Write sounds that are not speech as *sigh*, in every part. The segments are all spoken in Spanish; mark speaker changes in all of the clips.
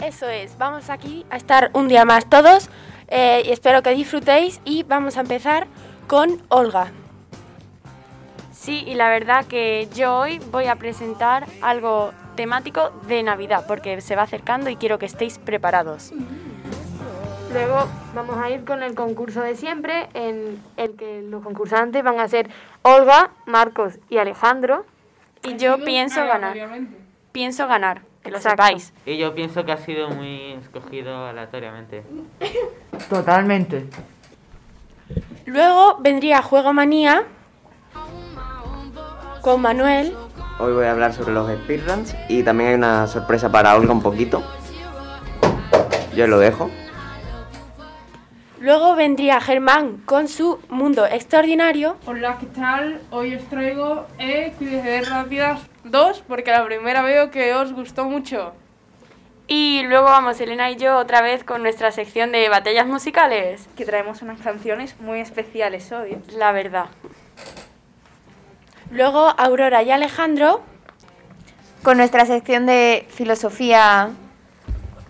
Speaker 1: Eso es, vamos aquí a estar un día más todos eh, y espero que disfrutéis y vamos a empezar con Olga.
Speaker 2: Sí, y la verdad que yo hoy voy a presentar algo temático de Navidad, porque se va acercando y quiero que estéis preparados.
Speaker 3: Luego vamos a ir con el concurso de siempre, en el que los concursantes van a ser Olga, Marcos y Alejandro.
Speaker 2: Y yo pienso ganar. Pienso ganar, que lo
Speaker 3: Exacto.
Speaker 2: sepáis.
Speaker 4: Y yo pienso que ha sido muy escogido aleatoriamente.
Speaker 5: Totalmente.
Speaker 1: Luego vendría Juego Manía con Manuel.
Speaker 6: Hoy voy a hablar sobre los speedruns y también hay una sorpresa para Olga un poquito. Yo lo dejo.
Speaker 1: Luego vendría Germán con su mundo extraordinario.
Speaker 7: Hola, ¿qué tal? Hoy os traigo eh, Curiosidades Rápidas 2 porque la primera veo que os gustó mucho.
Speaker 2: Y luego vamos Elena y yo otra vez con nuestra sección de batallas musicales.
Speaker 8: que traemos unas canciones muy especiales hoy.
Speaker 2: La verdad.
Speaker 1: Luego Aurora y Alejandro.
Speaker 9: Con nuestra sección de filosofía,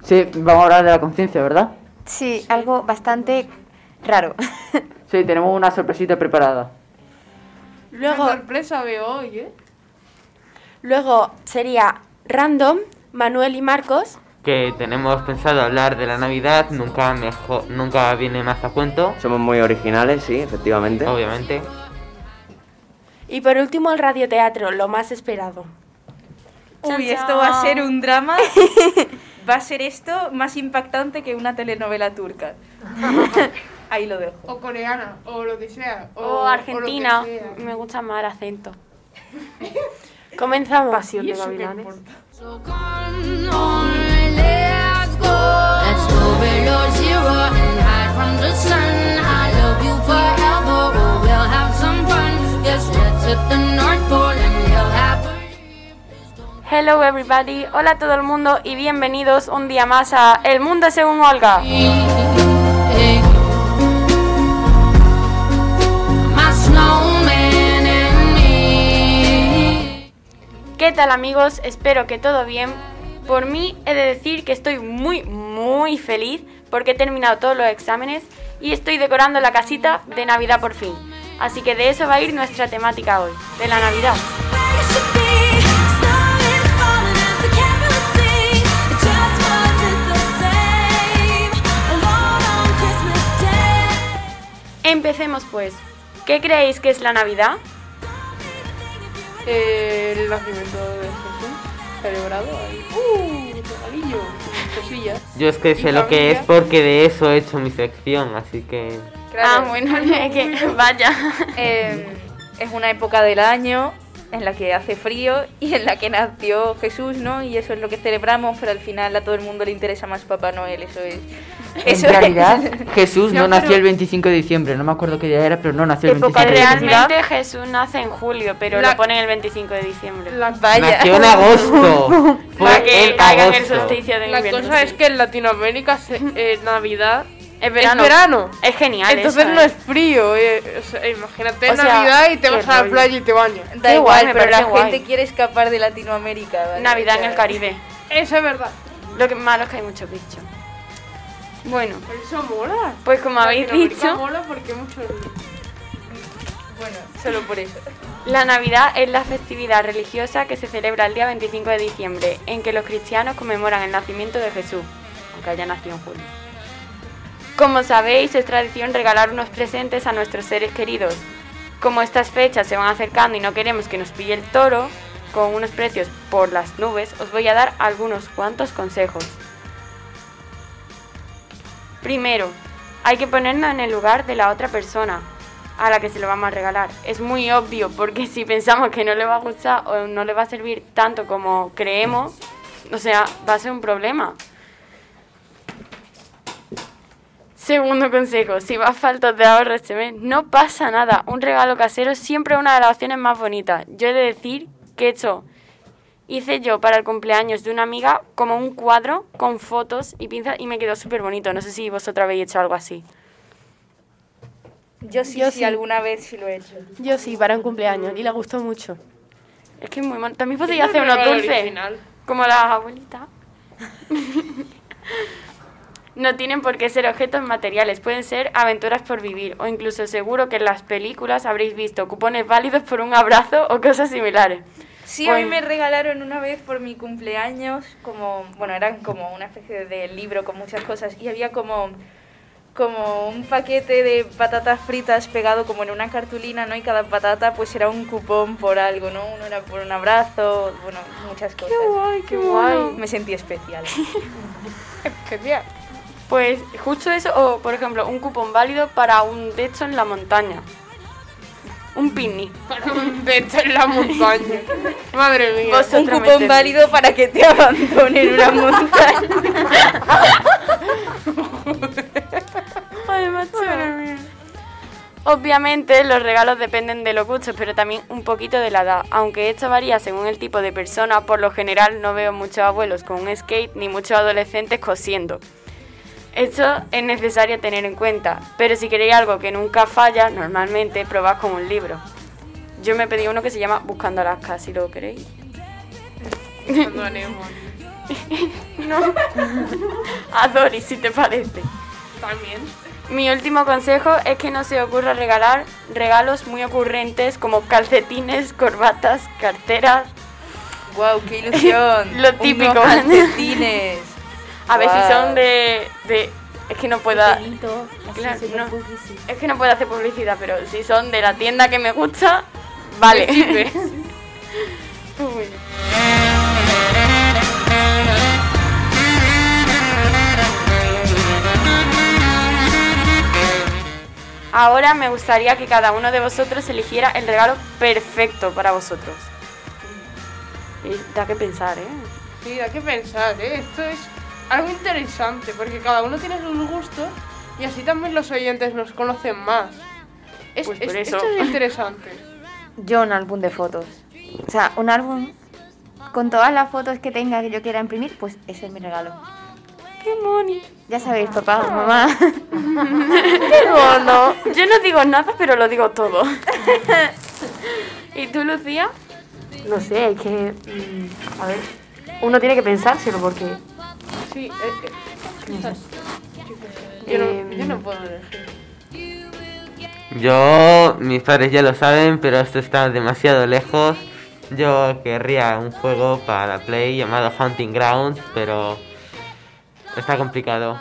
Speaker 5: Sí, vamos a hablar de la conciencia, ¿verdad?
Speaker 9: sí, algo bastante raro. *laughs*
Speaker 5: Sí, tenemos una sorpresita preparada.
Speaker 1: Luego,
Speaker 7: Una sorpresa veo hoy, ¿eh?
Speaker 1: luego sería Random, Manuel y Marcos.
Speaker 4: Que tenemos pensado hablar de la Navidad, nunca mejor, nunca viene más a cuento,
Speaker 6: Somos muy originales, sí, efectivamente.
Speaker 4: obviamente.
Speaker 1: Y por último el radioteatro, lo más esperado.
Speaker 8: Uy, esto va a ser un drama. va a ser esto más impactante que una telenovela turca. Ahí lo dejo.
Speaker 7: O coreana, o lo que sea. O,
Speaker 2: O
Speaker 7: o lo que
Speaker 2: Oh, Argentina,
Speaker 7: sea.
Speaker 2: me gusta más el acento. *laughs*
Speaker 1: Comenzamos.
Speaker 3: Pasión de
Speaker 7: Eso que
Speaker 3: Gavilanes.
Speaker 7: importa.
Speaker 10: Oh,
Speaker 2: Hello everybody, hola a todo el mundo y bienvenidos un día más a El Mundo según Olga. ¿Qué tal amigos? Espero que todo bien. Por mí he de decir que estoy muy muy feliz porque he terminado todos los exámenes y estoy decorando la casita de Navidad por fin. Así que de eso va a ir nuestra temática hoy, de la Navidad. Empecemos pues. ¿Qué creéis que es la Navidad?
Speaker 7: Eh, el nacimiento de Jesús, celebrado ahí. ¡Uh! Regalillo, cosillas.
Speaker 4: Yo es que sé
Speaker 7: ¿Y
Speaker 4: lo que es
Speaker 7: familia?
Speaker 4: porque de eso he hecho mi sección, así que...
Speaker 2: Ah, bueno, *laughs* es que vaya.
Speaker 8: Eh, es una época del año en la que hace frío y en la que nació Jesús, ¿no? Y eso es lo que celebramos, pero al final a todo el mundo le interesa más Papá Noel, eso
Speaker 2: *laughs*
Speaker 8: es. Eso
Speaker 5: en realidad,
Speaker 8: es.
Speaker 5: Jesús no,
Speaker 7: No,
Speaker 5: nació
Speaker 7: pero-
Speaker 5: el 25 de diciembre. No me acuerdo qué día era, pero no nació el
Speaker 8: Época
Speaker 5: 25 de diciembre.
Speaker 2: Realmente Jesús nace en julio, pero
Speaker 7: La-
Speaker 2: lo ponen el 25 de diciembre.
Speaker 7: La,
Speaker 8: Vaya.
Speaker 4: Nació en agosto.
Speaker 2: Para
Speaker 4: Fue
Speaker 2: que
Speaker 4: en
Speaker 2: caiga en el
Speaker 4: agosto.
Speaker 2: solsticio de
Speaker 7: la
Speaker 2: invierno.
Speaker 7: cosa
Speaker 2: sí.
Speaker 7: es que en Latinoamérica se- eh, Navidad
Speaker 2: es verano.
Speaker 7: es verano.
Speaker 2: Es genial
Speaker 7: Entonces
Speaker 2: eso,
Speaker 7: no
Speaker 2: ¿eh?
Speaker 7: es frío, eh. O sea, imagínate
Speaker 2: O sea,
Speaker 7: Navidad y te
Speaker 2: qué
Speaker 7: vas a la
Speaker 2: rollo.
Speaker 7: playa y te bañas.
Speaker 8: Da
Speaker 2: Qué
Speaker 8: igual,
Speaker 2: guay, me
Speaker 8: pero la
Speaker 2: parece guay.
Speaker 8: gente quiere escapar de Latinoamérica. ¿vale?
Speaker 2: Navidad
Speaker 8: O
Speaker 2: en
Speaker 8: sea,
Speaker 2: el Caribe.
Speaker 7: Eso es verdad.
Speaker 2: Lo que malo es que hay muchos bichos. Bueno,
Speaker 7: Eso mola.
Speaker 2: pues como habéis
Speaker 7: Latinoamérica
Speaker 2: dicho,
Speaker 7: mola porque mucho...
Speaker 8: Bueno, solo por eso.
Speaker 2: la Navidad es la festividad religiosa que se celebra el día 25 de diciembre, en que los cristianos conmemoran el nacimiento de Jesús, aunque haya nacido en julio. Como sabéis, es tradición regalar unos presentes a nuestros seres queridos. Como estas fechas se van acercando y no queremos que nos pille el toro, con unos precios por las nubes, os voy a dar algunos cuantos consejos. Primero, hay que ponernos en el lugar de la otra persona a la que se lo vamos a regalar. Es muy obvio porque si pensamos que no le va a gustar o no le va a servir tanto como creemos, o sea, va a ser un problema. Segundo consejo, si vas faltos de ahorro este mes, no pasa nada. Un regalo casero siempre es una de las opciones más bonitas. Yo he de decir que he hecho, hice yo para el cumpleaños de una amiga como un cuadro con fotos y pinzas y me quedó súper bonito. No sé si vosotros habéis hecho algo así.
Speaker 8: Yo sí,
Speaker 1: Yo
Speaker 8: sí,
Speaker 1: sí.
Speaker 8: alguna vez sí lo he hecho.
Speaker 1: Yo sí, para un cumpleaños y le gustó mucho.
Speaker 2: Es que es muy mono. También
Speaker 7: Sí,
Speaker 2: podría hacer
Speaker 7: pero
Speaker 2: unos
Speaker 7: era
Speaker 2: dulces,
Speaker 7: original.
Speaker 2: como las abuelitas. No tienen por qué ser objetos materiales, pueden ser aventuras por vivir o incluso seguro que en las películas habréis visto cupones válidos por un abrazo o cosas similares.
Speaker 8: Sí, a mí
Speaker 2: Pues-
Speaker 8: me regalaron una vez por mi cumpleaños, como, bueno, eran como una especie de libro con muchas cosas y había como, como un paquete de patatas fritas pegado como en una cartulina, ¿no? Y cada patata pues era un cupón por algo, ¿no? Uno era por un abrazo, bueno, muchas cosas. ¡Qué guay,
Speaker 2: qué guay.
Speaker 8: Me sentí especial.
Speaker 2: *laughs* Genial. Pues justo eso, o por ejemplo, un cupón válido para un techo en la montaña. Un picnic.
Speaker 7: *laughs* De hecho, en la montaña. Madre mía.
Speaker 8: un
Speaker 2: Vosotros me
Speaker 8: cupón
Speaker 2: entendéis.
Speaker 8: válido para que te abandonen *laughs*
Speaker 2: *laughs*
Speaker 8: una montaña.
Speaker 2: Ay, macho. Obviamente los regalos dependen de los gustos, pero también un poquito de la edad. Aunque esto varía según el tipo de persona, por lo general no veo muchos abuelos con un skate ni muchos adolescentes cosiendo. Esto es necesario tener en cuenta, pero si queréis algo que nunca falla, normalmente probad con un libro. Yo me pedí uno que se llama Buscando Alaska, si lo queréis.
Speaker 7: Cuando haremos.
Speaker 2: No. A Doris, si te parece.
Speaker 7: También.
Speaker 2: Mi último consejo es que no se ocurra regalar regalos muy ocurrentes como calcetines, corbatas, carteras.
Speaker 8: ¡Guau, qué ilusión!
Speaker 2: *laughs* Lo
Speaker 8: Unos
Speaker 2: típico.
Speaker 8: calcetines.
Speaker 2: A ver si
Speaker 8: Guau.
Speaker 2: son de, de- Es que no puedo... Claro, no. Es que no puedo hacer publicidad, pero si son de la tienda que me gusta, vale. Bueno. *laughs* Ahora me gustaría que cada uno de vosotros eligiera el regalo perfecto para vosotros. Y da que pensar, ¿eh?
Speaker 7: Sí, hay que pensar, ¿eh? Esto es algo interesante, porque cada uno tiene sus gustos y así también los oyentes nos conocen más. Es,
Speaker 2: Pues por
Speaker 7: es-
Speaker 2: eso.
Speaker 7: Esto es interesante.
Speaker 9: Yo un álbum de fotos. O sea, un álbum con todas las fotos que tenga que yo quiera imprimir, pues ese es mi regalo.
Speaker 2: ¡Qué moni!
Speaker 9: Ya sabéis, papá, mamá.
Speaker 2: Yo no digo nada, pero lo digo todo. *laughs* ¿Y tú, Lucía?
Speaker 3: No sé, es que. mm, a ver. Uno tiene que pensárselo porque.
Speaker 7: Sí, eh, eh, yo, no, yo no
Speaker 3: Em,
Speaker 7: puedo elegir.
Speaker 4: Yo, mis padres ya lo saben, pero esto está demasiado lejos. Yo querría un juego para la Play llamado Hunting Grounds, pero está complicado.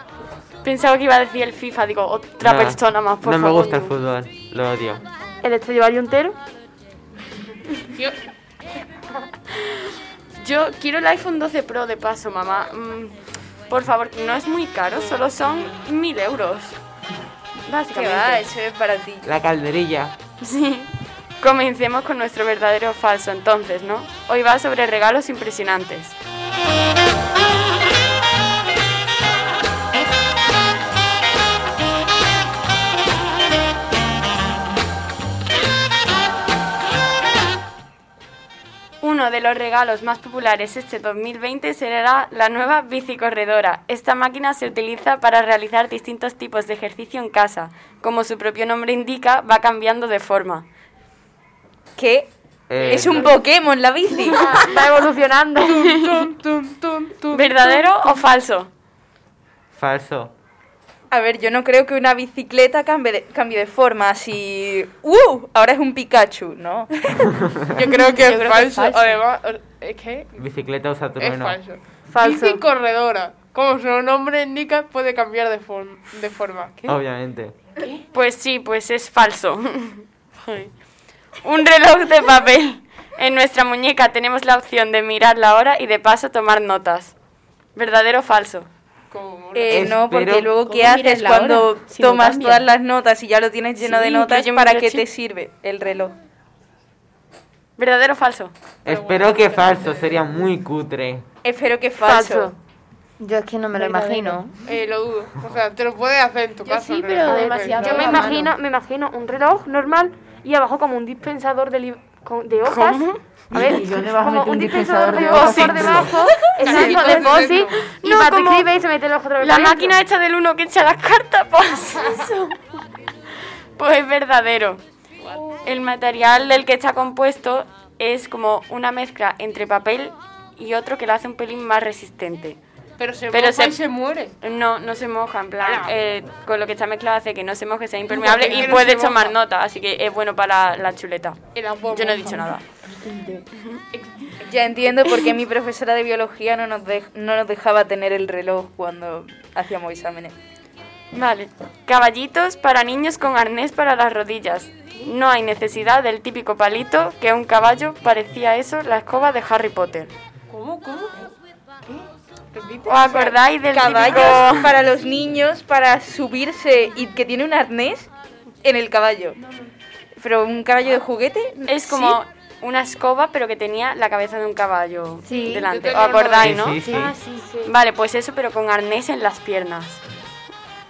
Speaker 2: Pensaba que iba a decir el FIFA, digo, otra
Speaker 4: No,
Speaker 2: persona más, por
Speaker 4: No me
Speaker 2: favor.
Speaker 4: gusta el fútbol, lo odio.
Speaker 3: El estudio Valiuntero.
Speaker 7: Yo,
Speaker 2: Yo quiero el iPhone 12 Pro de paso, mamá. Mm, por favor, no es muy caro, solo son mil euros.
Speaker 8: ¿Qué va?
Speaker 2: Básicamente.
Speaker 8: Eso es para ti.
Speaker 4: La calderilla.
Speaker 2: Sí. Comencemos con nuestro verdadero o falso entonces, ¿no? Hoy va sobre regalos impresionantes. Uno de los regalos más populares este 2020 será la nueva bicicorredora. Esta máquina se utiliza para realizar distintos tipos de ejercicio en casa. Como su propio nombre indica, va cambiando de forma.
Speaker 8: ¿Qué?
Speaker 4: Eh,
Speaker 8: es un Pokémon la bici.
Speaker 3: Está
Speaker 8: *laughs*
Speaker 3: evolucionando.
Speaker 7: tum, tum, tum, tum.
Speaker 2: ¿Verdadero o falso?
Speaker 4: Falso.
Speaker 8: A ver, yo no creo que una bicicleta cambie de, cambie de forma así. ¡Uh! Ahora es un Pikachu, ¿no?
Speaker 2: *laughs*
Speaker 7: Yo creo que,
Speaker 2: Yo
Speaker 7: es,
Speaker 2: creo que es
Speaker 7: falso.
Speaker 2: falso.
Speaker 7: Además, ¿eh, o- es que
Speaker 4: Bicicleta usa
Speaker 7: es
Speaker 4: turno.
Speaker 7: falso.
Speaker 3: Falso.
Speaker 7: Bici corredora. Como su nombre indica, puede cambiar de, form- de forma.
Speaker 4: Obviamente.
Speaker 2: Pues sí, pues es falso. *laughs* Un reloj de papel. En nuestra muñeca tenemos la opción de mirar la hora y de paso tomar notas. ¿Verdadero o falso?
Speaker 7: Como
Speaker 8: Eh, no, porque
Speaker 4: Espero-
Speaker 8: luego ¿qué
Speaker 1: ¿Cómo miras
Speaker 8: haces
Speaker 1: la
Speaker 8: cuando
Speaker 1: hora? Si lo
Speaker 8: tomas
Speaker 1: cambias.
Speaker 8: todas las notas y ya lo tienes lleno
Speaker 2: Sí,
Speaker 8: de notas?
Speaker 2: incluye un
Speaker 8: ¿Para qué
Speaker 2: microchip.
Speaker 8: te sirve el reloj?
Speaker 2: ¿Verdadero o falso?
Speaker 4: Espero que falso, sería muy cutre.
Speaker 8: Espero que es falso.
Speaker 9: Yo es que no me lo imagino.
Speaker 7: Eh, lo dudo. O sea, te lo puedes hacer en tu casa.
Speaker 1: sí,
Speaker 7: ¿no?
Speaker 1: pero
Speaker 7: Ok.
Speaker 1: demasiado.
Speaker 3: Yo me
Speaker 1: Mano.
Speaker 3: imagino, me imagino un reloj normal y abajo como un dispensador de, li- con- de hojas. A ver,
Speaker 5: ¿Y dónde vas a
Speaker 3: como
Speaker 5: meter
Speaker 3: un
Speaker 5: un
Speaker 3: dispensador de
Speaker 5: dispensador
Speaker 3: hojas
Speaker 5: de
Speaker 3: por
Speaker 5: hojas?
Speaker 3: debajo, exacto,
Speaker 7: Casi
Speaker 3: de
Speaker 7: todo
Speaker 3: posi,
Speaker 7: dentro.
Speaker 3: y
Speaker 2: No,
Speaker 3: para
Speaker 2: como
Speaker 3: escribe y se mete el otra vez
Speaker 2: La
Speaker 3: para
Speaker 2: máquina
Speaker 3: dentro.
Speaker 2: hecha del uno que echa las cartas, *laughs* pues eso. Pues es verdadero. El material del que está compuesto es como una mezcla entre papel y otro que lo hace un pelín más resistente.
Speaker 7: Pero se
Speaker 2: Pero
Speaker 7: moja
Speaker 2: se-
Speaker 7: y se muere.
Speaker 2: No, no se moja, en plan,
Speaker 7: Ala.
Speaker 2: eh, con lo que está mezclado hace que no se moje, sea impermeable
Speaker 7: ¿Por qué
Speaker 2: y
Speaker 7: no
Speaker 2: puedes
Speaker 7: se moja?
Speaker 2: tomar nota, así que es bueno para la chuleta.
Speaker 7: El agua
Speaker 2: Yo no he
Speaker 7: moja.
Speaker 2: dicho nada.
Speaker 8: Ya entiendo por qué mi profesora de biología no nos, dej- no nos dejaba tener el reloj cuando hacíamos exámenes.
Speaker 2: Vale. Caballitos para niños con arnés para las rodillas. No hay necesidad del típico palito que un caballo parecía eso, la escoba de Harry Potter.
Speaker 7: ¿Cómo? ¿Cómo? ¿Qué? ¿Repite?
Speaker 2: ¿Os acordáis Ah, del
Speaker 8: Caballos
Speaker 2: típico-
Speaker 8: para los niños para subirse y que tiene un arnés en el caballo. Pero un caballo de juguete
Speaker 2: Es
Speaker 8: ¿sí? *laughs*
Speaker 2: como una escoba, pero que tenía la cabeza de un caballo
Speaker 9: Sí,
Speaker 2: delante.
Speaker 7: yo
Speaker 2: ¿Os
Speaker 7: tenía uno de
Speaker 2: acordáis,
Speaker 4: Sí,
Speaker 2: no?
Speaker 4: sí, sí.
Speaker 9: Ah, sí, sí.
Speaker 2: Vale, pues eso, pero con arnés en las piernas.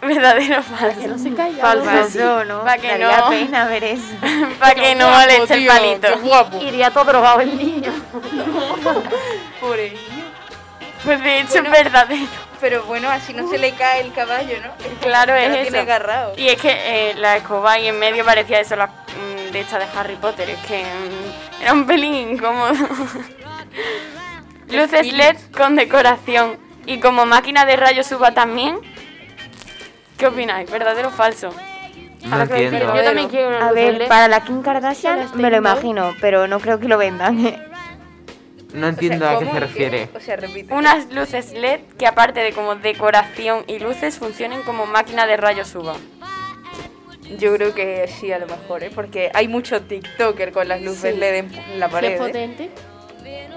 Speaker 2: Verdadero o falso.
Speaker 1: No se calla.
Speaker 9: Falso, ¿no?
Speaker 2: Va que
Speaker 9: Daría
Speaker 2: no.
Speaker 9: pena ver eso.
Speaker 2: Para que no
Speaker 7: Guapo,
Speaker 2: moleste el
Speaker 7: tío,
Speaker 2: palito.
Speaker 7: qué guapo.
Speaker 3: Iría todo drogado el niño.
Speaker 7: Pobre niño.
Speaker 2: Pues de hecho
Speaker 8: Bueno.
Speaker 2: es verdadero.
Speaker 8: Pero bueno, así no se le cae el caballo, ¿no?
Speaker 2: Claro,
Speaker 8: Ya
Speaker 2: es
Speaker 8: lo
Speaker 2: eso.
Speaker 8: tiene agarrado.
Speaker 2: Y es que eh, la escoba ahí en medio parecía eso, la, mm, de esta de Harry Potter. Es que mm, era un pelín incómodo. Luces LED con decoración. Y como máquina de rayos suba también. ¿Qué opináis? ¿Verdadero o falso?
Speaker 4: No entiendo.
Speaker 3: Yo también quiero una
Speaker 9: A
Speaker 3: luz
Speaker 9: ver,
Speaker 3: LED.
Speaker 9: para la Kim Kardashian me lo imagino, pero no creo que lo vendan. *laughs*
Speaker 8: O
Speaker 4: No
Speaker 8: sea,
Speaker 4: entiendo a qué
Speaker 8: ¿cómo
Speaker 4: se
Speaker 8: y
Speaker 4: refiere.
Speaker 8: O sea, repite.
Speaker 2: Unas luces LED que aparte de como decoración y luces funcionen como máquina de rayos UVA.
Speaker 8: Yo creo que sí, a lo mejor, ¿eh? Porque hay mucho TikToker con las luces
Speaker 1: Sí.
Speaker 8: LED en la
Speaker 1: Si es
Speaker 8: pared. ¿eh?
Speaker 1: potente.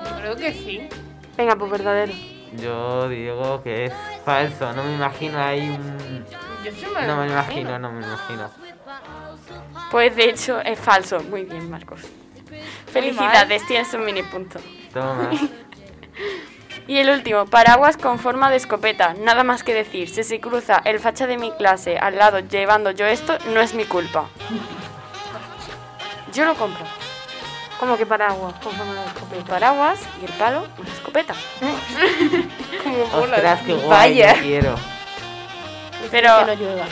Speaker 7: Yo creo que sí.
Speaker 3: Venga, pues verdadero.
Speaker 4: Yo digo que es falso. No me imagino ahí un...
Speaker 7: Yo sí
Speaker 4: No me lo imagino, no me lo imagino.
Speaker 2: Pues de hecho es falso. Muy bien, Marcos. Felicidades, tienes un mini punto.
Speaker 7: *laughs*
Speaker 4: Toma.
Speaker 2: Y el último, paraguas con forma de escopeta. Nada más que decir, si se cruza el facha de mi clase al lado llevando yo esto, no es mi culpa. Yo lo compro.
Speaker 3: Como que paraguas, con forma de escopeta.
Speaker 2: El paraguas y el palo, una escopeta.
Speaker 7: Como bolas.
Speaker 4: Ostras, qué guay, yo
Speaker 8: Vaya.
Speaker 4: quiero.
Speaker 2: Pero-
Speaker 1: Que no llueva.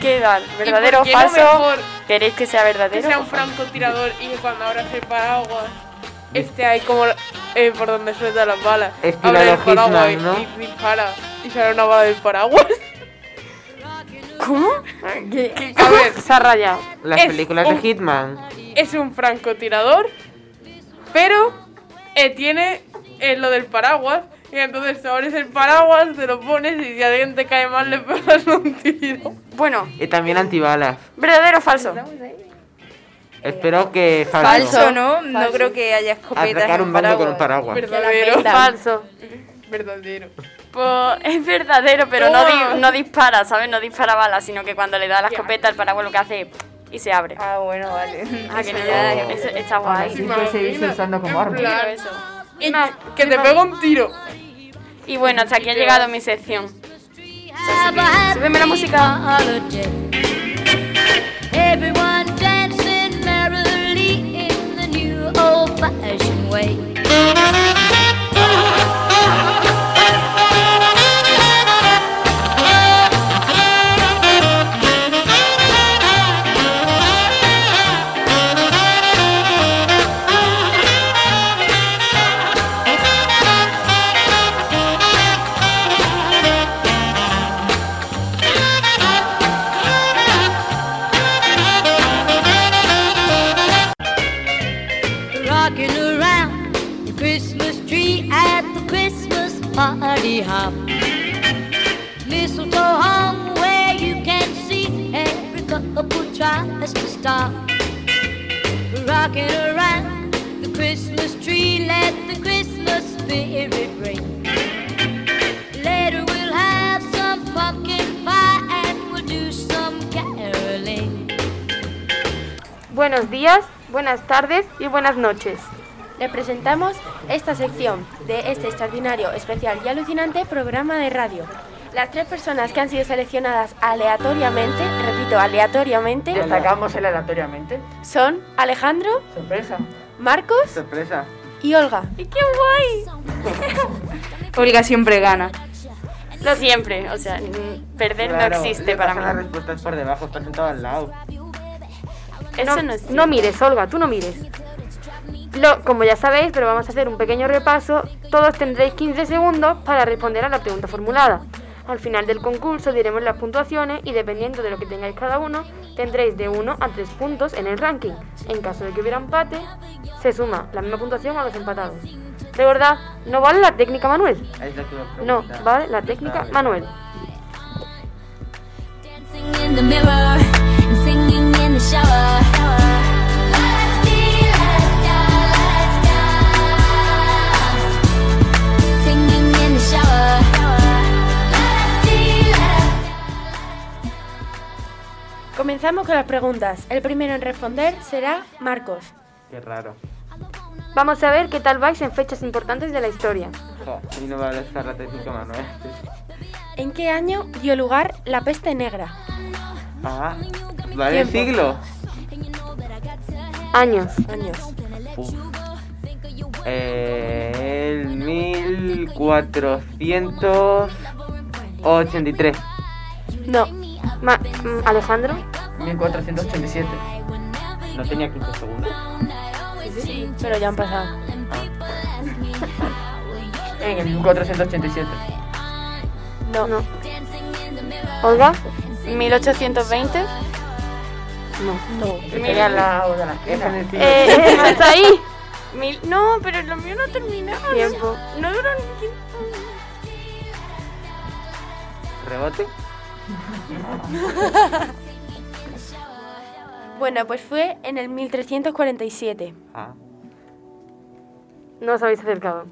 Speaker 2: ¿Qué tal?
Speaker 7: ¿Y por
Speaker 2: ¿Verdadero o
Speaker 7: qué no
Speaker 2: falso?
Speaker 7: mejor
Speaker 2: ¿Queréis que sea
Speaker 7: que
Speaker 2: verdadero?
Speaker 7: sea
Speaker 2: o
Speaker 7: un
Speaker 2: falso?
Speaker 7: francotirador y que cuando abras el paraguas este ahí como eh, por donde suelta las balas.
Speaker 4: Estilo
Speaker 7: Abre el
Speaker 4: los
Speaker 7: paraguas
Speaker 4: Hitman, ¿no?
Speaker 7: y, y dispara y sale una bala del paraguas.
Speaker 2: ¿Cómo?
Speaker 7: A ver,
Speaker 3: Se ha rayado.
Speaker 4: Las
Speaker 7: Es
Speaker 4: películas
Speaker 7: un-
Speaker 4: de Hitman.
Speaker 7: es un francotirador, pero eh, tiene eh, lo del paraguas. Y entonces te abres el paraguas, te lo pones y si a alguien te cae mal le pegas un tiro.
Speaker 2: Bueno,
Speaker 4: Y también antibalas.
Speaker 2: ¿verdadero o falso?
Speaker 4: Espero que falso.
Speaker 8: Falso, ¿no? No creo que haya escopetas
Speaker 4: Atracar
Speaker 8: en
Speaker 4: un banco con un
Speaker 8: paraguas.
Speaker 4: paraguas.
Speaker 7: Verdadero.
Speaker 3: Falso.
Speaker 7: Verdadero.
Speaker 2: Pues es verdadero, pero no,
Speaker 7: Toma.
Speaker 2: di- no dispara, ¿sabes? No dispara balas, sino que cuando le da la
Speaker 7: Ya.
Speaker 2: escopeta el paraguas lo que hace es y se abre.
Speaker 8: Ah, bueno, vale.
Speaker 2: Ah, que no,
Speaker 8: Eso
Speaker 2: ya,
Speaker 8: ya-
Speaker 2: eso está guay.
Speaker 5: Sí, puede seguirse usando como arma.
Speaker 2: Pero eso.
Speaker 7: Y que te pega un tiro.
Speaker 2: Y bueno, hasta aquí ha llegado mi sección. Súbeme la música.
Speaker 10: Everyone dancing merrily in the new old fashioned way. Rocking around the Christmas tree at the Christmas party hop. Mistletoe hung where you can see every couple tries to stop. Rocking around the Christmas tree, let the Christmas spirit ring. Later we'll have some pumpkin pie and we'll do some caroling.
Speaker 3: *laughs* Buenos días, buenas tardes y buenas noches.
Speaker 1: Le presentamos esta sección de este extraordinario, especial y alucinante programa de radio. Las tres personas que han sido seleccionadas aleatoriamente, repito, aleatoriamente,
Speaker 5: Destacamos el aleatoriamente.
Speaker 1: son Alejandro,
Speaker 5: Sorpresa.
Speaker 1: Marcos
Speaker 5: Sorpresa.
Speaker 1: y Olga.
Speaker 8: Olga siempre gana.
Speaker 2: Lo siempre, o sea, mm, perder no existe para
Speaker 4: Las
Speaker 2: mí.
Speaker 4: respuestas por debajo, están sentadas al lado.
Speaker 2: Eso no existe.
Speaker 3: No mires, Olga, tú no mires. Lo, como ya sabéis, pero vamos a hacer un pequeño repaso, todos tendréis 15 segundos para responder a la pregunta formulada. Al final del concurso diremos las puntuaciones y dependiendo de lo que tengáis cada uno, tendréis de 1 a 3 puntos en el ranking. En caso de que hubiera empate, se suma la misma puntuación a los empatados. Recordad, no vale la técnica Manuel.
Speaker 4: Es lo que me
Speaker 3: No,
Speaker 4: pregunta.
Speaker 3: vale la técnica
Speaker 4: Vale.
Speaker 3: Manuel.
Speaker 10: in the mirror and singing in the shower. Singing in the shower.
Speaker 1: Comenzamos con las preguntas. El primero en responder será Marcos.
Speaker 4: Qué raro.
Speaker 3: Vamos a ver qué tal vais en fechas importantes de la historia.
Speaker 4: Jo, a mí no me va a estar la técnica Manuel.
Speaker 1: ¿En qué año dio lugar la peste negra?
Speaker 4: Ah, vale,
Speaker 1: Tiempo.
Speaker 4: siglo.
Speaker 3: Años.
Speaker 1: Años.
Speaker 4: Uf. Eh, el 1483.
Speaker 3: No. Ma- mm, Alejandro.
Speaker 5: 1487.
Speaker 4: No tenía 15 segundos.
Speaker 1: Sí, pero ya han pasado.
Speaker 5: En el 1487.
Speaker 1: No.
Speaker 3: No. Olga.
Speaker 2: 1820.
Speaker 3: No.
Speaker 2: Mira la
Speaker 5: de la esquina.
Speaker 3: Eh, *laughs* no está ahí.
Speaker 2: Mil- No, pero lo mío no terminaba. no-
Speaker 3: Tiempo.
Speaker 2: No, dura ni quin-
Speaker 4: Rebote.
Speaker 1: Bueno, pues fue en el 1347.
Speaker 4: Ah,
Speaker 3: No os habéis acercado.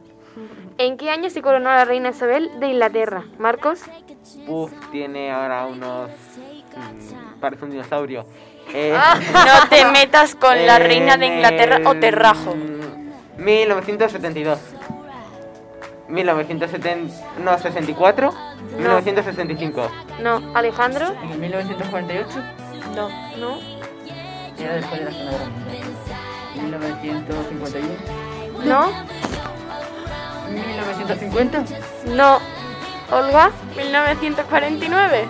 Speaker 3: ¿En qué año se coronó la reina Isabel de Inglaterra? Marcos.
Speaker 4: uf, tiene ahora unos. mm, parece un dinosaurio. Eh,
Speaker 2: Ah, No
Speaker 4: *laughs*
Speaker 2: te metas con la
Speaker 4: en
Speaker 2: reina de Inglaterra o te
Speaker 4: el
Speaker 2: rajo.
Speaker 4: 1972. 1970. No, 64. 1965.
Speaker 3: No. Alejandro.
Speaker 5: En el 1948.
Speaker 1: No.
Speaker 3: No.
Speaker 5: Era después de la Segunda Guerra Mundial. 1951.
Speaker 3: No.
Speaker 5: 1950.
Speaker 3: No. Olga.
Speaker 2: 1949.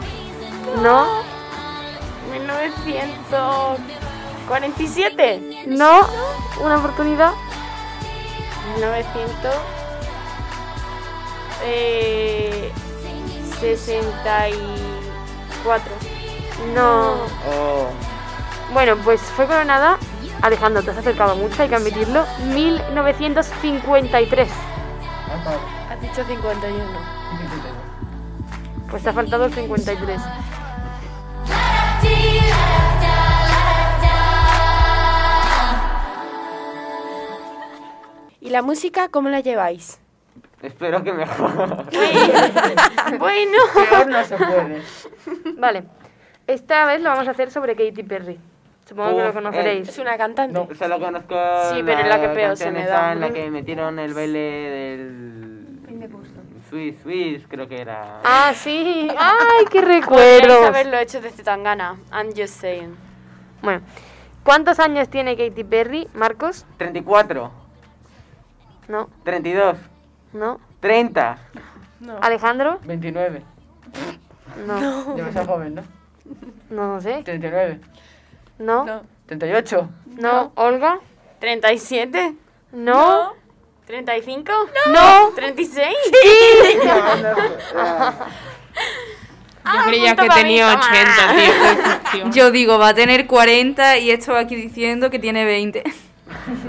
Speaker 3: No.
Speaker 2: 1947.
Speaker 3: No. Una oportunidad.
Speaker 2: 1900. Eh, 64.
Speaker 3: No.
Speaker 4: Oh,
Speaker 3: Bueno, pues fue coronada. Alejandro, te has acercado mucho, hay que admitirlo. 1953.
Speaker 5: Ah,
Speaker 1: Has dicho 51.
Speaker 3: Pues te ha faltado el 53.
Speaker 1: ¿Y la música cómo la
Speaker 2: *laughs*
Speaker 1: lleváis?
Speaker 4: espero que mejor. *laughs*
Speaker 2: Bueno.
Speaker 5: Peor no se puede.
Speaker 3: Vale. Esta vez lo vamos a hacer sobre Katy Perry. Supongo que
Speaker 4: Uf,
Speaker 3: lo conoceréis.
Speaker 1: Es una cantante.
Speaker 5: No.
Speaker 4: Solo conozco.
Speaker 2: Sí, pero es la que peor se
Speaker 4: canción
Speaker 2: me
Speaker 4: esa
Speaker 2: da.
Speaker 4: En la que metieron el baile del. Swiss, Swiss, creo que era.
Speaker 3: Ah,
Speaker 2: *laughs*
Speaker 3: sí. Ay, qué
Speaker 2: Podríais
Speaker 3: recuerdos.
Speaker 2: haberlo hecho desde Tangana. I'm just saying.
Speaker 3: Bueno, ¿cuántos años tiene Katy Perry, Marcos?
Speaker 4: 34,
Speaker 3: No,
Speaker 4: 32,
Speaker 3: no.
Speaker 4: 30.
Speaker 3: Alejandro,
Speaker 5: 29.
Speaker 3: no,
Speaker 5: Demasiado joven, ¿no?
Speaker 3: no, no sé.
Speaker 5: 39.
Speaker 3: No, no.
Speaker 7: No.
Speaker 5: 38.
Speaker 3: Olga,
Speaker 2: ¿37?
Speaker 3: no,
Speaker 2: ¿35?
Speaker 3: no.
Speaker 2: ¿36? *laughs*
Speaker 11: Yo creía que tenía 80, tío. qué decepción.
Speaker 12: Yo digo, va a tener 40 y esto aquí diciendo que tiene 20.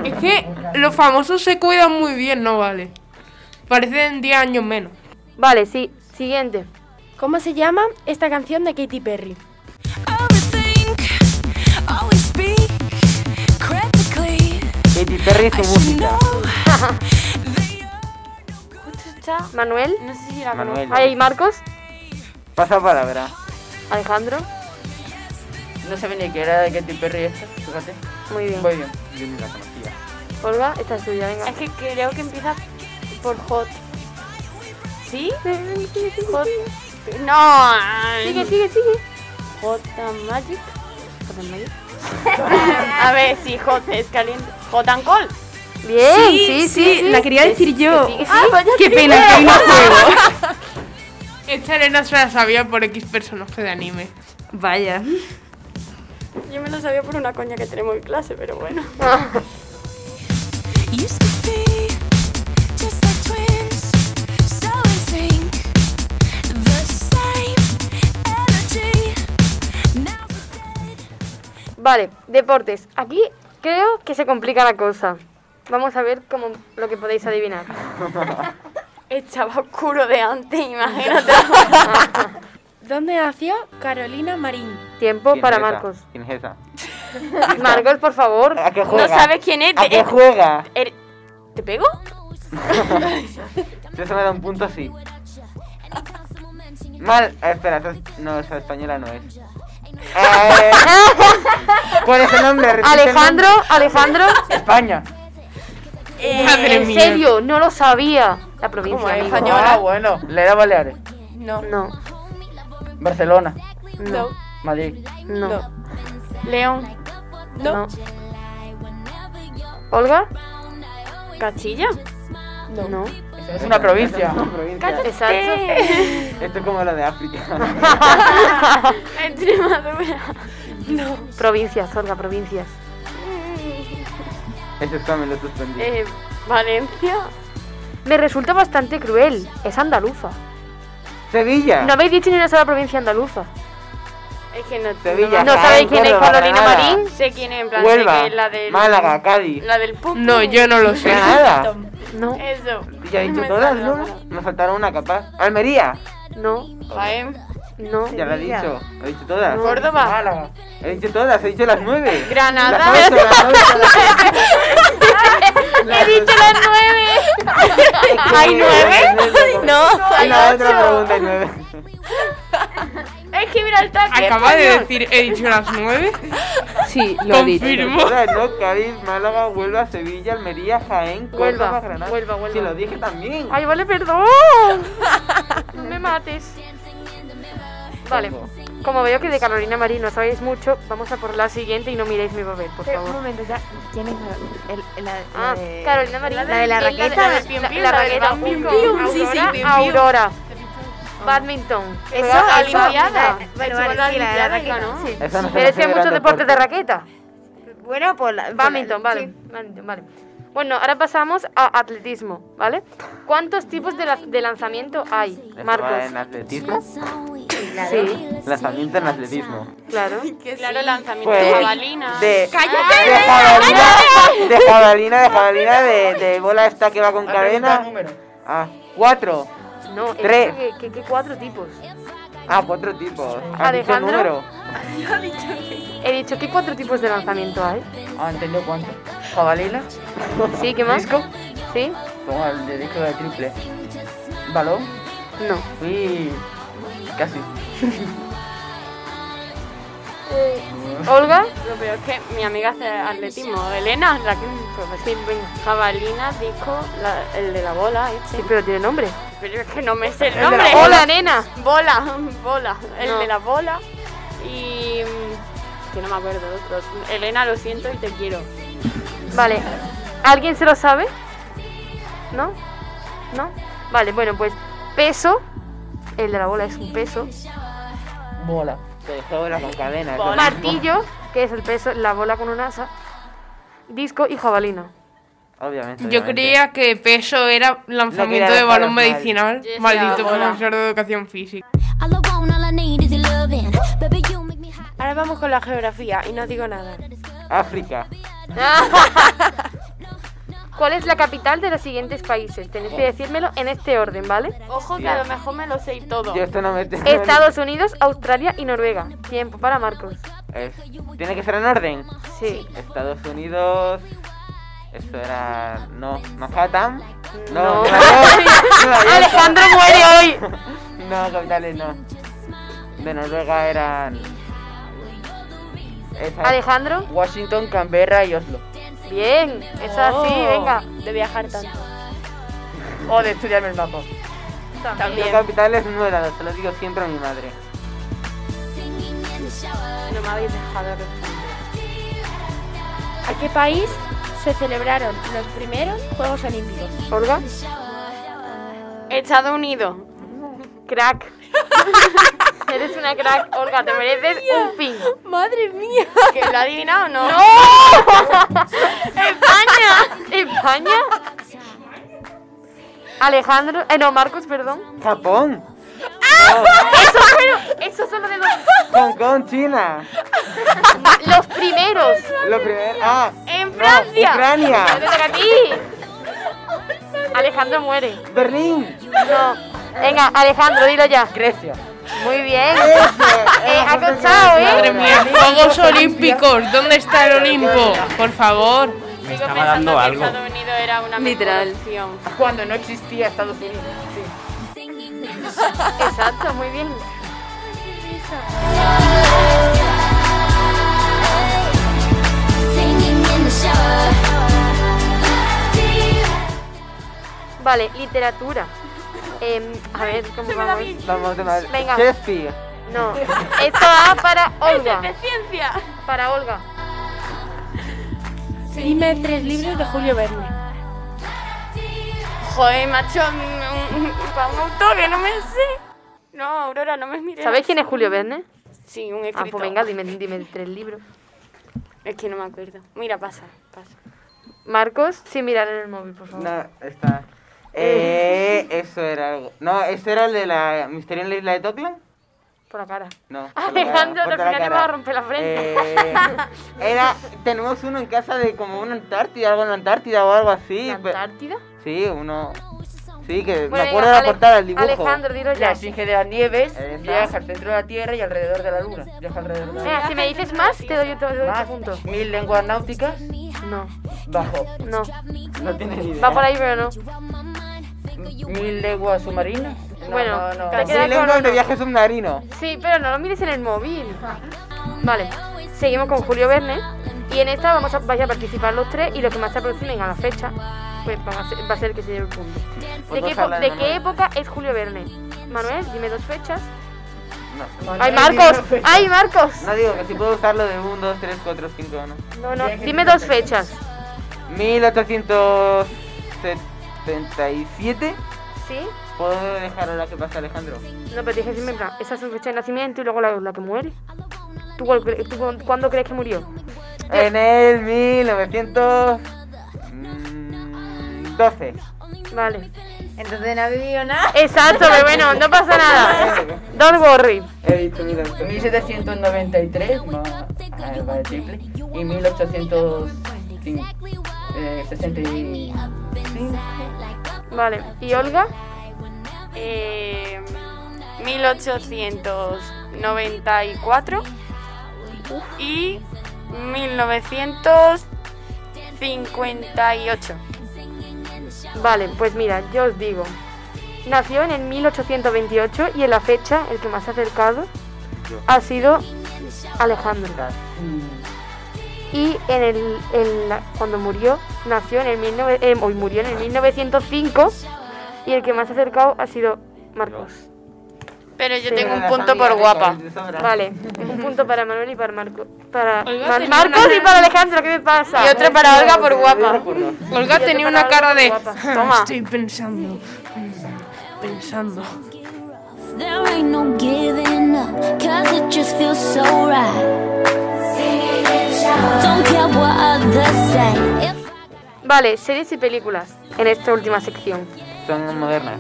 Speaker 11: Es que los famosos se cuidan muy bien, ¿no vale? Parecen 10 años menos.
Speaker 3: Vale, sí. Siguiente.
Speaker 1: ¿Cómo se llama esta canción de Katy Perry?
Speaker 10: Always speak critically.
Speaker 4: Katy Perry y su música.
Speaker 2: Justo está.
Speaker 3: Manuel,
Speaker 2: No sé si la
Speaker 4: Manuel.
Speaker 3: ay, Marcos,
Speaker 4: Pasa palabra.
Speaker 3: Alejandro.
Speaker 5: No sabía ni que era de Katy Perry esta, fíjate.
Speaker 3: Muy bien.
Speaker 5: Muy bien.
Speaker 4: Yo ni la conocía.
Speaker 3: Olga, esta es tuya, venga.
Speaker 2: Es que creo que empieza por hot. ¿Sí? Hot. No.
Speaker 3: Sigue, sigue, sigue.
Speaker 2: Hot and Magic.
Speaker 3: *laughs*
Speaker 2: A ver, si hot es caliente. Hot and cold.
Speaker 3: Bien, sí, sí,
Speaker 12: la quería decir yo.
Speaker 2: Ah, vaya
Speaker 12: Qué pena que
Speaker 11: *laughs*
Speaker 12: hoy no juego.
Speaker 11: Esta Elena se la sabía por X personaje de anime.
Speaker 12: Vaya.
Speaker 2: Yo me lo sabía por una coña que tenemos en clase, pero bueno.
Speaker 10: *laughs* used to be just like twins, so in sync, the same energy. Now
Speaker 3: Vale, deportes. Aquí creo que se complica la cosa. Vamos a ver cómo lo que podéis adivinar.
Speaker 2: Estaba oscuro
Speaker 3: *laughs*
Speaker 2: de antes, imagínate.
Speaker 1: *laughs* ¿Dónde nació Carolina Marín?
Speaker 3: Tiempo
Speaker 4: ¿Quién
Speaker 3: para
Speaker 4: es esa?
Speaker 3: Marcos.
Speaker 4: ¿Quién es esa?
Speaker 3: *laughs* Marcos, por favor.
Speaker 4: ¿A qué juega?
Speaker 2: No sabes quién es.
Speaker 4: ¿A qué
Speaker 2: Eh,
Speaker 4: juega?
Speaker 2: er- ¿Te pego?
Speaker 4: Si eso me da un punto, sí. Mal. eh, Espera, esa es- no, esa española no es. Eh, ¿Cuál es el nombre? Repite el
Speaker 3: Alejandro,
Speaker 4: nombre.
Speaker 3: Alejandro.
Speaker 4: España.
Speaker 7: Madre
Speaker 3: eh, en
Speaker 7: mía.
Speaker 3: serio, no lo sabía. La provincia.
Speaker 7: ¿Cómo es,
Speaker 3: amigo.
Speaker 7: española?
Speaker 5: Ah, bueno, le da Baleares.
Speaker 7: No.
Speaker 3: No.
Speaker 5: Barcelona.
Speaker 3: No.
Speaker 5: Madrid.
Speaker 3: No.
Speaker 2: León.
Speaker 3: No. ¿Olga?
Speaker 2: ¿Castilla?
Speaker 3: No.
Speaker 5: Es una provincia.
Speaker 4: Es una provincia.
Speaker 3: *laughs* Exacto.
Speaker 4: Esto es como lo de África. *laughs*
Speaker 2: Extremadura.
Speaker 3: No. Provincias, Olga, provincias.
Speaker 4: Ese examen lo suspendí.
Speaker 2: Eh, Valencia.
Speaker 3: Me resulta bastante cruel. Es andaluza.
Speaker 4: Sevilla.
Speaker 3: No habéis dicho ni una sola provincia andaluza.
Speaker 2: Es que no
Speaker 4: Sevilla,
Speaker 3: ¿No sabéis quién es
Speaker 4: Córdoba,
Speaker 3: Carolina
Speaker 4: Granada,
Speaker 3: Marín?
Speaker 2: Sé quién es, en plan, sé
Speaker 4: Huelva,
Speaker 2: que es la del.
Speaker 4: Málaga, Cádiz.
Speaker 2: La del Pupo.
Speaker 11: No, yo no lo sé.
Speaker 4: Granada.
Speaker 3: No.
Speaker 2: Eso.
Speaker 4: Ya he dicho
Speaker 2: Me
Speaker 4: todas,
Speaker 2: salió
Speaker 4: ¿no? Me faltaron una capaz. Almería.
Speaker 3: No.
Speaker 2: Jaén.
Speaker 3: No.
Speaker 4: Ya la he dicho. He dicho todas.
Speaker 2: No. Córdoba.
Speaker 4: Málaga. He dicho todas. He dicho las nueve.
Speaker 2: Granada.
Speaker 4: Las ocho, las
Speaker 3: *laughs*
Speaker 4: ocho, las ocho.
Speaker 2: He dicho las nueve. ¿Hay nueve? ¿eh? No, hay
Speaker 4: La otra
Speaker 2: ocho.
Speaker 4: pregunta hay nueve.
Speaker 2: Es que mira el taque.
Speaker 11: Acaba de decir, he dicho las nueve.
Speaker 13: Sí,
Speaker 11: lo he dicho. Confirmo.
Speaker 4: Todas, ¿no? Cádiz, Málaga, Huelva, Sevilla, Almería, Jaén,
Speaker 3: Huelva,
Speaker 4: Córdoba, Granada.
Speaker 3: Huelva, Huelva.
Speaker 4: Sí, lo dije también.
Speaker 3: Ay, vale, perdón. No me mates. Vale. Como veo que de Carolina Marín no sabéis mucho, vamos a por la siguiente y no miréis mi papel, por
Speaker 9: un
Speaker 3: favor.
Speaker 9: momento, ya. ¿Quién es la, el- el- la, la
Speaker 3: Ah,
Speaker 9: de-
Speaker 3: Carolina Marín.
Speaker 9: La de la
Speaker 3: Es
Speaker 9: raqueta.
Speaker 3: La, de-
Speaker 9: la-
Speaker 3: la-
Speaker 9: la
Speaker 3: la raqueta.
Speaker 9: raqueta.
Speaker 3: Pim, pim.
Speaker 9: Pim, sí, sí,
Speaker 3: Aurora,
Speaker 9: pim, pim.
Speaker 3: Aurora. Badminton.
Speaker 9: Eso,
Speaker 3: Juega al
Speaker 9: Olimpiada.
Speaker 3: badminton.
Speaker 9: Bueno,
Speaker 3: Juega
Speaker 9: vale, sí, la de la
Speaker 3: Olimpiada,
Speaker 9: raqueta,
Speaker 3: ganó.
Speaker 9: sí.
Speaker 4: Esa no
Speaker 3: Pero es
Speaker 4: se
Speaker 3: que hay
Speaker 4: refiere al
Speaker 3: muchos
Speaker 4: deporte.
Speaker 3: deportes de raqueta.
Speaker 9: Bueno, pues la.
Speaker 3: Badminton, vale. Badminton, vale. Bueno, ahora pasamos a atletismo, ¿vale? ¿Cuántos tipos de, la- de lanzamiento hay,
Speaker 4: Esto va
Speaker 3: Marcos?
Speaker 4: en atletismo.
Speaker 3: Sí,
Speaker 4: Lanzamiento en atletismo.
Speaker 3: *laughs* claro.
Speaker 2: Claro, lanzamiento
Speaker 4: Pues,
Speaker 2: de jabalina.
Speaker 4: de,
Speaker 2: ¡Cállate!
Speaker 4: de jabalina, de
Speaker 3: *laughs*
Speaker 4: jabalina, de jabalina, de, de bola esta que va con cadena. Ah, cuatro.
Speaker 3: No, he
Speaker 4: Tres.
Speaker 3: dicho que, que- que cuatro tipos.
Speaker 4: Ah, cuatro tipos. ¿Has dicho
Speaker 3: Alejandro.
Speaker 4: número?
Speaker 3: He dicho que cuatro tipos de lanzamiento hay.
Speaker 5: Ah, entendió cuánto. Jabalina.
Speaker 3: Sí, ¿qué más?
Speaker 5: Disco.
Speaker 3: Sí.
Speaker 5: Como el de disco de triple. Balón.
Speaker 3: No.
Speaker 5: Y. Casi.
Speaker 3: Olga.
Speaker 2: Lo peor es que mi amiga hace atletismo. Elena, la que pues,
Speaker 3: Sí, venga.
Speaker 2: Jabalina, disco, la- el de la bola, este.
Speaker 3: Sí, pero tiene nombre.
Speaker 2: Pero es que no me sé el
Speaker 4: *laughs*
Speaker 3: El de la
Speaker 2: nombre.
Speaker 3: bola. Bola, nena.
Speaker 2: Bola, *laughs* bola. El
Speaker 3: No.
Speaker 2: de la bola. Y. mm, Que no me acuerdo de otro. Elena, lo siento y te quiero.
Speaker 3: Vale. ¿Alguien se lo sabe? ¿No? ¿No? Vale, bueno, pues peso. El de la bola es un peso.
Speaker 4: Bola. Te bola con cadena. eso mismo.
Speaker 3: Martillo, que es el peso, la bola con un asa. Disco y jabalina.
Speaker 4: Obviamente.
Speaker 11: Yo
Speaker 4: obviamente.
Speaker 11: creía que peso era lanzamiento
Speaker 4: No
Speaker 11: de
Speaker 4: quería
Speaker 11: balón
Speaker 4: dejaros mal.
Speaker 11: medicinal.
Speaker 2: Yo decía
Speaker 11: Maldito
Speaker 2: bola.
Speaker 11: profesor de educación física.
Speaker 10: All I want, all I need is your loving. Baby, you make me hot.
Speaker 1: Ahora vamos con la geografía y no digo nada.
Speaker 4: África.
Speaker 3: ¿Cuál es la capital de los siguientes países? Tenéis que decírmelo en este orden, ¿vale?
Speaker 2: Ojo, que
Speaker 4: Ya.
Speaker 2: a lo mejor me lo sé y todo.
Speaker 4: Yo esto no me tengo
Speaker 3: Estados Unidos, Australia y Noruega. Tiempo para Marcos.
Speaker 4: Es- Tiene que ser en orden.
Speaker 3: Sí.
Speaker 4: Estados Unidos. Esto era. No, Manhattan.
Speaker 3: No.
Speaker 4: *laughs* No, Nueva York, Nueva York.
Speaker 3: Alejandro muere hoy.
Speaker 4: *laughs* No, capitales no. De Noruega eran. Esa-
Speaker 3: Alejandro.
Speaker 5: Washington, Canberra y Oslo.
Speaker 3: Bien. Es así,
Speaker 2: Oh.
Speaker 3: venga.
Speaker 2: De viajar tanto.
Speaker 5: O de estudiarme el mapa.
Speaker 4: Los
Speaker 2: También.
Speaker 4: capitales no eran, se lo digo siempre a mi madre.
Speaker 2: No me habéis dejado responder.
Speaker 1: ¿A qué país se celebraron los primeros Juegos Olímpicos?
Speaker 3: Olga.
Speaker 2: Estados Unidos.
Speaker 3: Crack. *laughs* Eres una crack, Olga. Te mereces un pin.
Speaker 2: *laughs* Madre mía. ¿Que lo ha adivinado o no?
Speaker 3: ¡No!
Speaker 2: ¡España!
Speaker 3: España. España. Alejandro, eh, no, Marcos, perdón.
Speaker 4: Japón,
Speaker 3: Eso, pero, eso solo de los,
Speaker 4: Hong Kong, China.
Speaker 3: los primeros.
Speaker 4: Lo primero. Ah,
Speaker 3: En
Speaker 4: no,
Speaker 3: Francia.
Speaker 4: Ucrania.
Speaker 3: Me toca a ti. Alejandro muere.
Speaker 4: Berlín.
Speaker 3: No. Venga, Alejandro, dilo ya.
Speaker 4: Grecia.
Speaker 3: Muy bien.
Speaker 4: Eso,
Speaker 3: Eh, ha costado, ¿eh?
Speaker 11: Madre mía, Juegos Olímpicos, ¿dónde está el Olimpo? Por favor.
Speaker 13: Me estaba dando algo.
Speaker 2: Unido era una
Speaker 11: Literal.
Speaker 2: opción.
Speaker 5: Cuando no existía Estados Unidos.
Speaker 3: Exacto, muy bien. Vale, literatura. Em, a ver, ¿cómo vamos?
Speaker 4: Vamos de madre.
Speaker 3: Venga.
Speaker 4: Shakespeare.
Speaker 3: No, esto va para Olga.
Speaker 1: de
Speaker 3: ciencia. Para Olga.
Speaker 1: Dime tres libros de Julio Verne.
Speaker 2: Joder, macho, mm, mm, mm, para un autor que no me sé. No, Aurora, no me mires.
Speaker 3: ¿Sabéis quién es Julio Verne?
Speaker 2: Sí, un
Speaker 3: Ah,
Speaker 2: escritor.
Speaker 3: pues venga, dime, dime tres libros.
Speaker 2: Es que no me acuerdo. Mira, pasa, pasa.
Speaker 3: Marcos, sin mirar en el móvil, por favor.
Speaker 4: No, está. Eh, eso era algo. No, ¿eso era el de la misterio en la isla de Toclan?
Speaker 3: Por la cara.
Speaker 4: No.
Speaker 3: Ah, Alejandro, al
Speaker 4: Por la
Speaker 3: final te
Speaker 4: cara.
Speaker 3: vas a romper la frente.
Speaker 4: Eh, era, tenemos uno en casa de como una Antártida, algo en la Antártida o algo así.
Speaker 3: ¿La
Speaker 4: pe-
Speaker 3: Antártida?
Speaker 4: Sí, uno. Sí, que
Speaker 5: Bueno,
Speaker 4: me
Speaker 5: venga,
Speaker 4: acuerdo de la
Speaker 5: Ale-
Speaker 4: portada del dibujo.
Speaker 5: Alejandro,
Speaker 3: dilo
Speaker 5: La esfinge de las nieves
Speaker 4: Esa.
Speaker 5: viaja al centro de la Tierra y alrededor de la Luna. Viaja alrededor de la Luna.
Speaker 3: Mira, si me dices más, te doy otro, te doy otro punto.
Speaker 5: ¿Mil lenguas náuticas?
Speaker 3: No,
Speaker 5: Bajo.
Speaker 3: no.
Speaker 5: No tienes idea.
Speaker 3: *laughs* Va por ahí, pero no.
Speaker 5: ¿Mil leguas submarinas? No,
Speaker 3: Bueno,
Speaker 5: no, no.
Speaker 3: te Mil quedas con lenguas
Speaker 4: de viaje submarino.
Speaker 3: Sí, pero no lo mires en el móvil. Vale, seguimos con Julio Verne. Y en esta vamos a, vais a participar los tres y los que más se aproximen a la fecha, pues van a ser- va a ser el que se lleve el punto. ¿De
Speaker 4: Pues
Speaker 3: qué,
Speaker 4: vas a
Speaker 3: epo-
Speaker 4: hablar,
Speaker 3: de
Speaker 4: Manuel.
Speaker 3: qué época es Julio Verne? Manuel, dime dos fechas.
Speaker 4: No.
Speaker 3: ¡Ay, Marcos! ¡Ay, Marcos!
Speaker 4: No digo que si puedo usarlo de 1, 2, 3, 4, 5, 1.
Speaker 3: No, no, dime dos fechas.
Speaker 4: 1877.
Speaker 3: ¿Sí?
Speaker 4: ¿Puedo dejar ahora que pasa Alejandro?
Speaker 3: No, pero dije siempre en plan, esa es su fecha de nacimiento y luego la, la que muere. ¿Tú, cuál cre- tú cu- cuándo crees que murió?
Speaker 4: En el 1912. mm,
Speaker 3: Vale.
Speaker 9: Entonces no ha vivido nada.
Speaker 3: Exacto, pero bueno, no pasa nada. Don't worry.
Speaker 5: He visto mil lenguas. 1793 más. ah, va de triple. Y eh, 1865.
Speaker 3: Vale, ¿y Olga?
Speaker 2: Eh, 1894 y 1958.
Speaker 3: Vale, pues mira, yo os digo. Nació en el 1828 y en la fecha el que más se ha acercado ha sido Alejandro. Y en el, en la- cuando murió, nació en el 19 eh, hoy murió en el 1905 y el que más se ha acercado ha sido Marcos.
Speaker 2: Pero yo
Speaker 3: Sí.
Speaker 2: tengo un punto por guapa. *laughs*
Speaker 3: Vale, un punto para Manuel y para Marco. Para
Speaker 11: Olga
Speaker 3: Mar-
Speaker 11: tenía
Speaker 3: Marcos
Speaker 11: una-
Speaker 3: y para Alejandro, ¿qué me pasa?
Speaker 11: Y otro para Olga por guapa.
Speaker 3: Y
Speaker 11: Olga
Speaker 3: otro
Speaker 11: tenía una
Speaker 3: para Olga
Speaker 11: cara
Speaker 3: por
Speaker 11: de.
Speaker 3: guapa.
Speaker 11: "Ah,
Speaker 3: Toma.
Speaker 11: Estoy pensando. mm, Pensando.
Speaker 10: There ain't no giving up, cause it just feels so right. Don't care what others say.
Speaker 3: Vale, series y películas en esta última sección.
Speaker 4: Son modernas.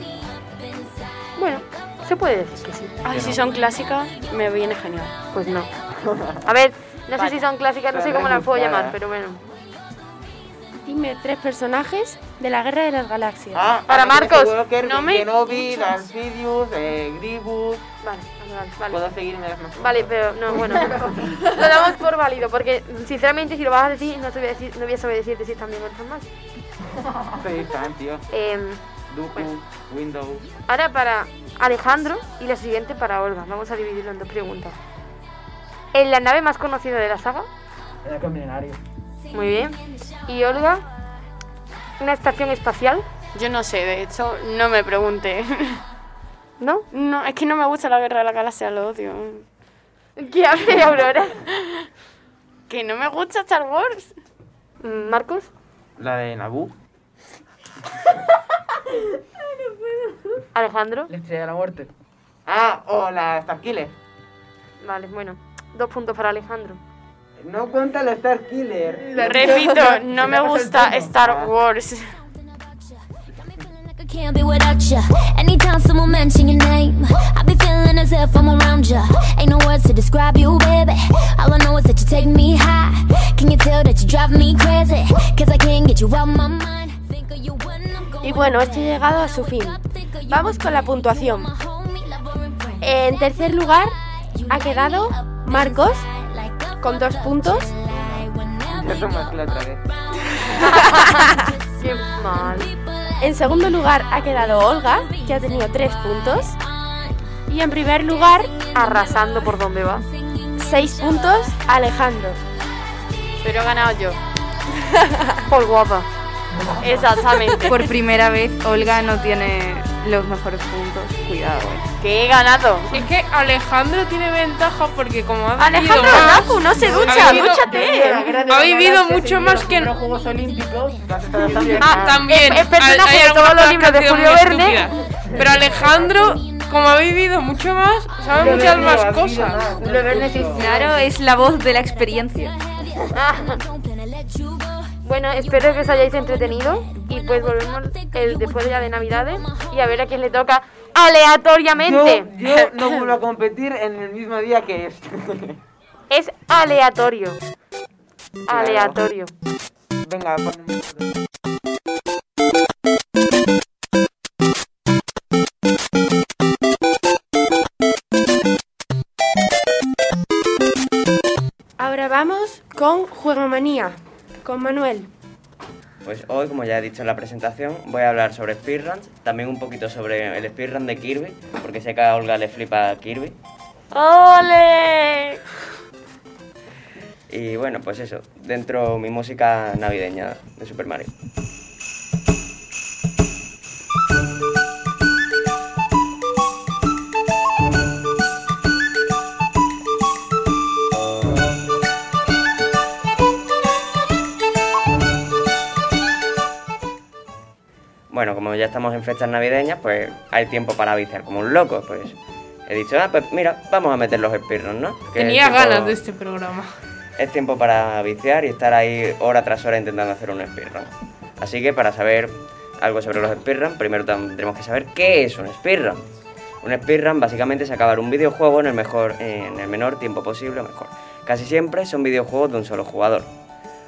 Speaker 3: Bueno, se puede decir que sí.
Speaker 2: Ay, si son clásicas, me viene genial.
Speaker 3: Pues *laughs* no. A ver, no sé
Speaker 2: Vale.
Speaker 3: si son clásicas, no sé cómo las puedo llamar, pero bueno.
Speaker 1: Dime tres personajes de la Guerra de las Galaxias.
Speaker 4: Ah,
Speaker 3: Para
Speaker 4: ah, yo
Speaker 3: Marcos.
Speaker 4: seguro Que
Speaker 3: No
Speaker 4: no
Speaker 3: me
Speaker 4: me. Kenobi,
Speaker 3: escuchas.
Speaker 4: Darth Sidious, eh, Grievous.
Speaker 3: Vale, vale, vale.
Speaker 4: Puedo seguirme las más.
Speaker 3: Vale, pero no, bueno.
Speaker 4: *laughs*
Speaker 3: lo damos por válido, porque sinceramente si lo vas a decir, no, te voy, a decir, no voy a saber decirte si están bien o están mal.
Speaker 4: Sí, están, tío.
Speaker 3: Em,
Speaker 4: Dooku, Windows.
Speaker 3: Ahora para Alejandro y la siguiente para Olga. Vamos a dividirlo en dos preguntas. ¿En la nave más conocida de la saga?
Speaker 5: Era con milenario.
Speaker 3: Muy bien. ¿Y Olga? ¿Una estación espacial?
Speaker 2: Yo no sé, de hecho, no me pregunte.
Speaker 3: ¿No?
Speaker 2: No, es que no me gusta la guerra de la galaxia, lo odio.
Speaker 3: ¿Qué hace Aurora?
Speaker 2: *laughs* que no me gusta Star Wars.
Speaker 3: ¿Marcos?
Speaker 4: La de Naboo.
Speaker 3: *laughs* ¿Alejandro?
Speaker 5: La estrella de la muerte.
Speaker 4: Ah, o la Starkiller.
Speaker 3: Vale, bueno. Dos puntos para Alejandro.
Speaker 14: No cuenta la Star Killer. *laughs*
Speaker 2: Repito, no me
Speaker 4: Ah.
Speaker 2: gusta
Speaker 5: Ah.
Speaker 2: Star Wars.
Speaker 11: Can't be without ya. Anytime someone mention your name, I be feeling as if I'm around ya. Ain't no words to describe you, baby. All I know is that you take me high. Can you tell that you drive me crazy? Cause I can't get you out my mind. *laughs*
Speaker 1: Y bueno, esto ha llegado a su fin. Vamos con la puntuación. En tercer lugar ha quedado Marcos con dos puntos.
Speaker 4: Ya se mezcla otra vez.
Speaker 1: En segundo lugar ha quedado Olga, que ha tenido tres puntos. Y en primer lugar,
Speaker 3: arrasando por donde va,
Speaker 1: seis puntos Alejandro.
Speaker 2: Pero he ganado
Speaker 1: *laughs*
Speaker 2: yo.
Speaker 3: por guapa.
Speaker 2: Exactamente.
Speaker 8: Por primera vez, Olga no tiene los mejores puntos. Cuidado, eh.
Speaker 2: Que he ganado.
Speaker 7: Es que Alejandro tiene ventaja porque como ha vivido
Speaker 2: Alejandro
Speaker 7: más-
Speaker 2: Naku, no se
Speaker 7: ha
Speaker 2: ducha,
Speaker 7: vivido-
Speaker 2: dúchate.
Speaker 7: Ha vivido mucho más que...
Speaker 14: los Juegos Olímpicos.
Speaker 7: Ah, también.
Speaker 14: Es- es
Speaker 7: Al-
Speaker 14: personaje
Speaker 7: hay
Speaker 14: de
Speaker 7: algunas
Speaker 14: todos los libros de
Speaker 7: canciones
Speaker 14: Julio
Speaker 7: muy
Speaker 14: Verne.
Speaker 7: estúpidas. Pero Alejandro, como ha vivido mucho más,
Speaker 8: Julio
Speaker 7: sabe muchas
Speaker 8: Verne
Speaker 7: más
Speaker 8: ha vivido
Speaker 7: cosas.
Speaker 3: este.
Speaker 8: Claro, es la voz de la experiencia.
Speaker 3: Bueno, espero que os hayáis entretenido y pues volvemos el, después ya de Navidades y a ver a quién le toca aleatoriamente.
Speaker 14: Yo, yo no vuelvo a competir en el mismo día que este.
Speaker 3: Es aleatorio. Aleatorio.
Speaker 14: Venga, ponme.
Speaker 1: Ahora vamos con Juegomanía, con Manuel.
Speaker 6: Pues hoy, como ya he dicho en la presentación, voy a hablar sobre speedruns, también un poquito sobre el speedrun de Kirby, porque sé que a Olga le flipa Kirby.
Speaker 2: *laughs* ¡Ole!
Speaker 6: Y bueno, pues eso, dentro mi música navideña de Super Mario. Bueno, como ya estamos en fechas navideñas, pues hay tiempo para viciar como un loco, pues he dicho, ah, pues mira, vamos a meter los speedruns, ¿no? Que es
Speaker 7: Tenía
Speaker 6: tiempo-
Speaker 7: ganas de este programa.
Speaker 6: es tiempo para viciar y estar ahí hora tras hora intentando hacer un speedrun. Así que para saber algo sobre los speedruns, primero tendremos que saber qué es un speedrun. Un speedrun básicamente es acabar un videojuego en el, mejor, en el menor tiempo posible o mejor. Casi siempre son videojuegos de un solo jugador.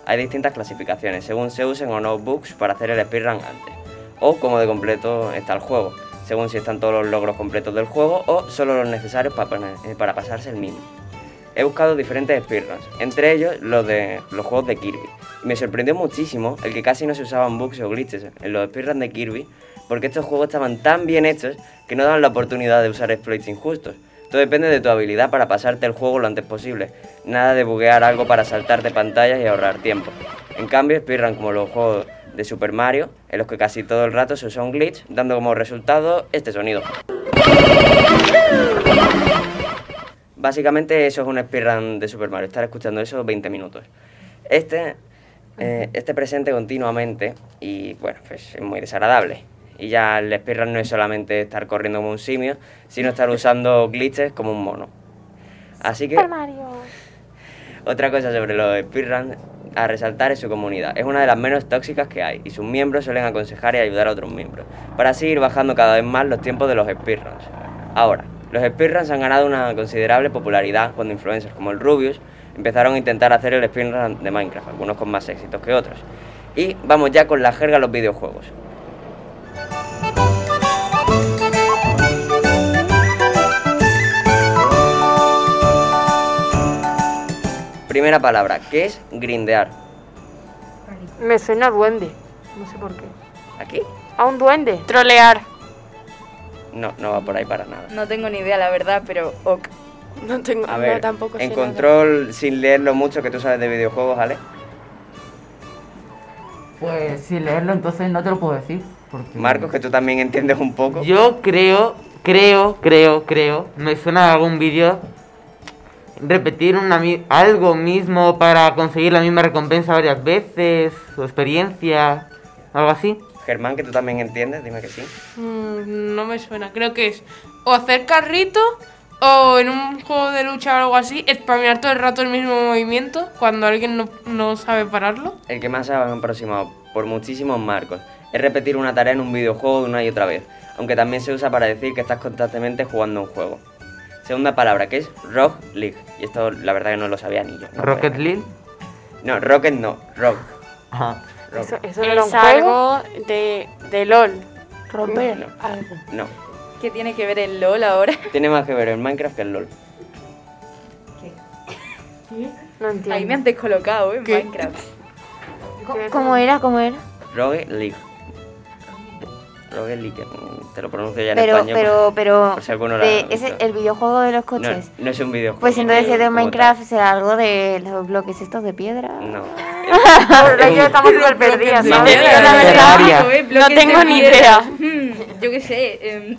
Speaker 6: Hay distintas clasificaciones según se usen o no books para hacer el speedrun antes, o cómo de completo está el juego, según si están todos los logros completos del juego o solo los necesarios para, poner- eh, para pasarse el mínimo he buscado diferentes speedruns, entre ellos los de los juegos de Kirby. Y me sorprendió muchísimo el que casi no se usaban bugs o glitches en los speedruns de Kirby, porque estos juegos estaban tan bien hechos que no daban la oportunidad de usar exploits injustos. Todo depende de tu habilidad para pasarte el juego lo antes posible, nada de buguear algo para saltarte pantallas y ahorrar tiempo. En cambio, speedrun como los juegos de Super Mario, en los que casi todo el rato se usa un glitch, dando como resultado este sonido. Básicamente eso es un speedrun de Super Mario, estar escuchando eso 20 minutos. Este, eh, este presente continuamente y bueno, pues es muy desagradable. Y ya el speedrun no es solamente estar corriendo como un simio, sino estar usando glitches como un mono. Así que otra cosa sobre los speedruns a resaltar es su comunidad. Es una de las menos tóxicas que hay y sus miembros suelen aconsejar y ayudar a otros miembros para así ir bajando cada vez más los tiempos de los speedruns. Ahora, los speedruns han ganado una considerable popularidad cuando influencers como el Rubius empezaron a intentar hacer el speedrun de Minecraft, algunos con más éxitos que otros. Y vamos ya con la jerga de los videojuegos. Primera palabra, que es grindear.
Speaker 3: Me suena a duende. No sé por qué.
Speaker 6: ¿Aquí?
Speaker 3: A un duende.
Speaker 2: Trolear.
Speaker 6: No, no va por ahí para nada.
Speaker 15: No tengo ni idea, la verdad, pero ok.
Speaker 2: No tengo,
Speaker 6: A ver, en control, sin leerlo mucho, que tú sabes de videojuegos, ¿vale?
Speaker 16: Pues sin leerlo, entonces no te lo puedo decir. Porque...
Speaker 6: Marcos, que tú también entiendes un poco.
Speaker 4: Yo creo, creo, creo, creo, me suena a algún vídeo repetir una, mi- algo mismo para conseguir la misma recompensa varias veces, su experiencia, algo así.
Speaker 6: Germán, que tú también entiendes, dime que sí.
Speaker 7: Mm, No me suena. Creo que es o hacer carrito
Speaker 11: o en un juego de lucha o algo así, spamear todo el rato el mismo movimiento cuando alguien no, no sabe pararlo.
Speaker 6: El que más se ha aproximado por muchísimos marcos es repetir una tarea en un videojuego una y otra vez, aunque también se usa para decir que estás constantemente jugando un juego. Segunda palabra, que es Rock League. Y esto la verdad que no lo sabía ni yo. no
Speaker 4: ¿Rocket
Speaker 6: sabía. No, Rocket no, Rock. Rock.
Speaker 7: eh,
Speaker 2: es algo de, de LOL.
Speaker 6: Romper algo. No,
Speaker 8: ¿Qué tiene que ver el LOL ahora?
Speaker 6: tiene más que ver el Minecraft que el LOL.
Speaker 8: No entiendo. Ahí me han descolocado, ¿eh? Minecraft.
Speaker 9: ¿Cómo era? ¿Cómo era?
Speaker 6: Rogue League. Rogue League, mm, te lo pronuncio ya en
Speaker 9: Pero,
Speaker 6: español.
Speaker 9: pero, pero.
Speaker 6: por si alguno lo ha
Speaker 9: de- ese-
Speaker 6: visto.
Speaker 9: el videojuego de los
Speaker 6: no,
Speaker 9: coches.
Speaker 6: no es un videojuego.
Speaker 9: Pues entonces
Speaker 6: como
Speaker 9: el de
Speaker 6: tal.
Speaker 9: Minecraft será algo de los bloques estos de piedra. *laughs*
Speaker 6: No.
Speaker 9: yo estamos súper perdidas,
Speaker 6: ¿no? Bloques de Yo la piedra. verdad- Área.
Speaker 8: ¿eh? Bloques de
Speaker 9: tengo ni
Speaker 8: piedra.
Speaker 9: idea.
Speaker 8: Mm, Yo qué sé. em,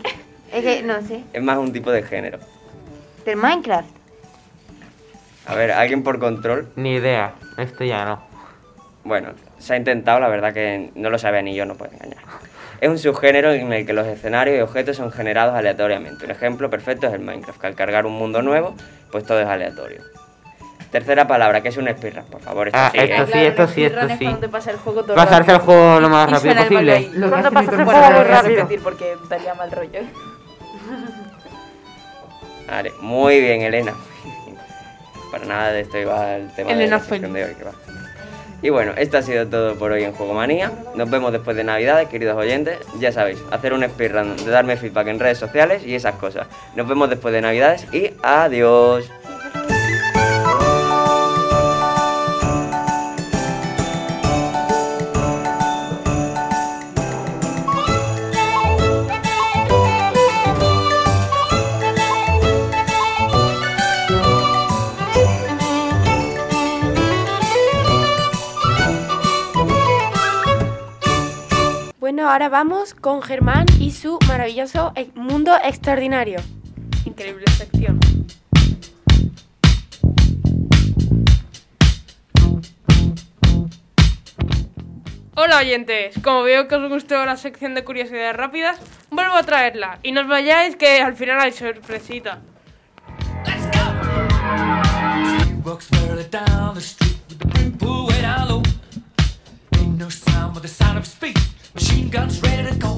Speaker 9: Es que no sé.
Speaker 6: Es más un tipo de género.
Speaker 9: Del Minecraft.
Speaker 6: A ver, ¿alguien por control?
Speaker 4: Ni idea, esto ya no.
Speaker 6: Bueno, se ha intentado, la verdad que no lo sabía ni yo, no puedo engañar. Es un subgénero en el que los escenarios y objetos son generados aleatoriamente. Un ejemplo perfecto es el Minecraft, que al cargar un mundo nuevo, pues todo es aleatorio. Tercera palabra, que es un speedrun, por favor. Esto
Speaker 4: Ah,
Speaker 6: sí,
Speaker 4: esto
Speaker 6: ¿eh?
Speaker 4: sí, esto sí, esto
Speaker 8: Speedrun es
Speaker 4: sí.
Speaker 8: cuando te pasa el juego todo
Speaker 4: Pasarse el
Speaker 8: rápido.
Speaker 4: juego lo más
Speaker 8: Y
Speaker 4: rápido
Speaker 8: suena el
Speaker 4: posible.
Speaker 8: balón ahí.
Speaker 4: Lo que
Speaker 8: ¿Cuándo
Speaker 4: hace mi
Speaker 8: pasas el
Speaker 4: cuerpo
Speaker 8: juego
Speaker 4: cuando
Speaker 8: muy
Speaker 4: lo hace
Speaker 8: rápido?
Speaker 4: repetir,
Speaker 8: porque daría mal rollo.
Speaker 6: Vale, muy bien, Elena. *laughs* Para nada de esto iba el tema
Speaker 11: Elena
Speaker 6: de, la sección de hoy. que va. Y bueno, esto ha sido todo por hoy en Juego Manía. Nos vemos después de Navidades, queridos oyentes. Ya sabéis, hacer un speedrun, de darme feedback en redes sociales y esas cosas. Nos vemos después de Navidades y adiós.
Speaker 1: Bueno, ahora vamos con Germán y su maravilloso e- mundo extraordinario.
Speaker 7: Increíble sección. Hola oyentes, como veo que os gustó la sección de curiosidades rápidas, vuelvo a traerla y no os vayáis que al final hay sorpresita.
Speaker 17: Walks slowly down the street with the brim pulled way down low. Ain't no sound but the sound of speed. Machine guns ready to go.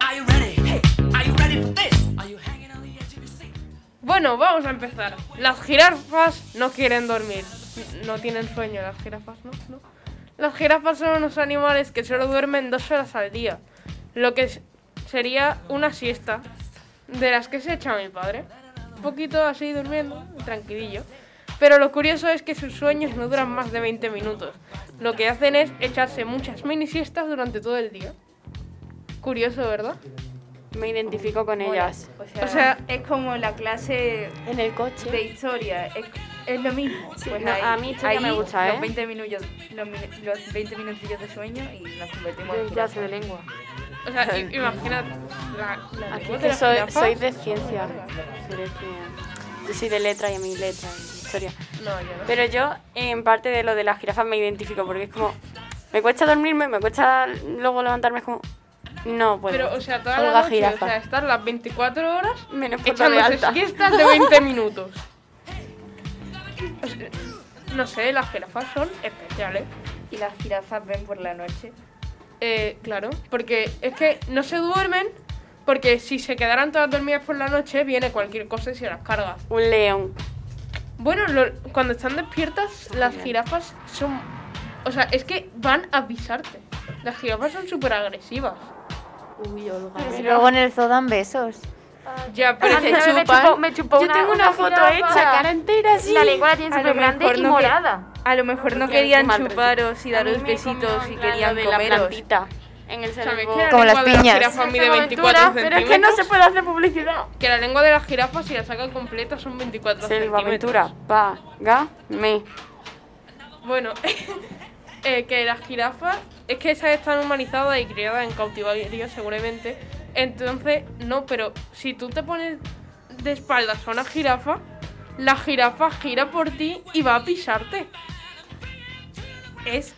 Speaker 17: Are you ready? Hey, are you ready for this? Are you hanging on the edge of your seat?
Speaker 7: Bueno, vamos a empezar. Las jirafas no quieren dormir. N- No tienen sueño las jirafas, ¿no? ¿No? Las jirafas son unos animales que solo duermen dos horas al día, lo que s- sería una siesta, de las que se echa mi padre. Un poquito así durmiendo, tranquilillo. Pero lo curioso es que sus sueños no duran más de 20 minutos. Lo que hacen es echarse muchas mini siestas durante todo el día. Curioso, ¿verdad?
Speaker 2: Me identifico con ellas.
Speaker 8: O sea,
Speaker 7: O sea,
Speaker 8: es como la clase
Speaker 1: en el coche
Speaker 8: de historia. Es, es lo mismo. Pues
Speaker 2: no,
Speaker 8: ahí-
Speaker 2: a mí historia
Speaker 8: ahí
Speaker 2: me gusta,
Speaker 8: los
Speaker 2: ¿eh?
Speaker 8: 20 minutos, los, mi- los 20 minutillos de sueño y nos convertimos en
Speaker 3: clase de
Speaker 8: lengua.
Speaker 7: O sea, i- imaginad la, la
Speaker 2: Aquí
Speaker 7: lengua
Speaker 2: es
Speaker 7: de
Speaker 2: que
Speaker 7: las
Speaker 2: soy,
Speaker 7: jirafas.
Speaker 2: soy de ciencia. Soy de ciencia. Yo soy de letra y a mí letra y historia.
Speaker 7: No, yo no.
Speaker 2: Pero yo, en parte de lo de las jirafas, me identifico porque es como. Me cuesta dormirme, me cuesta luego levantarme, es como. No puedo.
Speaker 7: Pero, o sea, toda
Speaker 2: Olga
Speaker 7: la noche,
Speaker 2: jirafa.
Speaker 7: o sea, estar las 24 horas
Speaker 2: Menos por lo de
Speaker 7: echándose
Speaker 2: alta.
Speaker 7: siestas
Speaker 2: *laughs*
Speaker 7: de 20 minutos. O sea, no sé, las jirafas son especiales.
Speaker 8: ¿Y las jirafas ven por la noche?
Speaker 7: Eh, claro, porque es que no se duermen, porque si se quedaran todas dormidas por la noche, viene cualquier cosa y se las carga.
Speaker 2: Un león.
Speaker 7: Bueno, lo- cuando están despiertas, las jirafas son... O sea, es que van a pisarte. Las jirafas son súper agresivas.
Speaker 2: Uy, Olga.
Speaker 9: Y luego en el zoo dan besos.
Speaker 7: Ya, pero
Speaker 9: Ah,
Speaker 7: te
Speaker 9: me
Speaker 7: chupan.
Speaker 9: chupó- me chupó
Speaker 2: Yo
Speaker 9: una-
Speaker 2: tengo una,
Speaker 9: una
Speaker 2: foto
Speaker 9: jirafa.
Speaker 2: hecha, cara entera así.
Speaker 9: La lengua la tiene
Speaker 8: A lo
Speaker 9: súper grande
Speaker 8: mejor
Speaker 9: y
Speaker 8: no que-
Speaker 9: morada.
Speaker 8: A lo mejor no
Speaker 2: Porque
Speaker 8: querían
Speaker 2: encima-
Speaker 8: chuparos y daros besitos y querían
Speaker 2: de la
Speaker 8: comeros.
Speaker 2: plantita. En el cerebro.
Speaker 7: que la Como lengua las de la piñas. jirafa mide 24
Speaker 2: Pero es que no se
Speaker 7: centímetros.
Speaker 2: puede hacer publicidad.
Speaker 7: Que la lengua de las jirafas, si la sacan completa, son 24
Speaker 2: Selva
Speaker 7: centímetros.
Speaker 2: Aventura, pa, ga, me.
Speaker 7: Bueno, *laughs* eh, que las jirafas, es que esas están humanizadas y criadas en cautiverio seguramente. Entonces, no, pero si tú te pones de espaldas a una jirafa, la jirafa gira por ti y va a pisarte. Es...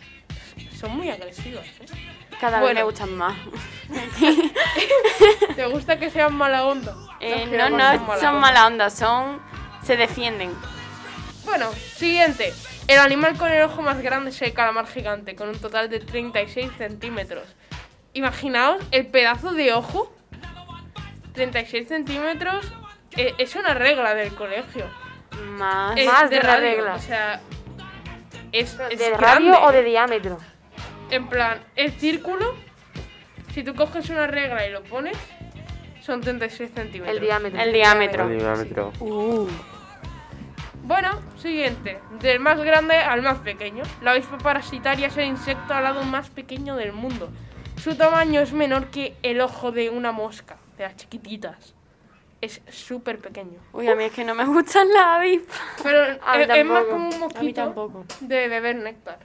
Speaker 7: Son muy agresivas. ¿eh?
Speaker 2: Cada *laughs*
Speaker 7: Bueno.
Speaker 2: vez me gustan más.
Speaker 7: ¿Te gusta que sean mala onda?
Speaker 2: Eh,
Speaker 7: Los que
Speaker 2: no,
Speaker 7: llaman
Speaker 2: no, son mala onda, son. se defienden.
Speaker 7: Bueno, siguiente. El animal con el ojo más grande es el calamar gigante, con un total de 36 centímetros. Imaginaos el pedazo de ojo. 36 centímetros eh, es una regla del colegio.
Speaker 2: Más,
Speaker 7: Es
Speaker 3: Ah, Más de una
Speaker 7: radio,
Speaker 3: regla.
Speaker 7: O sea, es, es
Speaker 3: ¿De
Speaker 7: grande.
Speaker 3: radio o de diámetro?
Speaker 7: En plan, el círculo, si tú coges una regla y lo pones, son 36 centímetros.
Speaker 3: El diámetro.
Speaker 2: El diámetro.
Speaker 4: El diámetro.
Speaker 7: Uh. Bueno, siguiente. Del más grande al más pequeño. La avispa parasitaria es el insecto alado más pequeño del mundo. Su tamaño es menor que el ojo de una mosca, de las chiquititas. Es súper pequeño.
Speaker 2: Uy, a mí es que no me *laughs* gustan las avispas.
Speaker 7: Pero eh,
Speaker 2: A mí
Speaker 7: es, es más
Speaker 2: tampoco.
Speaker 7: como
Speaker 2: A mí
Speaker 7: un mosquito
Speaker 2: tampoco.
Speaker 7: de beber néctar.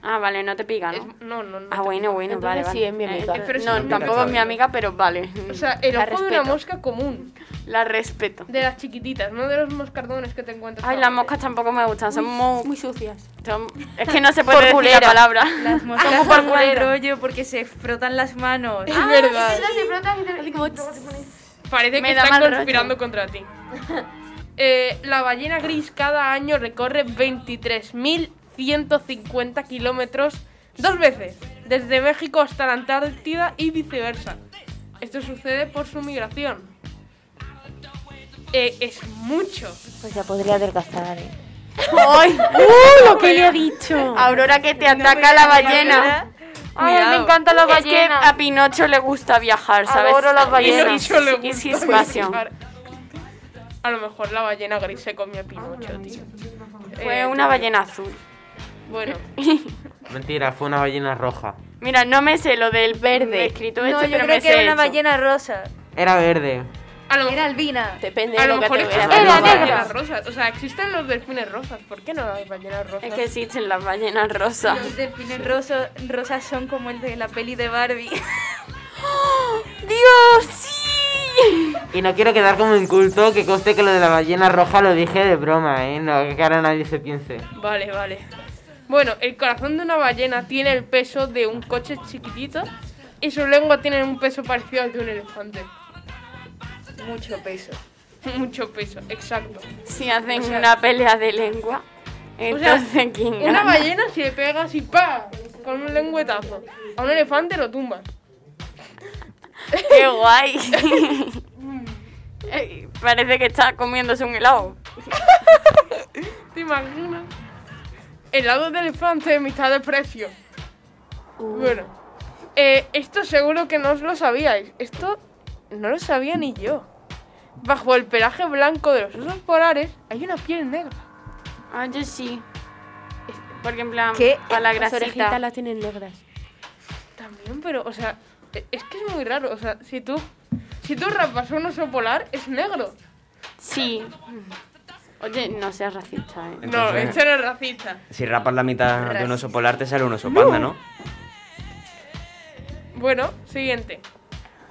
Speaker 2: Ah, vale, no te pica, ¿no?
Speaker 7: no, no, no
Speaker 2: Ah,
Speaker 7: te
Speaker 2: bueno,
Speaker 7: pica.
Speaker 2: bueno,
Speaker 7: Entonces
Speaker 2: vale, vale.
Speaker 7: sí, es mi
Speaker 2: Eh,
Speaker 7: amiga.
Speaker 2: eh,
Speaker 7: Pero es
Speaker 2: no,
Speaker 7: una
Speaker 2: tampoco
Speaker 7: amiga.
Speaker 2: es mi amiga, pero vale.
Speaker 7: O sea, Ah, el
Speaker 2: La
Speaker 7: ojo de una
Speaker 2: respeto.
Speaker 7: mosca común.
Speaker 2: La respeto.
Speaker 7: De las chiquititas, no de los moscardones que te encuentras.
Speaker 2: Ay, las moscas tampoco me gustan, son
Speaker 7: Uy,
Speaker 2: muy...
Speaker 7: muy sucias.
Speaker 2: son- *laughs* Es que no se puede decir la palabra.
Speaker 8: Las moscas son mal rollo porque se frotan las manos.
Speaker 7: Es
Speaker 2: Ah,
Speaker 7: verdad. Parece
Speaker 8: Me
Speaker 7: que
Speaker 8: da
Speaker 7: están
Speaker 8: mal rollo.
Speaker 7: conspirando contra ti. Eh, la ballena gris cada año recorre 23.150 kilómetros dos veces, desde México hasta la Antártida y viceversa. Esto sucede por su migración. Eh, es mucho.
Speaker 9: Pues ya podría adelgazar, ¿eh?
Speaker 2: ¡Ay!
Speaker 7: *laughs*
Speaker 9: ¡Uh,
Speaker 2: lo que le he dicho! Aurora, que te ataca la ballena.
Speaker 3: Ay, me encanta la
Speaker 2: Es
Speaker 3: ballena.
Speaker 2: que a Pinocho le gusta viajar, ¿sabes?
Speaker 3: Adoro las ballenas.
Speaker 7: Pinocho le
Speaker 2: Y sí,
Speaker 7: gusta
Speaker 2: es pasión.
Speaker 7: viajar. A lo mejor la ballena gris se comió a Pinocho, tío.
Speaker 2: Fue
Speaker 7: Eh,
Speaker 2: una ballena azul.
Speaker 7: Bueno.
Speaker 4: Mentira, fue una ballena roja.
Speaker 2: *laughs* Mira, no me sé lo del verde escrito
Speaker 8: No,
Speaker 2: este,
Speaker 8: yo
Speaker 2: pero
Speaker 8: creo
Speaker 2: me
Speaker 8: que
Speaker 2: sé
Speaker 8: era una
Speaker 2: eso.
Speaker 8: ballena rosa.
Speaker 4: Era verde.
Speaker 8: Era albina.
Speaker 1: Depende
Speaker 7: A lo mejor
Speaker 4: veas.
Speaker 7: existen
Speaker 4: Era
Speaker 7: las
Speaker 4: negra.
Speaker 7: ballenas rosas. O sea, existen los delfines rosas. ¿Por qué no las ballenas rosas?
Speaker 2: Es que existen las ballenas rosas.
Speaker 8: Los delfines rosa- rosas son como el de la peli de Barbie.
Speaker 2: ¡Dios, sí!
Speaker 4: Y no quiero quedar como inculto que conste que lo de la ballena roja lo dije de broma, ¿eh? No, que ahora nadie se piense.
Speaker 7: Vale, vale. Bueno, el corazón de una ballena tiene el peso de un coche chiquitito y su lengua tiene un peso parecido al de un elefante. Mucho peso. *laughs* Mucho peso, exacto.
Speaker 2: Si hacen
Speaker 7: O sea-
Speaker 2: una pelea de lengua,
Speaker 7: O sea,
Speaker 2: entonces ¿quién
Speaker 7: Una
Speaker 2: gana?
Speaker 7: ballena si le pegas y ¡pa! Con un lengüetazo. A un elefante lo tumba.
Speaker 2: ¡Qué
Speaker 7: *laughs*
Speaker 2: guay! *laughs* Eh, Ey, Parece que está comiéndose un helado.
Speaker 7: ¿Te imaginas? Helado de elefante de mitad de precio.
Speaker 10: Uh.
Speaker 7: Bueno, eh, esto seguro que no os lo sabíais. Esto no lo sabía ni yo. Bajo el pelaje blanco de los osos polares hay una piel negra.
Speaker 2: Ah, yo sí. Porque en plan,
Speaker 1: ¿Qué?
Speaker 2: para la
Speaker 1: Las orejitas
Speaker 2: grasita.
Speaker 1: las tienen negras.
Speaker 7: También, pero, o sea, e- es que es muy raro. O sea, si tú, si tú rapas un oso polar, es negro.
Speaker 2: Sí. Oye, no seas racista, ¿eh?
Speaker 7: No,
Speaker 6: Entonces-
Speaker 7: esto no es racista.
Speaker 6: Si rapas la mitad de un oso polar, te sale un oso panda, ¿no?
Speaker 7: Bueno, siguiente.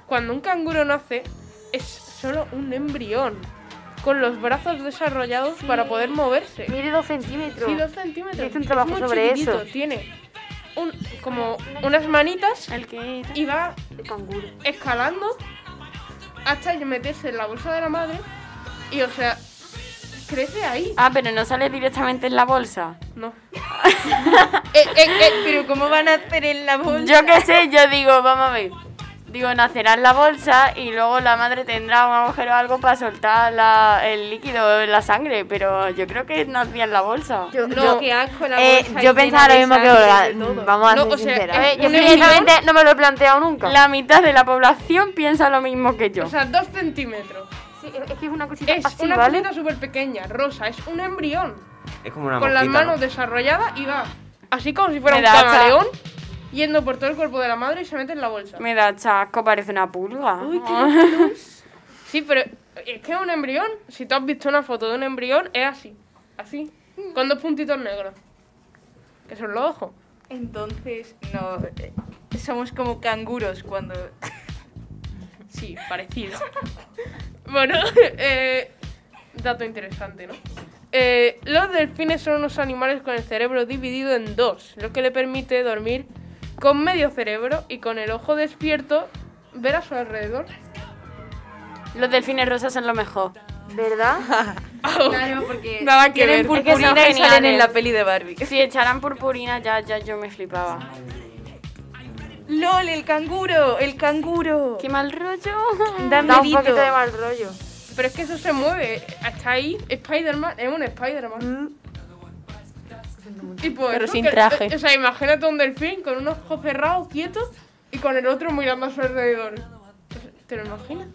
Speaker 7: Cuando un canguro nace, es solo un embrión, con los brazos desarrollados para poder moverse.
Speaker 3: Mire dos centímetros.
Speaker 7: Sí, dos centímetros.
Speaker 3: Hice un trabajo
Speaker 7: Es muy
Speaker 3: sobre
Speaker 7: chiquitito,
Speaker 3: eso.
Speaker 7: Tiene un- como unas manitas y va escalando hasta meterse en la bolsa de la madre y, o sea, crece ahí.
Speaker 2: Ah, pero no sale directamente en la bolsa.
Speaker 7: No. eh,
Speaker 8: pero ¿cómo
Speaker 3: *laughs*
Speaker 8: van a hacer en la bolsa?
Speaker 2: Yo qué sé, yo digo, vamos a ver. Digo, nacerá en la bolsa y luego la madre tendrá un agujero o algo para soltar la- el líquido, la sangre, pero yo creo que nacía en la bolsa.
Speaker 8: Yo,
Speaker 9: yo-
Speaker 8: qué asco la
Speaker 9: Eh,
Speaker 8: bolsa
Speaker 9: yo
Speaker 8: llena
Speaker 9: pensaba lo
Speaker 8: de
Speaker 9: mismo que
Speaker 8: sangre
Speaker 9: Olga.
Speaker 8: de todo.
Speaker 9: Vamos a
Speaker 8: No,
Speaker 9: ser
Speaker 8: o sea,
Speaker 9: sinceras.
Speaker 8: eh,
Speaker 9: yo
Speaker 8: un
Speaker 9: sinceramente no me lo he planteado nunca.
Speaker 2: La mitad de la población piensa lo mismo que yo.
Speaker 7: O sea, dos centímetros.
Speaker 3: es que es una cosita
Speaker 7: Es
Speaker 3: así,
Speaker 7: una
Speaker 3: ¿vale?
Speaker 7: cosita súper pequeña, rosa, es un embrión.
Speaker 6: Es como una
Speaker 7: con las
Speaker 6: mosquita. ¿no?
Speaker 7: manos desarrolladas y va así como si fuera
Speaker 2: Me
Speaker 7: un
Speaker 2: da hasta-
Speaker 7: camaleón yendo por todo el cuerpo de la madre y se mete en la bolsa.
Speaker 2: Me da chasco, parece una pulga. *laughs*
Speaker 7: *laughs* Sí, pero es que es un embrión. Si tú has visto una foto de un embrión, es así. Así. Con dos puntitos negros. Que son los ojos.
Speaker 8: Entonces, no. eh, Somos como canguros cuando.
Speaker 7: Sí, parecido. Bueno, eh, dato interesante, ¿no? Eh, los delfines son unos animales con el cerebro dividido en dos, lo que le permite dormir con medio cerebro y con el ojo despierto ver a su alrededor.
Speaker 2: Los delfines rosas son lo mejor.
Speaker 3: ¿Verdad?
Speaker 2: *laughs*
Speaker 8: Claro, porque
Speaker 2: Nada que
Speaker 8: tienen
Speaker 2: ver.
Speaker 8: purpurina
Speaker 2: Es que son
Speaker 8: y salen
Speaker 2: geniales.
Speaker 8: en la peli de Barbie.
Speaker 2: Si echaran purpurina ya, ya yo me flipaba.
Speaker 8: ¡Lol, el canguro! ¡El canguro! ¡Qué
Speaker 2: mal rollo!
Speaker 8: Da,
Speaker 7: Da un
Speaker 8: miedito.
Speaker 7: poquito de mal
Speaker 3: rollo.
Speaker 7: Pero es que eso se mueve. Hasta ahí, Spider-Man es un Spider-Man.
Speaker 10: Mm.
Speaker 7: Tipo,
Speaker 2: Pero
Speaker 7: eso
Speaker 2: sin
Speaker 7: que-
Speaker 2: traje.
Speaker 7: O sea, imagínate un delfín con unos ojos cerrados, quietos, y con el otro mirando a su alrededor. ¿Te lo imaginas?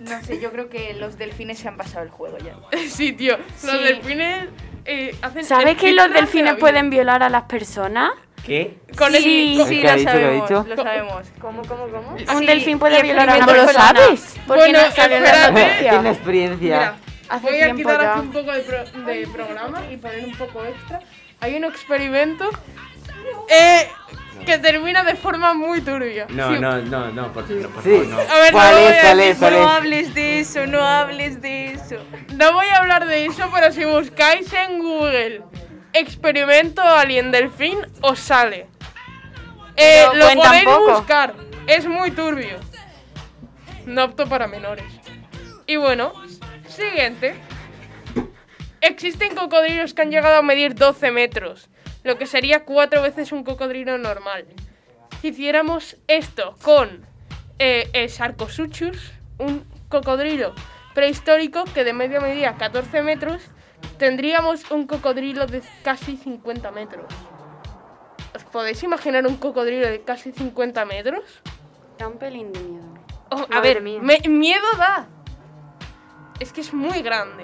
Speaker 8: No sé, yo creo que los delfines se han pasado el juego ya.
Speaker 7: *laughs* Sí, tío. Los
Speaker 8: Sí.
Speaker 7: delfines eh, hacen...
Speaker 2: ¿Sabes
Speaker 7: el
Speaker 2: que los
Speaker 7: filtro de
Speaker 2: delfines
Speaker 7: la vida.
Speaker 2: pueden violar a las personas?
Speaker 6: ¿Qué?
Speaker 2: Con el- Sí, con-
Speaker 6: ¿Qué ha dicho, qué ha dicho?
Speaker 8: lo sabemos.
Speaker 3: ¿Cómo, cómo, cómo?
Speaker 2: Un delfín puede
Speaker 8: y
Speaker 2: violar a una
Speaker 8: experimentó
Speaker 2: persona.
Speaker 8: con lanas.
Speaker 2: Porque
Speaker 7: Bueno,
Speaker 2: no salió en la
Speaker 7: espérate.
Speaker 2: noticia.
Speaker 4: Tiene experiencia.
Speaker 2: Hace
Speaker 7: Voy a
Speaker 2: tiempo
Speaker 7: quitar
Speaker 2: ya.
Speaker 7: aquí un poco de, pro- de programa y poner un poco extra. Hay un experimento eh, que termina de forma muy turbia.
Speaker 18: No, no, no, no, por, no, por
Speaker 4: Sí.
Speaker 18: favor, no.
Speaker 7: A ver,
Speaker 4: ¿Cuál
Speaker 7: no lo
Speaker 4: es,
Speaker 7: voy a
Speaker 4: cuál
Speaker 7: decir,
Speaker 4: es, cuál
Speaker 7: no
Speaker 4: es?
Speaker 7: hables de eso, no hables de eso. No voy a hablar de eso, pero si buscáis en Google experimento alien delfín, os sale. Eh,
Speaker 2: Pero
Speaker 7: lo
Speaker 2: cuentan
Speaker 7: podéis
Speaker 2: poco.
Speaker 7: buscar, es muy turbio. No apto para menores. Y bueno, siguiente. Existen cocodrilos que han llegado a medir 12 metros, lo que sería cuatro veces un cocodrilo normal. Si hiciéramos esto con eh, el Sarcosuchus, un cocodrilo prehistórico que de media medía 14 metros, tendríamos un cocodrilo de casi 50 metros. ¿Os podéis imaginar un cocodrilo de casi 50 metros?
Speaker 2: Da un pelín de miedo.
Speaker 7: Oh, a
Speaker 2: Madre
Speaker 7: ver,
Speaker 2: mía.
Speaker 7: me- miedo da. Es que es muy grande.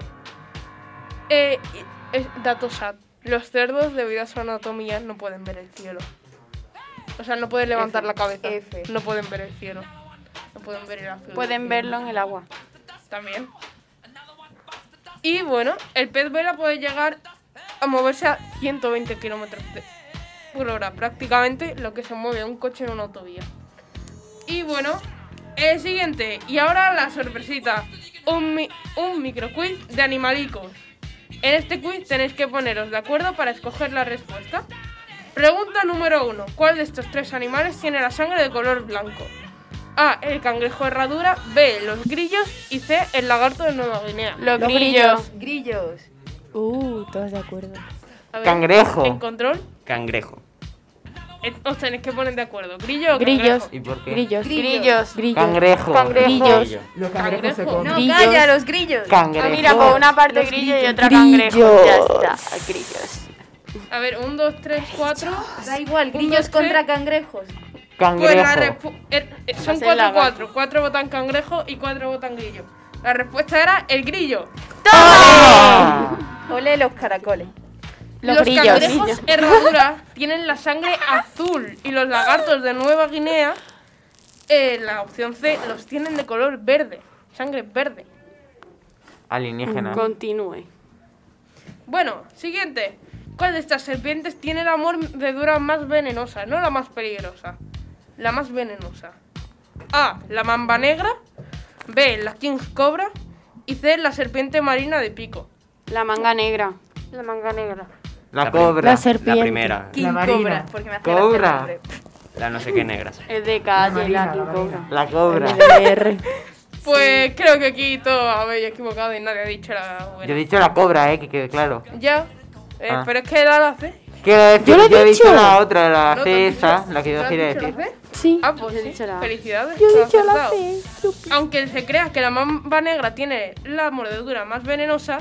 Speaker 7: Eh, y- es- dato sad. Los cerdos, debido a su anatomía, no pueden ver el cielo. O sea, no pueden levantar
Speaker 2: F,
Speaker 7: la cabeza.
Speaker 2: F.
Speaker 7: No pueden ver el cielo. No pueden ver el azul.
Speaker 2: Pueden verlo en el agua.
Speaker 7: También. Y bueno, el pez vela puede llegar a moverse a 120 kilómetros de- por hora, prácticamente lo que se mueve un coche en una autovía. Y bueno, el siguiente, y ahora la sorpresita: un, mi- un microquiz de animalicos. En este quiz tenéis que poneros de acuerdo para escoger la respuesta. Pregunta número uno: ¿Cuál de estos tres animales tiene la sangre de color blanco? A. El cangrejo herradura. B. Los grillos. Y C. El lagarto de Nueva Guinea.
Speaker 8: Grillos.
Speaker 12: Uh, todos de acuerdo.
Speaker 7: A ver,
Speaker 4: Cangrejo.
Speaker 7: En control.
Speaker 6: Cangrejo.
Speaker 7: eh, Os tenéis que poner de acuerdo. Grillo o
Speaker 2: Grillos.
Speaker 7: cangrejo?
Speaker 4: ¿Y por qué?
Speaker 2: Grillos.
Speaker 7: Grillos.
Speaker 4: Cangrejo.
Speaker 2: Cangrejo.
Speaker 4: Grillos.
Speaker 2: Los
Speaker 7: cangrejos se comen.
Speaker 2: No,
Speaker 7: No,
Speaker 2: calla,
Speaker 7: calla,
Speaker 2: los
Speaker 7: los
Speaker 2: grillos.
Speaker 4: Cangrejo.
Speaker 2: Ah, Mira, por una parte grillo y otra
Speaker 4: Grillos.
Speaker 2: cangrejo. Ya está, grillos.
Speaker 7: A ver, un, dos, tres, cuatro.
Speaker 8: Da igual, grillos contra cangrejos.
Speaker 7: Pues la
Speaker 4: Cangrejo.
Speaker 7: repu- er- eh,
Speaker 8: Va a
Speaker 7: son
Speaker 8: ser
Speaker 7: cuatro,
Speaker 8: lagarto.
Speaker 7: cuatro. Cuatro votan cangrejo y cuatro votan grillo. La respuesta era el grillo.
Speaker 8: Ole los caracoles.
Speaker 7: Los, cangrejos herradura tienen la sangre azul y los lagartos de Nueva Guinea, eh, la opción C, los tienen de color verde, sangre verde.
Speaker 4: Alienígena.
Speaker 2: Continúe.
Speaker 7: Bueno, siguiente. ¿Cuál de estas serpientes tiene la mordedura más venenosa? No la más peligrosa. La más venenosa. A. La mamba negra. B. La king cobra. Y C. La serpiente marina de pico.
Speaker 2: La manga negra.
Speaker 3: La manga negra.
Speaker 4: La cobra.
Speaker 2: La serpiente.
Speaker 6: La primera.
Speaker 2: King La marina. cobra, porque me hace gracia el
Speaker 4: Cobra.
Speaker 2: nombre.
Speaker 6: La no sé qué negra.
Speaker 2: Es de calle, la, King Cobra.
Speaker 4: La cobra.
Speaker 7: Pues creo que aquí todo habéis equivocado y nadie ha dicho la buena.
Speaker 4: Yo he dicho la cobra, eh, que quede claro.
Speaker 7: Ya. Eh,
Speaker 4: Ah.
Speaker 7: Pero es que era la C.
Speaker 4: Quiero decir,
Speaker 7: Yo lo he
Speaker 4: he
Speaker 7: dicho.
Speaker 4: dicho la otra, la
Speaker 7: No, tú
Speaker 4: C
Speaker 7: has dicho-
Speaker 4: esa, la que
Speaker 7: ¿tú
Speaker 4: yo
Speaker 7: has
Speaker 4: quería
Speaker 7: dicho la
Speaker 4: decir.
Speaker 7: C? Ah, pues sí. Felicidades. Yo he dicho la C. Aunque se crea que la mamba negra tiene la mordedura más venenosa,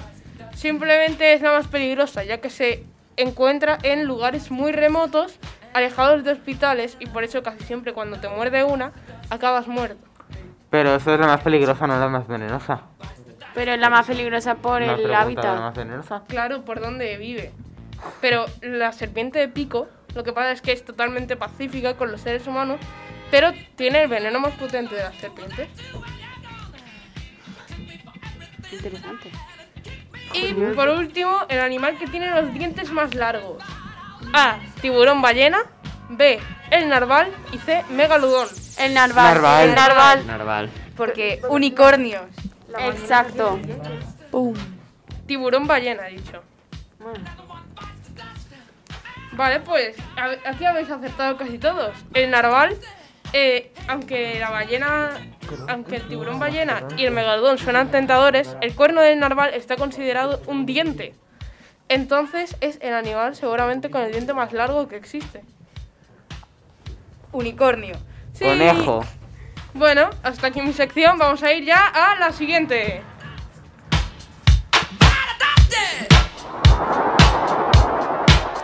Speaker 7: simplemente es la más peligrosa, ya que se encuentra en lugares muy remotos, alejados de hospitales, y por eso casi siempre cuando te muerde una, acabas muerto.
Speaker 4: Pero eso es la más peligrosa, no la más venenosa.
Speaker 2: Pero es la más peligrosa por
Speaker 4: No
Speaker 2: el
Speaker 4: pregunta
Speaker 2: hábitat.
Speaker 4: la más venenosa.
Speaker 7: Claro, por donde vive. Pero la serpiente de pico, lo que pasa es que es totalmente pacífica con los seres humanos, pero tiene el veneno más potente de las serpientes.
Speaker 2: Interesante.
Speaker 7: Y por último, el animal que tiene los dientes más largos. A. Tiburón ballena. B. El narval. Y C. Megaludón.
Speaker 2: El
Speaker 6: Narval.
Speaker 7: El narval.
Speaker 6: Narval.
Speaker 7: Porque unicornios.
Speaker 2: Exacto.
Speaker 7: Tiburón ballena, he dicho. Vale, pues a- aquí habéis acertado casi todos. El narval, eh, aunque la ballena, aunque el tiburón ballena y el megalodón suenan tentadores, el cuerno del narval está considerado un diente. Entonces es el animal seguramente con el diente más largo que existe. Unicornio. Sí.
Speaker 4: Conejo.
Speaker 7: Bueno, hasta aquí mi sección. Vamos a ir ya a la siguiente.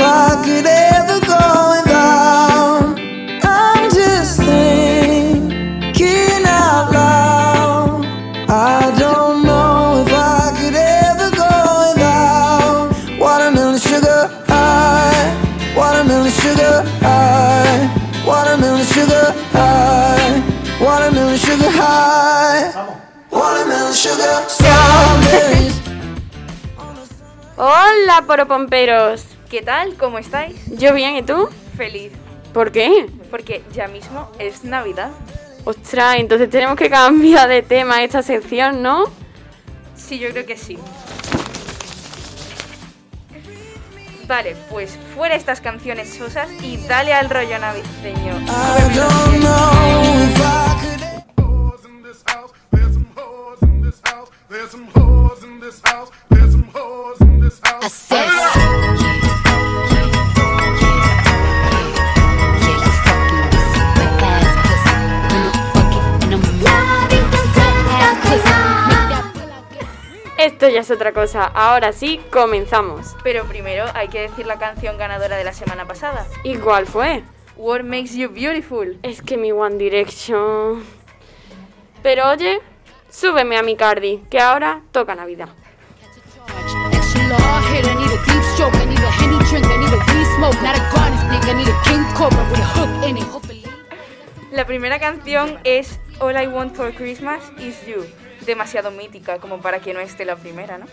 Speaker 19: I could ever go without. I'm just thinking out loud. I don't know if I could ever go without watermelon sugar high, watermelon sugar high, watermelon sugar high, watermelon sugar high, watermelon sugar strawberry.
Speaker 2: Hola, poropomperos.
Speaker 8: ¿Qué tal? ¿Cómo estáis?
Speaker 2: Yo bien, ¿y tú?
Speaker 8: Feliz,
Speaker 2: ¿Por qué?
Speaker 8: porque ya mismo es Navidad.
Speaker 2: Ostras, entonces tenemos que cambiar de tema esta sección, ¿no?
Speaker 8: Sí, yo creo que sí. Vale, pues fuera estas canciones sosas y dale al rollo navideño.
Speaker 10: I said so.
Speaker 2: Esto ya es otra cosa. Ahora sí, comenzamos.
Speaker 8: Pero primero hay que decir la canción ganadora de la semana pasada.
Speaker 2: ¿Y cuál fue?
Speaker 8: What Makes You Beautiful.
Speaker 2: Es que mi One Direction. Pero oye, súbeme a mi Cardi, que ahora toca Navidad.
Speaker 10: extra law hit. I need a deep stroke. I need a henny drink. I need a weed smoke. Not a garden snake. I need a king cobra with a hook in it.
Speaker 8: La primera canción es All I Want for Christmas Is You. Demasiado mítica como para que no esté la primera, ¿no?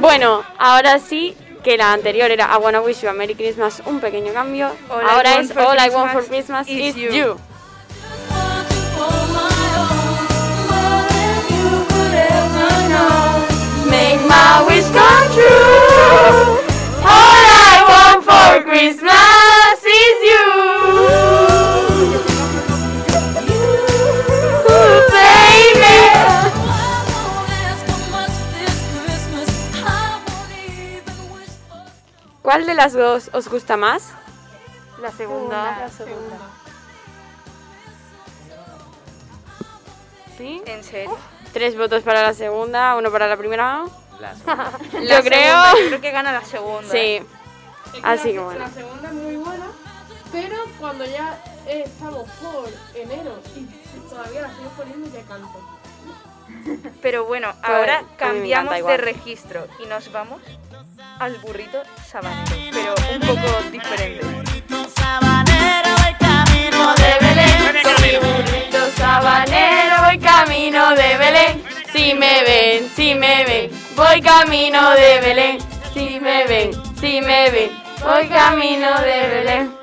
Speaker 2: Bueno, ahora sí que la anterior era I Wanna Wish You a Merry Christmas, un pequeño cambio.
Speaker 8: All I
Speaker 2: ahora
Speaker 8: want
Speaker 2: es
Speaker 8: for
Speaker 2: All I Want for
Speaker 8: Christmas is
Speaker 2: Christmas
Speaker 8: you.
Speaker 2: is you.
Speaker 10: Make my wish come true. All I want for Christmas is you. Ooh, baby.
Speaker 2: ¿Cuál de las dos os gusta más?
Speaker 3: La segunda.
Speaker 8: La
Speaker 3: segunda.
Speaker 2: ¿Sí?
Speaker 8: ¿En serio?
Speaker 2: Tres votos para la segunda, uno para
Speaker 10: *laughs*
Speaker 2: la primera.
Speaker 8: La
Speaker 2: Yo creo.
Speaker 8: segunda, yo *laughs* creo que gana la segunda.
Speaker 2: Sí. ¿eh? Así que
Speaker 11: la,
Speaker 2: bueno.
Speaker 11: La segunda es muy buena, pero cuando ya eh, estamos por enero y todavía la sigo poniendo, ya canto.
Speaker 8: Pero bueno,
Speaker 11: Pues, a
Speaker 8: ahora
Speaker 11: mí me encanta
Speaker 8: cambiamos de
Speaker 11: igual.
Speaker 8: registro y nos vamos al burrito sabanero, pero un poco diferente.
Speaker 10: Camino de Belén. Soy burrito sabanero, voy camino de Belén. Si me ven, si me ven, voy camino de Belén. Si me ven, si me ven, voy camino de Belén.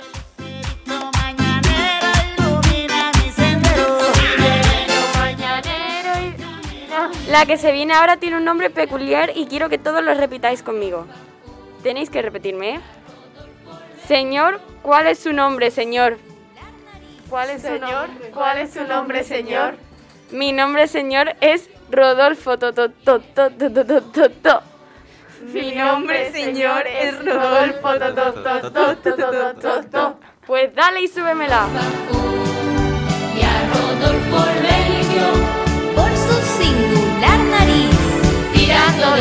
Speaker 2: La que se viene ahora tiene un nombre peculiar y quiero que todos lo repitáis conmigo. Tenéis que repetirme, ¿eh? Señor, ¿cuál es su nombre, señor?
Speaker 12: ¿Cuál es su nombre? ¿Cuál es su nombre, señor?
Speaker 2: Mi nombre, señor, es Rodolfo. to, to, to, to, to, to, to, to, to.
Speaker 12: Mi nombre, señor, es Rodolfo. to, to, to, to, to, to, to, to.
Speaker 2: Pues dale y súbemela.
Speaker 10: Y a Rodolfo el Belgio por su singular nariz, tirando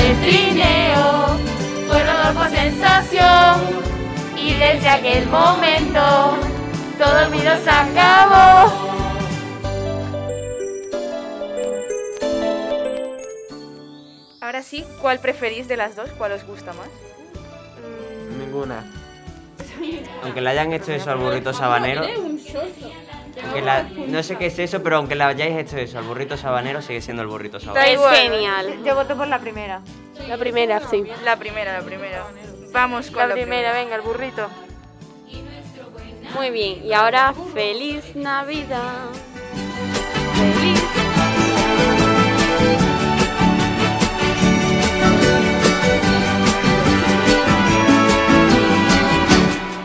Speaker 10: de
Speaker 3: aquel momento todo el miedo se acabó.
Speaker 8: Ahora sí, ¿cuál preferís de las dos? ¿Cuál os gusta más?
Speaker 6: Ninguna. Aunque le hayan hecho eso al burrito sabanero. aunque la- no sé qué es eso, pero aunque le hayáis hecho eso al burrito sabanero, sigue siendo el burrito sabanero.
Speaker 8: genial.
Speaker 20: Yo voto por la primera.
Speaker 8: La primera, sí. La primera, la primera. Vamos con
Speaker 2: La
Speaker 8: la,
Speaker 2: primera,
Speaker 8: venga, el burrito.
Speaker 2: Muy bien, y ahora feliz Navidad. Feliz.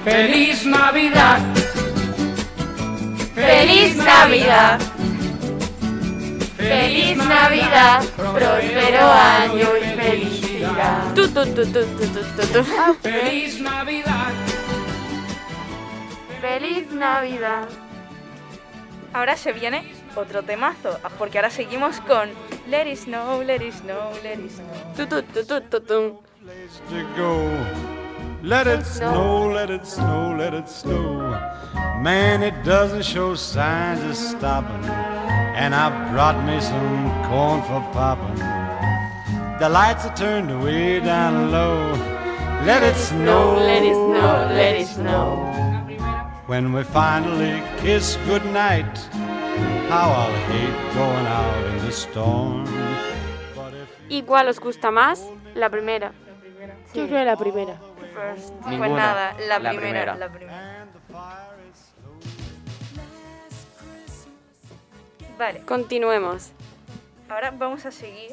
Speaker 7: Feliz Navidad.
Speaker 3: Feliz Navidad. Feliz Navidad, próspero año y felicidad.
Speaker 2: Tu, tu, tu, tu, tu, tu, tu, tu.
Speaker 7: Feliz Navidad.
Speaker 8: Feliz Navidad. Ahora se viene otro temazo, porque ahora seguimos con Let it snow, let it snow, let it snow.
Speaker 2: Tu, tu, tu, tu, tu, tu.
Speaker 21: to go. Let it snow, let it snow, let it snow. Man, it doesn't show signs of stopping. And I brought me some corn for popping. The lights are turned way down low. Let it snow,
Speaker 3: Let it snow, let it snow.
Speaker 21: When we finally kiss goodnight, how I'll hate going out in the storm.
Speaker 2: ¿Y cuál os gusta más?
Speaker 22: La primera.
Speaker 1: Yo creo la primera.
Speaker 21: Ninguna.
Speaker 8: Pues nada, la,
Speaker 21: La
Speaker 8: primera,
Speaker 21: primera.
Speaker 8: la primera. Vale,
Speaker 2: Continuemos.
Speaker 8: ahora vamos a seguir.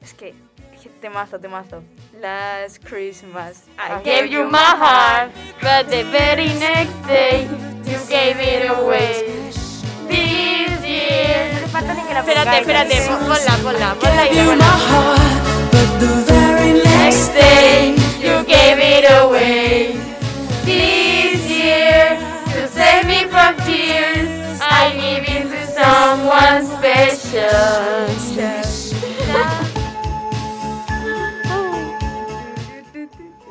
Speaker 8: Es que, es que temazo, temazo. Last Christmas, I
Speaker 3: Gave you my heart, but the very next day you gave it away. This year.
Speaker 2: Espérate, espérate, ponla, ponla, ponla y
Speaker 3: You
Speaker 2: ponla.
Speaker 3: my heart, but the very next day you gave it away. This year, to save me from tears, I give it to someone special.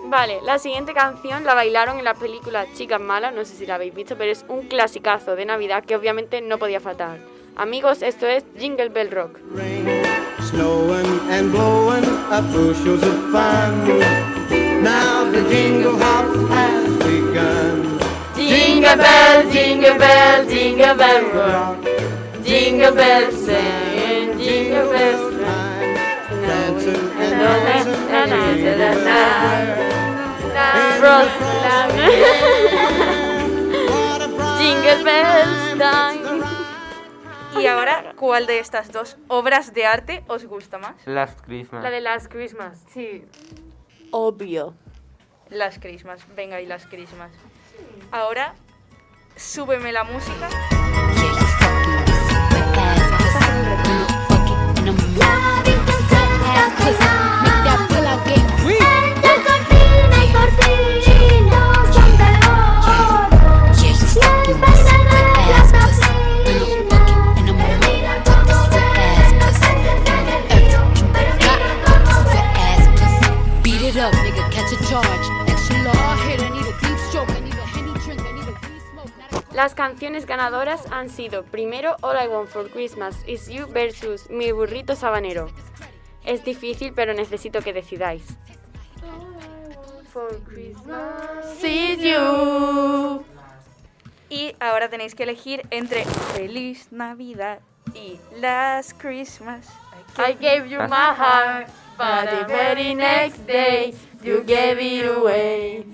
Speaker 2: Vale, la siguiente canción la bailaron en la película Chicas Malas, no sé si la habéis visto, pero es un clasicazo de Navidad que obviamente no podía faltar. Amigos, esto es Jingle Bell Rock.
Speaker 5: Snowing and blowing up bushels of fun. Now the jingle hop has begun.
Speaker 3: Jingle bell, jingle bell, jingle bell rock. Jingle bells sing, jingle bells chime. Dancing and dancing and dancing *laughs*
Speaker 2: Jingle bells time.
Speaker 8: Y ahora, ¿cuál de estas dos obras de arte os gusta más?
Speaker 4: Last Christmas.
Speaker 22: de Last Christmas.
Speaker 8: Sí.
Speaker 1: Obvio.
Speaker 8: Las Christmas, venga y las Christmas. Ahora, súbeme la música.
Speaker 10: Beat it up, nigga, catch a charge. Extra large, hit, I need a deep stroke, I need a henny drink, I need a
Speaker 2: Las canciones ganadoras han sido primero All I Want for Christmas Is You versus Mi Burrito Sabanero. Es difícil, pero necesito que decidáis.
Speaker 3: See you.
Speaker 8: Y ahora tenéis que elegir entre Feliz Navidad y Las Christmas.
Speaker 3: I gave you my heart, but the very next day you gave it away.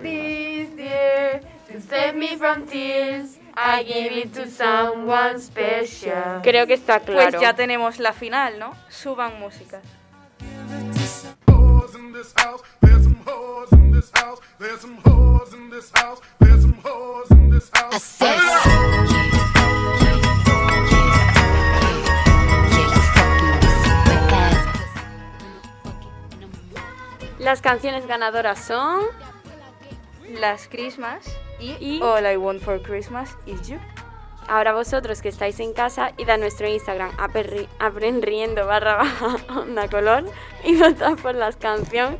Speaker 3: This year, to save me from tears, I gave it to someone special. Ah,
Speaker 2: Creo que está claro.
Speaker 8: Pues ya tenemos la final, ¿no? Suban música.
Speaker 2: Las canciones ganadoras son...
Speaker 8: Las Christmas y All I Want for Christmas Is You.
Speaker 2: Ahora vosotros que estáis en casa, id a nuestro Instagram, aperri- aprenriendo barra baja onda color, y votad por las canciones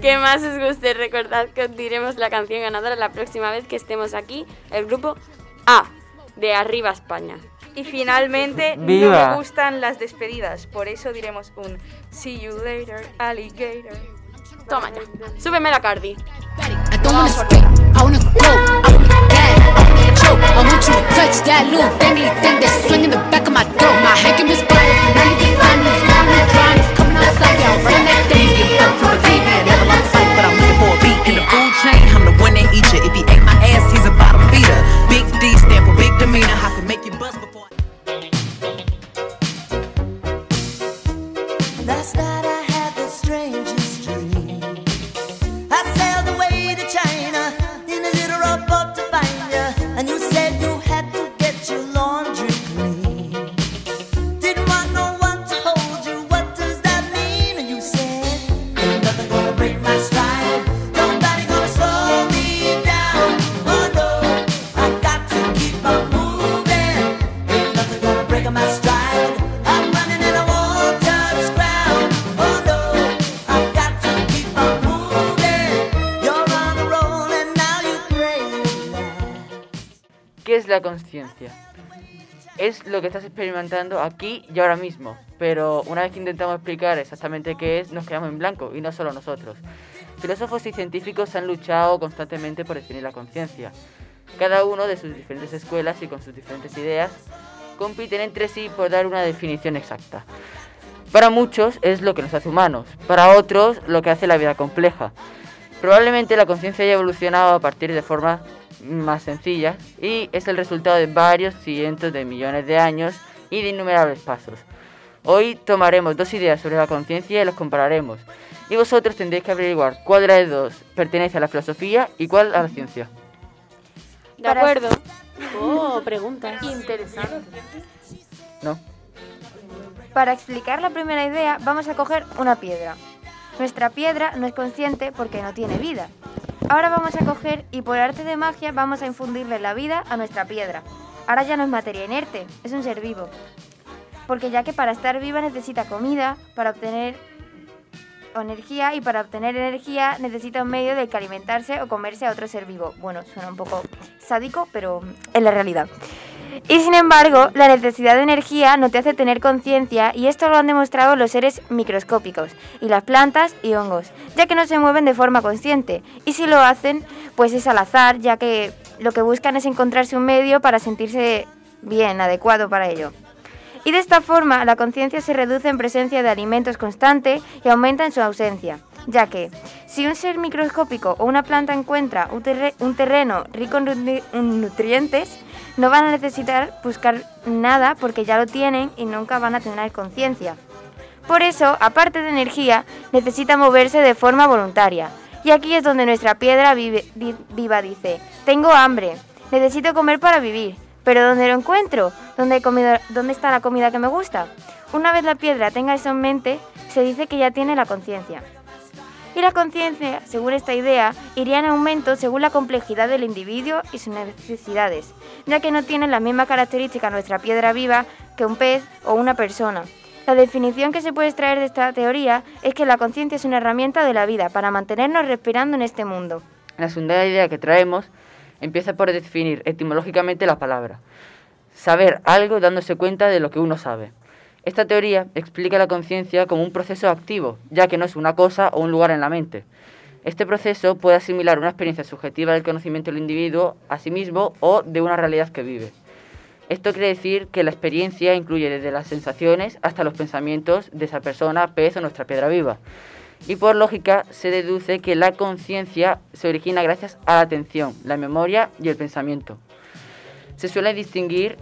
Speaker 2: que más os guste. Recordad que os diremos la canción ganadora la próxima vez que estemos aquí, el grupo A, de Arriba España.
Speaker 8: Y finalmente,
Speaker 2: Viva.
Speaker 8: no me gustan las despedidas, por eso diremos un See you later, alligator.
Speaker 2: Toma ya, súbeme la Cardi.
Speaker 23: I don't wanna spit, I wanna go, I wanna gag, I wanna choke, I want you to touch that little dangly thing that's swinging the back of my throat. My head can be spotted, now you can find me, it's going to drown, it's coming outside, yeah, I'm running that thing, get up to the beat, never like sight, but I'm looking for a beat in the food chain, I'm the one that eat ya, if he ate my ass, he's a bottom feeder, big D stand for big demeanor, I can make you buzz before
Speaker 10: Last night I had the strangest dream. I sailed away to China in a little rowboat to find you. And you said you had to get your laundry clean. Didn't want no one to hold you. What does that mean? And you said, Ain't nothing gonna break my stride. Nobody gonna slow me down. Oh no, I got to keep on moving. Ain't nothing gonna break my stride. I'm running and I won't touch ground. Oh no, I got to keep on moving. You're on a roll and now you pray.
Speaker 16: ¿Qué es la conciencia? Es lo que estás experimentando aquí y ahora mismo, pero una vez que intentamos explicar exactamente qué es, nos quedamos en blanco, y no solo nosotros. Filósofos y científicos han luchado constantemente por definir la conciencia. Cada uno de sus diferentes escuelas y con sus diferentes ideas compiten entre sí por dar una definición exacta. Para muchos es lo que nos hace humanos, para otros lo que hace la vida compleja. Probablemente la conciencia haya evolucionado a partir de formas más sencillas y es el resultado de varios cientos de millones de años y de innumerables pasos. Hoy tomaremos dos ideas sobre la conciencia y las compararemos. Y vosotros tendréis que averiguar cuál de las dos pertenece a la filosofía y cuál a la ciencia.
Speaker 2: De acuerdo.
Speaker 1: Oh, preguntas.
Speaker 3: Interesante.
Speaker 9: Para explicar la primera idea, vamos a coger una piedra. Nuestra piedra no es consciente porque no tiene vida. Ahora vamos a coger y por arte de magia vamos a infundirle la vida a nuestra piedra. Ahora ya no es materia inerte, es un ser vivo. Porque ya que para estar viva necesita comida, para obtener o energía y para obtener energía necesita un medio del que alimentarse o comerse a otro ser vivo. Bueno, suena un poco sádico, pero en la realidad. Y sin embargo, la necesidad de energía no te hace tener conciencia y esto lo han demostrado los seres microscópicos y las plantas y hongos, ya que no se mueven de forma consciente. Y si lo hacen, pues es al azar, ya que lo que buscan es encontrarse un medio para sentirse bien, adecuado para ello. Y de esta forma, la conciencia se reduce en presencia de alimentos constante y aumenta en su ausencia, ya que si un ser microscópico o una planta encuentra un, terre- un terreno rico en nutri- en nutrientes, no van a necesitar buscar nada porque ya lo tienen y nunca van a tener conciencia. Por eso, aparte de energía, necesita moverse de forma voluntaria. Y aquí es donde nuestra piedra vive- di- viva dice, tengo hambre, necesito comer para vivir, pero ¿dónde lo encuentro? ¿Dónde, he comido- ¿Dónde está la comida que me gusta? Una vez la piedra tenga eso en mente, se dice que ya tiene la conciencia. Y la conciencia, según esta idea, iría en aumento según la complejidad del individuo y sus necesidades, ya que no tiene la misma característica nuestra piedra viva que un pez o una persona. La definición que se puede extraer de esta teoría es que la conciencia es una herramienta de la vida para mantenernos respirando en este mundo.
Speaker 16: La segunda idea que traemos empieza por definir etimológicamente la palabra. Saber algo dándose cuenta de lo que uno sabe. Esta teoría explica la conciencia como un proceso activo, ya que no es una cosa o un lugar en la mente. Este proceso puede asimilar una experiencia subjetiva del conocimiento del individuo a sí mismo o de una realidad que vive. Esto quiere decir que la experiencia incluye desde las sensaciones hasta los pensamientos de esa persona, pez o nuestra piedra viva. Y por lógica se deduce que la conciencia se origina gracias a la atención, la memoria y el pensamiento. Se suele distinguir,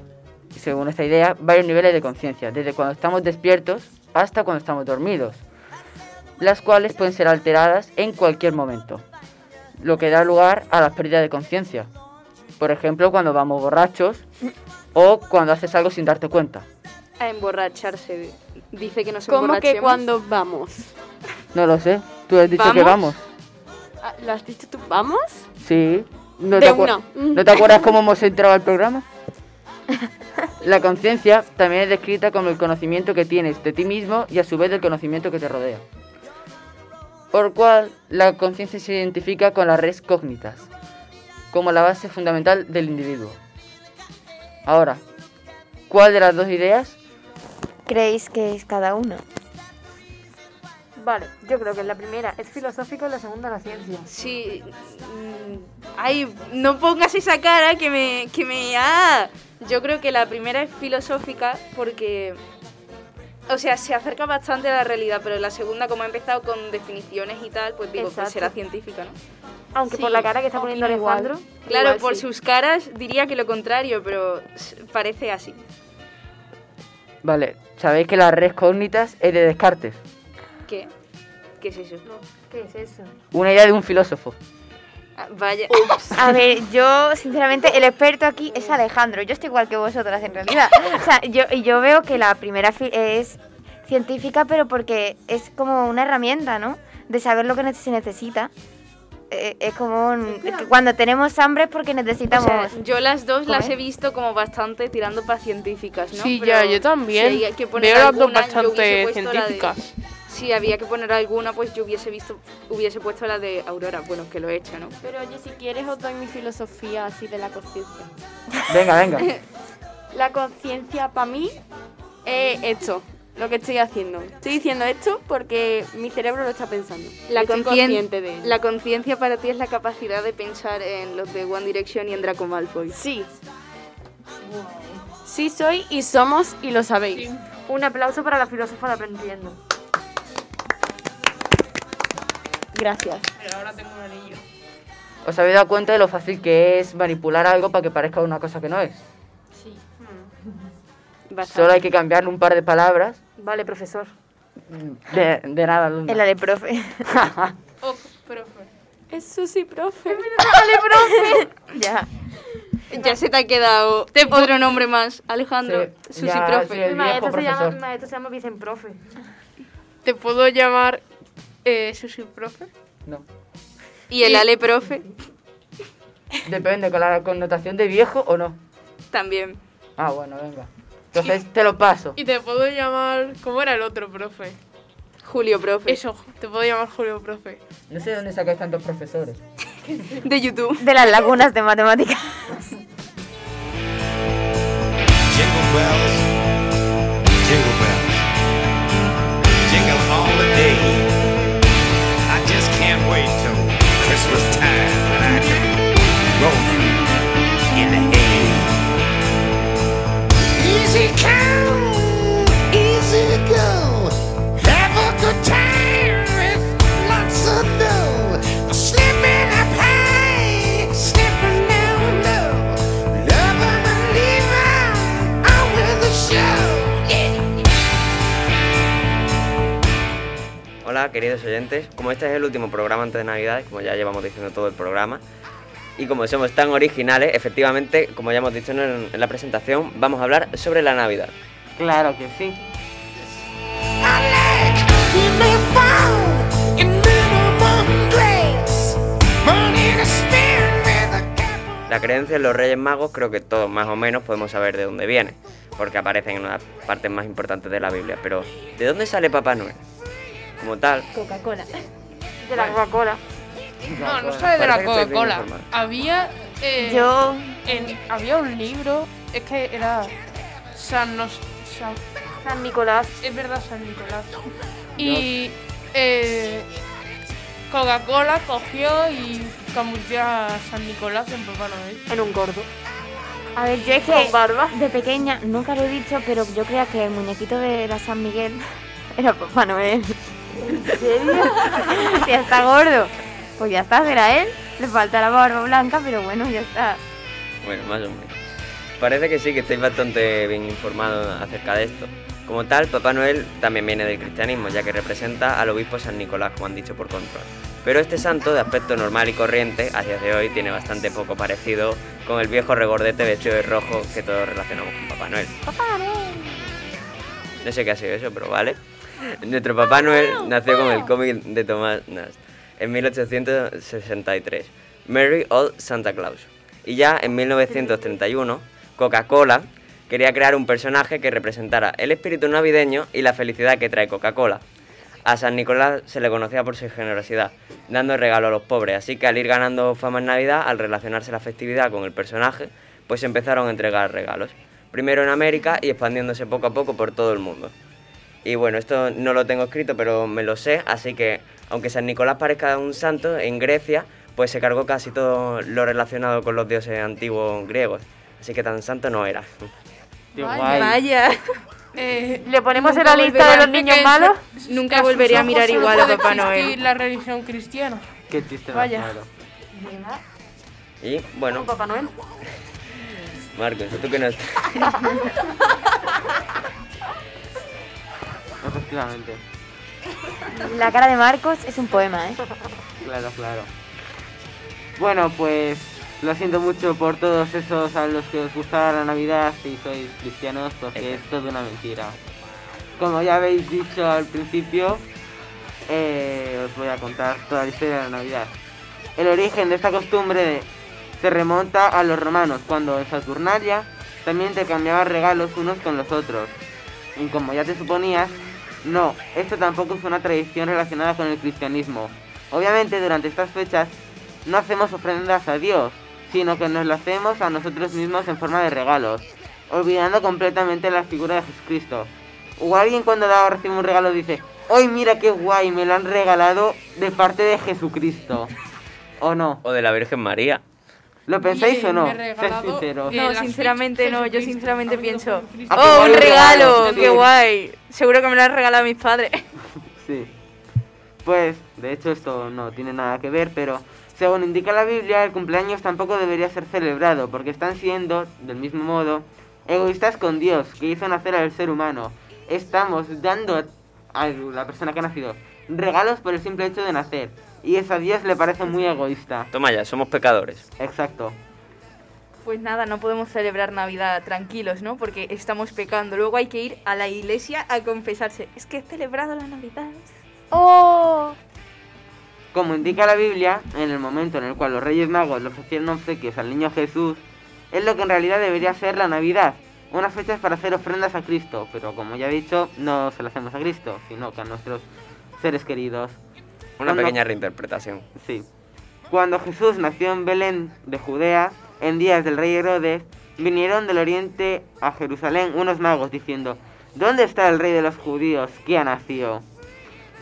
Speaker 16: según esta idea, varios niveles de conciencia, desde cuando estamos despiertos hasta cuando estamos dormidos, las cuales pueden ser alteradas en cualquier momento, lo que da lugar a las pérdidas de conciencia. Por ejemplo, cuando vamos borrachos o cuando haces algo sin darte cuenta.
Speaker 2: A emborracharse. Dice que nos ¿Cómo
Speaker 11: emborrachemos.
Speaker 2: que cuando vamos?
Speaker 16: No lo sé, tú has dicho que
Speaker 2: ¿Vamos?
Speaker 16: vamos.
Speaker 2: Ah, ¿Lo has dicho tú? ¿Vamos?
Speaker 16: Sí. ¿No
Speaker 2: De
Speaker 16: te, acuer-
Speaker 2: una.
Speaker 16: ¿No te acuerdas cómo hemos entrado al programa? *laughs* La conciencia también es descrita como el conocimiento que tienes de ti mismo y a su vez del conocimiento que te rodea. por cual la conciencia se identifica con las redes cógnitas, como la base fundamental del individuo. Ahora, ¿cuál de las dos ideas?
Speaker 9: ¿Creéis que es cada una?
Speaker 3: Vale, yo creo que la primera es filosófico y la segunda la ciencia.
Speaker 8: Sí.
Speaker 3: mm,
Speaker 8: Ay, no pongas esa cara que me. Que me ah. Yo creo que la primera es filosófica porque. O sea, se acerca bastante a la realidad, pero la segunda, como ha empezado con definiciones y tal, pues digo,
Speaker 3: Exacto.
Speaker 8: pues será científica, ¿no?
Speaker 3: Aunque por la cara que está poniendo
Speaker 8: opino igual.
Speaker 3: Alejandro.
Speaker 8: Claro,
Speaker 3: Oh, igual
Speaker 8: por
Speaker 3: sí.
Speaker 8: sus caras diría que lo contrario, pero s- parece así.
Speaker 16: Vale, sabéis que las redes cógnitas es de Descartes,
Speaker 8: ¿Qué? ¿Qué es eso?
Speaker 3: ¿Qué es eso?
Speaker 16: una idea de un filósofo.
Speaker 8: Vaya.
Speaker 9: Ah, A ver, yo sinceramente el experto aquí es Alejandro. Yo estoy igual que vosotras en realidad. O sea, yo, y yo veo que la primera fi- es científica, pero porque es como una herramienta, ¿no? De saber lo que nece- se necesita. Eh, es como un- es que cuando tenemos hambre es porque
Speaker 8: O
Speaker 9: necesitamos.
Speaker 8: sea, yo las dos las
Speaker 9: Joder.
Speaker 8: he visto como bastante tirando para científicas, ¿no?
Speaker 7: Sí,
Speaker 8: Pero
Speaker 7: ya, yo también.
Speaker 8: si hay que poner
Speaker 7: Veo las dos
Speaker 8: alguna, yo
Speaker 7: bastante
Speaker 8: hubiese puesto la de-
Speaker 7: científicas.
Speaker 8: si había que poner alguna, pues yo hubiese visto, hubiese puesto la de Aurora, bueno, que lo he hecho, ¿no?
Speaker 2: Pero oye, si quieres os doy mi filosofía así de la conciencia.
Speaker 16: Venga, venga.
Speaker 2: *laughs* La conciencia para mí es esto, lo que estoy haciendo. Estoy diciendo esto porque mi cerebro lo está pensando.
Speaker 8: La,
Speaker 2: Y estoy
Speaker 8: concien-
Speaker 2: consciente de ello.
Speaker 8: la conciencia para ti es la capacidad de pensar en los de One Direction y en Draco Malfoy.
Speaker 2: Sí. Sí soy y somos y lo sabéis.
Speaker 3: Un aplauso para la filósofa de aprendiendo.
Speaker 2: Gracias.
Speaker 7: Pero ahora tengo un anillo.
Speaker 16: ¿Os habéis dado cuenta de lo fácil que es manipular algo para que parezca una cosa que no es?
Speaker 7: Sí.
Speaker 16: Solo hay que cambiarle un par de palabras.
Speaker 3: Hmm. Vale, profesor.
Speaker 16: De, de nada, alumno.
Speaker 9: Mm. la de profe.
Speaker 7: Oh, profe. Eso sí, profe.
Speaker 8: Vale, *laughs*
Speaker 9: profe. ya.
Speaker 8: Ya se te ha quedado otro nombre más, Alejandro.
Speaker 7: Sí,
Speaker 8: Susi
Speaker 7: ya,
Speaker 8: Profe.
Speaker 7: sí, el
Speaker 3: El maestro,
Speaker 7: viejo
Speaker 3: se llama,
Speaker 7: profesor.
Speaker 3: el maestro se llama viceprofe.
Speaker 7: ¿Te puedo llamar eh, Susi Profe?
Speaker 16: No.
Speaker 8: ¿Y el Ale Profe?
Speaker 16: *laughs* Depende, con la connotación de viejo o no.
Speaker 8: También.
Speaker 16: Ah, bueno, venga. Entonces te lo paso.
Speaker 7: Y te puedo llamar. ¿Cómo era el otro profe?
Speaker 8: Julio Profe.
Speaker 7: Eso, te puedo llamar Julio Profe.
Speaker 16: No sé de dónde sacáis tantos profesores.
Speaker 8: De YouTube.
Speaker 9: De las lagunas de matemáticas.
Speaker 10: Jingle bells, jingle bells, jingle all the day. I just can't wait till Christmas time when I can roll in the hay. Easy come, easy go. Have a good time with lots of dough. Slipping up high, slipping down low. Loving and leaving on with the show.
Speaker 6: Hola, queridos oyentes. Como este es el último programa antes de Navidad, como ya llevamos diciendo todo el programa, y como somos tan originales, efectivamente, como ya hemos dicho en, el- en la presentación, vamos a hablar sobre la Navidad.
Speaker 16: Claro que sí.
Speaker 10: You may fall in minimum dress. Money to spend with a
Speaker 6: La creencia en los Reyes Magos creo que todos más o menos podemos saber de dónde viene, porque aparecen en una de las partes más importantes de la Biblia. Pero, ¿de dónde sale Papá Noel? Como tal,
Speaker 2: Coca-Cola.
Speaker 3: De la Coca-Cola.
Speaker 7: No, no sabe de
Speaker 6: Parece que
Speaker 7: la
Speaker 6: estoy bien
Speaker 7: Coca-Cola.
Speaker 6: informado.
Speaker 7: Había. eh,
Speaker 9: Yo-
Speaker 7: en- había un libro. Es que era. San. Nos- San,
Speaker 3: Nicolás.
Speaker 7: Es verdad, San Nicolás. Y. eh, Coca-Cola cogió y convirtió a San Nicolás en Papá Noel.
Speaker 3: En un gordo.
Speaker 9: A ver, yo es que de pequeña nunca lo he dicho, pero yo creía que el muñequito de la San Miguel *laughs* era Papá Noel. ¿En serio? *laughs* ya está gordo. Pues ya está, será él. Le falta la barba blanca, pero bueno, ya está.
Speaker 6: Bueno, más o menos. Parece que sí, que estáis bastante bien informados acerca de esto. Como tal, Papá Noel también viene del cristianismo, ya que representa al obispo San Nicolás, como han dicho por control. Pero este santo, de aspecto normal y corriente, a día de hoy tiene bastante poco parecido con el viejo regordete vestido de rojo que todos relacionamos con Papá Noel. No sé qué ha sido eso, pero vale. Nuestro Papá Noel nació con el cómic de Thomas Nast en 1863, Merry Old Santa Claus. Y ya en 1931, Coca-Cola quería crear un personaje que representara el espíritu navideño y la felicidad que trae Coca-Cola. A San Nicolás se le conocía por su generosidad, dando regalo a los pobres, así que al ir ganando fama en Navidad, al relacionarse la festividad con el personaje, pues empezaron a entregar regalos, primero en América y expandiéndose poco a poco por todo el mundo. Y bueno, esto no lo tengo escrito, pero me lo sé, así que aunque San Nicolás parezca un santo, en Grecia pues se cargó casi todo lo relacionado con los dioses antiguos griegos, así que tan santo no era.
Speaker 4: Qué
Speaker 8: Vaya. Eh,
Speaker 3: ¿Le ponemos en la lista de los niños malos?
Speaker 8: Nunca volvería a mirar igual a Papá Noel.
Speaker 7: la religión cristiana.
Speaker 4: Qué triste.
Speaker 7: Vaya.
Speaker 6: Claro. Y bueno,
Speaker 3: Papá Noel.
Speaker 6: Marcos, tú que no estás.
Speaker 4: Efectivamente.
Speaker 9: La cara de Marcos es un poema, ¿eh?
Speaker 4: Claro, claro. Bueno, pues lo siento mucho por todos esos a los que os gustaba la Navidad si sois cristianos, porque es toda una mentira. Como ya habéis dicho al principio, eh, os voy a contar toda la historia de la Navidad. El origen de esta costumbre se remonta a los romanos, cuando en Saturnalia también te cambiaban regalos unos con los otros. Y como ya te suponías, no, esto tampoco es una tradición relacionada con el cristianismo. Obviamente durante estas fechas no hacemos ofrendas a Dios, sino que nos las hacemos a nosotros mismos en forma de regalos, olvidando completamente la figura de Jesucristo. O alguien cuando da o recibe un regalo dice, ¡Ay, mira qué guay! Me lo han regalado de parte de Jesucristo. ¿O no?
Speaker 6: O de la Virgen María.
Speaker 4: ¿Lo pensáis o no?
Speaker 8: me he
Speaker 4: Sed
Speaker 8: regalado
Speaker 4: sinceros.
Speaker 8: No, sinceramente no, yo sinceramente pienso,
Speaker 4: Ah, qué
Speaker 8: ¡oh,
Speaker 4: guay
Speaker 8: un
Speaker 4: el regalo,
Speaker 8: regalo!
Speaker 4: sí.
Speaker 8: ¡Qué guay! Seguro que me lo han regalado mis padres.
Speaker 4: Sí. Pues, de hecho, esto no tiene nada que ver, pero según indica la Biblia, el cumpleaños tampoco debería ser celebrado, porque están siendo, del mismo modo, egoístas con Dios, que hizo nacer al ser humano. Estamos dando a la persona que ha nacido regalos por el simple hecho de nacer, y eso a Dios le parece muy egoísta.
Speaker 6: Toma ya, somos pecadores.
Speaker 4: Exacto.
Speaker 8: *laughs* Pues nada, no podemos celebrar Navidad tranquilos, ¿no? Porque estamos pecando. Luego hay que ir a la iglesia a confesarse. Es que he celebrado la Navidad.
Speaker 9: ¡Oh!
Speaker 4: Como indica la Biblia, en el momento en el cual los Reyes Magos le ofrecieron obsequios al niño Jesús, es lo que en realidad debería ser la Navidad, unas fechas para hacer ofrendas a Cristo, pero como ya he dicho, no se las hacemos a Cristo, sino que a nuestros seres queridos.
Speaker 6: Una
Speaker 4: Cuando-
Speaker 6: pequeña reinterpretación.
Speaker 4: Sí. Cuando Jesús nació en Belén de Judea, en días del rey Herodes, vinieron del oriente a Jerusalén unos magos diciendo, ¿Dónde está el rey de los judíos que ha nacido?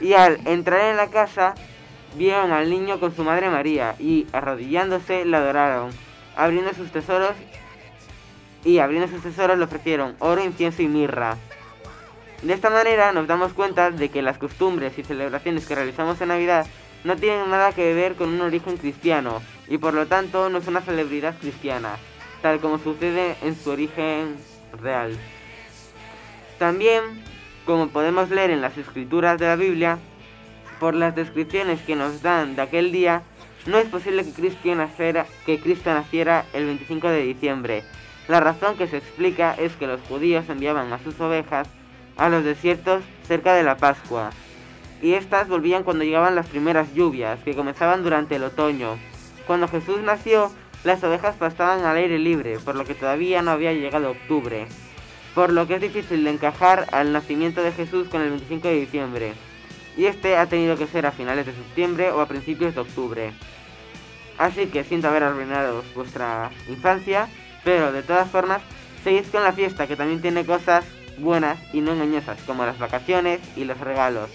Speaker 4: Y al entrar en la casa, vieron al niño con su madre María y, arrodillándose, le adoraron, abriendo sus tesoros y abriendo sus tesoros le ofrecieron oro, incienso y mirra. De esta manera nos damos cuenta de que las costumbres y celebraciones que realizamos en Navidad no tienen nada que ver con un origen cristiano y por lo tanto no es una celebridad cristiana, tal como sucede en su origen real. También, como podemos leer en las escrituras de la Biblia, por las descripciones que nos dan de aquel día, no es posible que Cristo naciera, que Cristo naciera el 25 de diciembre. La razón que se explica es que los judíos enviaban a sus ovejas a los desiertos cerca de la Pascua, y estas volvían cuando llegaban las primeras lluvias, que comenzaban durante el otoño. Cuando Jesús nació, las ovejas pastaban al aire libre, por lo que todavía no había llegado octubre, por lo que es difícil de encajar al nacimiento de Jesús con el 25 de diciembre, y este ha tenido que ser a finales de septiembre o a principios de octubre. Así que siento haber arruinado vuestra infancia, pero de todas formas, seguid con la fiesta que también tiene cosas buenas y no engañosas, como las vacaciones y los regalos.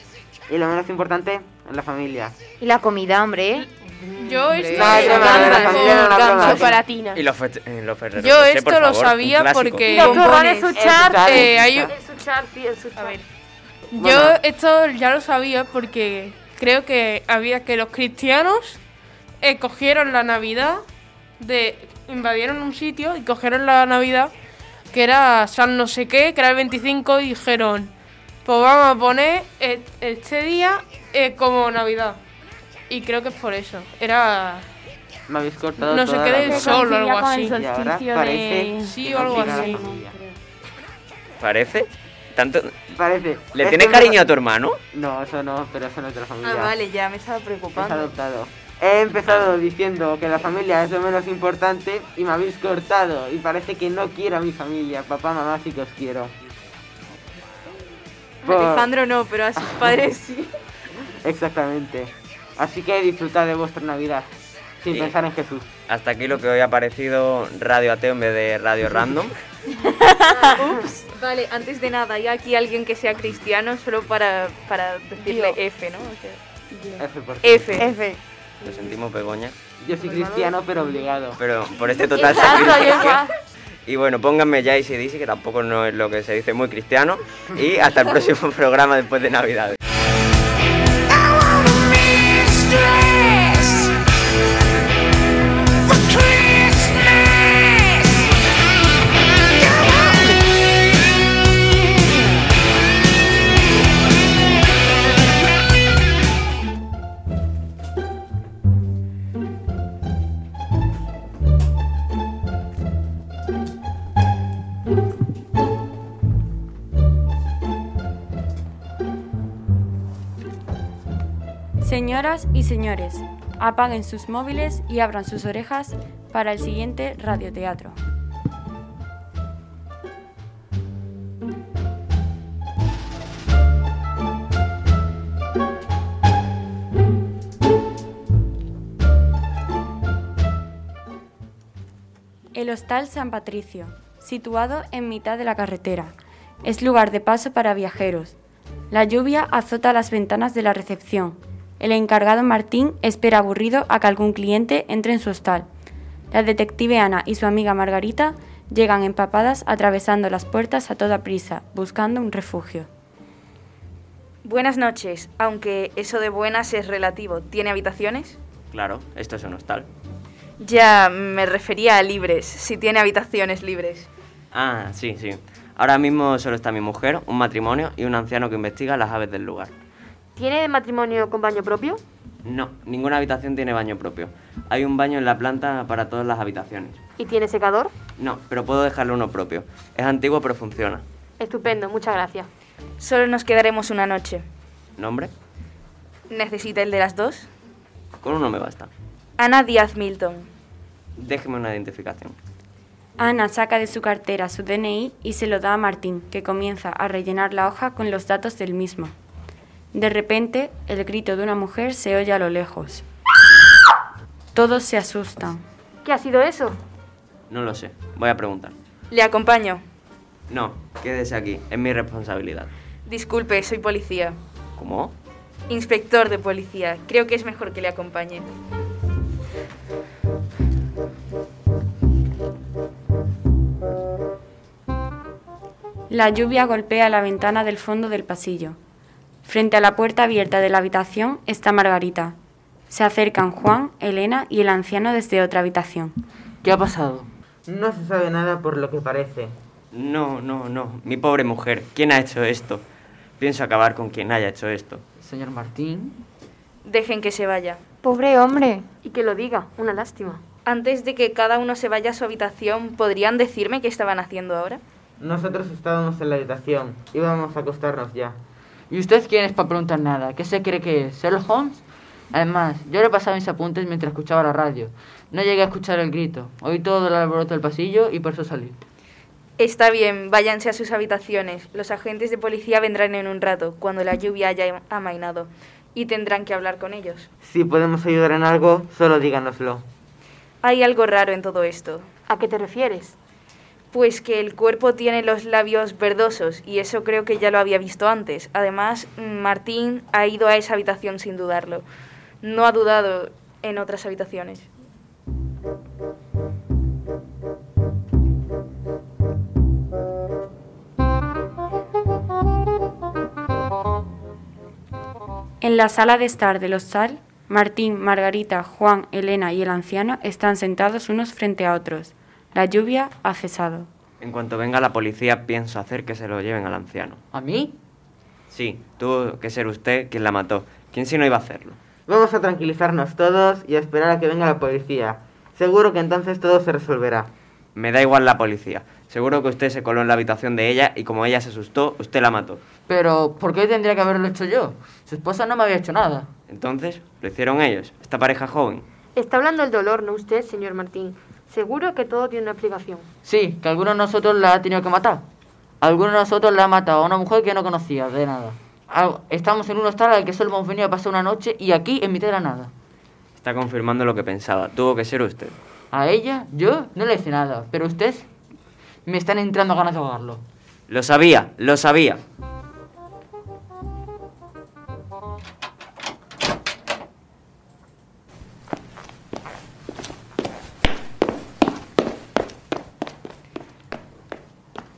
Speaker 4: Y lo menos importante, la familia.
Speaker 9: Y la comida, hombre. ¿eh?
Speaker 7: Yo estoy
Speaker 4: No, es broma,
Speaker 7: hablando
Speaker 4: la familia no la
Speaker 7: con
Speaker 4: broma.
Speaker 7: chocolatina.
Speaker 6: Y los, fe- eh, los Ferrero
Speaker 7: Yo
Speaker 6: Rocher,
Speaker 7: esto
Speaker 6: por
Speaker 7: lo
Speaker 6: favor, un
Speaker 7: sabía
Speaker 6: clásico.
Speaker 7: porque
Speaker 3: Los cojones Suchar,
Speaker 7: eh, hay un-
Speaker 3: el Suchar, sí, el Suchar.
Speaker 7: Yo esto ya lo sabía porque creo que había que los cristianos eh, cogieron la Navidad de invadieron un sitio y cogieron la Navidad que era San no sé qué, que era el 25 y dijeron, pues vamos a poner e- este día eh, como Navidad. Y creo que es por eso. Era
Speaker 4: Me habéis cortado
Speaker 7: no sé
Speaker 4: toda
Speaker 7: qué
Speaker 4: la
Speaker 7: del
Speaker 4: broma.
Speaker 7: sol o algo así.
Speaker 4: Y ahora parece
Speaker 7: Sí,
Speaker 4: que
Speaker 7: o algo
Speaker 4: complica la
Speaker 7: así.
Speaker 4: familia.
Speaker 6: ¿Parece? ¿Tanto?
Speaker 4: Parece.
Speaker 6: ¿Le
Speaker 4: Es
Speaker 6: tienes
Speaker 4: que
Speaker 6: cariño
Speaker 4: no-
Speaker 6: a tu hermano?
Speaker 4: No, eso no, pero eso no es de la familia.
Speaker 8: Ah, vale, ya me estaba
Speaker 4: Es
Speaker 8: preocupando.
Speaker 4: adoptado. He empezado diciendo que la familia es lo menos importante y me habéis cortado. Y parece que no quiero a mi familia. Papá, mamá, sí que os quiero. Por-
Speaker 8: *laughs* Alejandro no, pero a sus padres sí.
Speaker 4: Exactamente. Así que disfrutad de vuestra Navidad, sin
Speaker 6: Sí.
Speaker 4: pensar en Jesús.
Speaker 6: Hasta aquí lo que hoy ha parecido Radio Ateo en vez de Radio
Speaker 4: *laughs*
Speaker 6: Random.
Speaker 8: Ups. Vale, antes de nada, hay aquí alguien que sea cristiano solo para, para decirle F, ¿no? O
Speaker 6: Eh.
Speaker 8: sea,
Speaker 4: F por
Speaker 8: F.
Speaker 9: F.
Speaker 6: Lo sentimos, Begoña.
Speaker 4: Yo soy cristiano, pero obligado.
Speaker 6: Pero por
Speaker 4: *laughs*
Speaker 6: este total
Speaker 4: Exacto,
Speaker 6: sacrificio.
Speaker 4: exacto.
Speaker 6: Y bueno, pónganme ya ACDC, que tampoco no es lo que se dice muy cristiano. Y hasta el próximo *laughs* programa después de Navidades.
Speaker 24: Mistress for Christmas.
Speaker 2: Señoras y señores, apaguen sus móviles y abran sus orejas para el siguiente radioteatro. El Hostal San Patricio, situado en mitad de la carretera, es lugar de paso para viajeros. La lluvia azota las ventanas de la recepción. El encargado Martín espera aburrido a que algún cliente entre en su hostal. La detective Ana y su amiga Margarita llegan empapadas atravesando las puertas a toda prisa, buscando un refugio.
Speaker 8: Buenas noches, aunque eso de buenas es relativo. ¿Tiene habitaciones?
Speaker 6: Claro, esto es un hostal.
Speaker 8: Ya me refería a libres, si tiene habitaciones libres.
Speaker 6: Ah, sí, sí. Ahora mismo solo está mi mujer, un matrimonio y un anciano que investiga las aves del lugar.
Speaker 3: ¿Tiene matrimonio con baño propio?
Speaker 6: No, ninguna habitación tiene baño propio. Hay un baño en la planta para todas las habitaciones.
Speaker 3: ¿Y tiene secador?
Speaker 6: No, pero puedo dejarle uno propio. Es antiguo pero funciona.
Speaker 3: Estupendo, muchas gracias.
Speaker 8: Solo nos quedaremos una noche.
Speaker 6: ¿Nombre?
Speaker 8: ¿Necesita el de las dos?
Speaker 6: Con uno me basta.
Speaker 8: Ana Díaz Milton.
Speaker 6: Déjeme una identificación.
Speaker 2: Ana saca de su cartera su DNI y se lo da a Martín, que comienza a rellenar la hoja con los datos del mismo. De repente, el grito de una mujer se oye a lo lejos. Todos se asustan.
Speaker 3: ¿Qué ha sido eso?
Speaker 6: No lo sé. Voy a preguntar.
Speaker 8: Le acompaño.
Speaker 6: No, quédese aquí. Es mi responsabilidad.
Speaker 8: Disculpe, soy policía.
Speaker 6: ¿Cómo?
Speaker 8: Inspector de policía. Creo que es mejor que le acompañe.
Speaker 2: La lluvia golpea la ventana del fondo del pasillo. Frente a la puerta abierta de la habitación está Margarita. Se acercan Juan, Elena y el anciano desde otra habitación.
Speaker 4: ¿Qué ha pasado? No se sabe nada por lo que parece.
Speaker 6: No, no, no. Mi pobre mujer. ¿Quién ha hecho esto? Pienso acabar con quien haya hecho esto.
Speaker 16: Señor Martín.
Speaker 8: Dejen que se vaya.
Speaker 9: Pobre hombre.
Speaker 3: Y que lo diga, una lástima.
Speaker 8: Antes de que cada uno se vaya a su habitación, ¿podrían decirme qué estaban haciendo ahora?
Speaker 4: Nosotros estábamos en la habitación, íbamos a acostarnos ya.
Speaker 16: ¿Y usted quién es para preguntar nada? ¿Qué se cree que es? ¿Sherlock Holmes? Además, yo repasaba mis apuntes mientras escuchaba la radio. No llegué a escuchar el grito. Oí todo el alboroto del pasillo y por eso salí.
Speaker 8: Está bien, váyanse a sus habitaciones. Los agentes de policía vendrán en un rato, cuando la lluvia haya amainado, y tendrán que hablar con ellos.
Speaker 4: Si podemos ayudar en algo, solo díganoslo.
Speaker 8: Hay algo raro en todo esto.
Speaker 3: ¿A qué te refieres?
Speaker 8: Pues que el cuerpo tiene los labios verdosos, y eso creo que ya lo había visto antes. Además, mm, Martín ha ido a esa habitación sin dudarlo. No ha dudado en otras habitaciones.
Speaker 2: En la sala de estar del hostal, Martín, Margarita, Juan, Elena y el anciano están sentados unos frente a otros. La lluvia ha cesado.
Speaker 6: En cuanto venga la policía, pienso hacer que se lo lleven al anciano.
Speaker 16: ¿A mí?
Speaker 6: Sí, tuvo que ser usted quien la mató. ¿Quién si no iba a hacerlo?
Speaker 4: Vamos a tranquilizarnos todos y a esperar a que venga la policía. Seguro que entonces todo se resolverá.
Speaker 6: Me da igual la policía. Seguro que usted se coló en la habitación de ella y como ella se asustó, usted la mató.
Speaker 16: Pero, ¿por qué tendría que haberlo hecho yo? Su esposa no me había hecho nada.
Speaker 6: Entonces, lo hicieron ellos, esta pareja joven.
Speaker 3: Está hablando el dolor, no usted, señor Martín. Seguro que todo tiene una explicación.
Speaker 16: Sí, que alguno de nosotros la ha tenido que matar. Alguno de nosotros la ha matado a una mujer que no conocía, de nada. ah, estamos en un hostal al que solo hemos venido a pasar una noche y aquí en mitad de la nada.
Speaker 6: Está confirmando lo que pensaba. Tuvo que ser usted.
Speaker 16: A ella, yo no le hice nada, pero usted me están entrando ganas de ahogarlo.
Speaker 6: Lo sabía, lo sabía.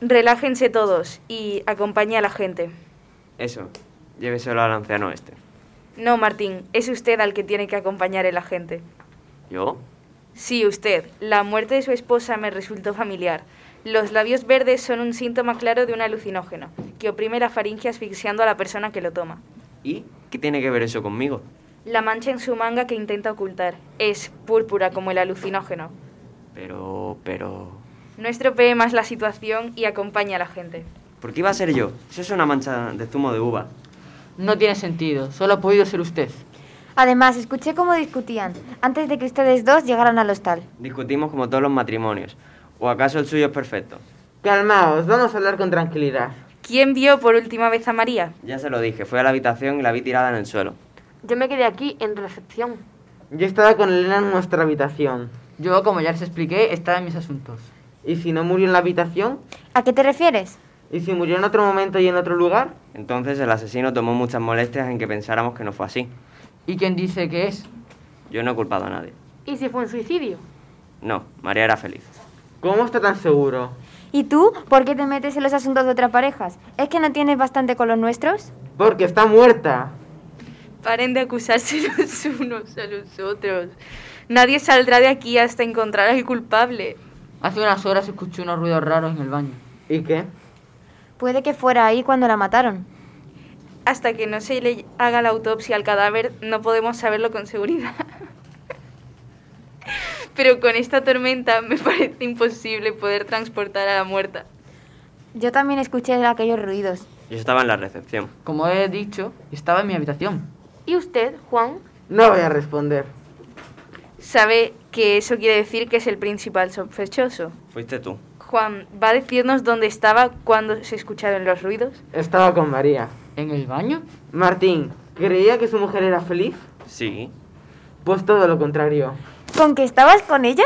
Speaker 8: Relájense todos y acompañe a la gente.
Speaker 6: Eso. Lléveselo al anciano este.
Speaker 8: No, Martín, es usted al que tiene que acompañar el agente.
Speaker 6: ¿Yo?
Speaker 8: Sí, usted. La muerte de su esposa me resultó familiar. Los labios verdes son un síntoma claro de un alucinógeno, que oprime la faringe asfixiando a la persona que lo toma.
Speaker 6: ¿Y qué tiene que ver eso conmigo?
Speaker 8: La mancha en su manga que intenta ocultar es púrpura como el alucinógeno.
Speaker 6: Pero, pero...
Speaker 8: No estropee más la situación y acompañe a la gente.
Speaker 6: ¿Por qué iba a ser yo? Eso es una mancha de zumo de uva.
Speaker 16: No tiene sentido, solo ha podido ser usted.
Speaker 9: Además, escuché cómo discutían antes de que ustedes dos llegaran al hostal.
Speaker 6: Discutimos como todos los matrimonios. ¿O acaso el suyo es perfecto?
Speaker 4: Calmaos, vamos a hablar con tranquilidad.
Speaker 8: ¿Quién vio por última vez a María?
Speaker 6: Ya se lo dije, fui a la habitación y la vi tirada en el suelo.
Speaker 3: Yo me quedé aquí en recepción.
Speaker 4: Yo estaba con Elena en nuestra habitación.
Speaker 16: Yo, como ya les expliqué, estaba en mis asuntos.
Speaker 4: ¿Y si no murió en la habitación?
Speaker 9: ¿A qué te refieres?
Speaker 4: ¿Y si murió en otro momento y en otro lugar?
Speaker 6: Entonces el asesino tomó muchas molestias en que pensáramos que no fue así.
Speaker 16: ¿Y quién dice que es?
Speaker 6: Yo no he culpado a nadie.
Speaker 3: ¿Y si fue un suicidio?
Speaker 6: No, María era feliz.
Speaker 4: ¿Cómo está tan seguro?
Speaker 9: ¿Y tú? ¿Por qué te metes en los asuntos de otras parejas? ¿Es que no tienes bastante con los nuestros?
Speaker 4: Porque está muerta.
Speaker 8: Paren de acusarse *laughs* los unos a los otros. Nadie saldrá de aquí hasta encontrar al culpable.
Speaker 16: Hace unas horas escuché unos ruidos raros en el baño.
Speaker 4: ¿Y qué?
Speaker 9: Puede que fuera ahí cuando la mataron.
Speaker 8: Hasta que no se le haga la autopsia al cadáver, no podemos saberlo con seguridad. *laughs* Pero con esta tormenta me *laughs* parece imposible poder transportar a la muerta.
Speaker 9: Yo también escuché aquellos ruidos.
Speaker 6: Yo estaba en la recepción.
Speaker 16: Como he dicho, estaba en mi habitación.
Speaker 3: ¿Y usted, Juan?
Speaker 4: No voy a responder.
Speaker 8: Sabe que eso quiere decir que es el principal sospechoso.
Speaker 6: Fuiste tú.
Speaker 8: Juan, ¿va a decirnos dónde estaba cuando se escucharon los ruidos?
Speaker 4: Estaba con María.
Speaker 16: ¿En el baño?
Speaker 4: Martín, ¿creía que su mujer era feliz?
Speaker 6: Sí.
Speaker 4: Pues todo lo contrario.
Speaker 9: ¿Con que estabas con ella?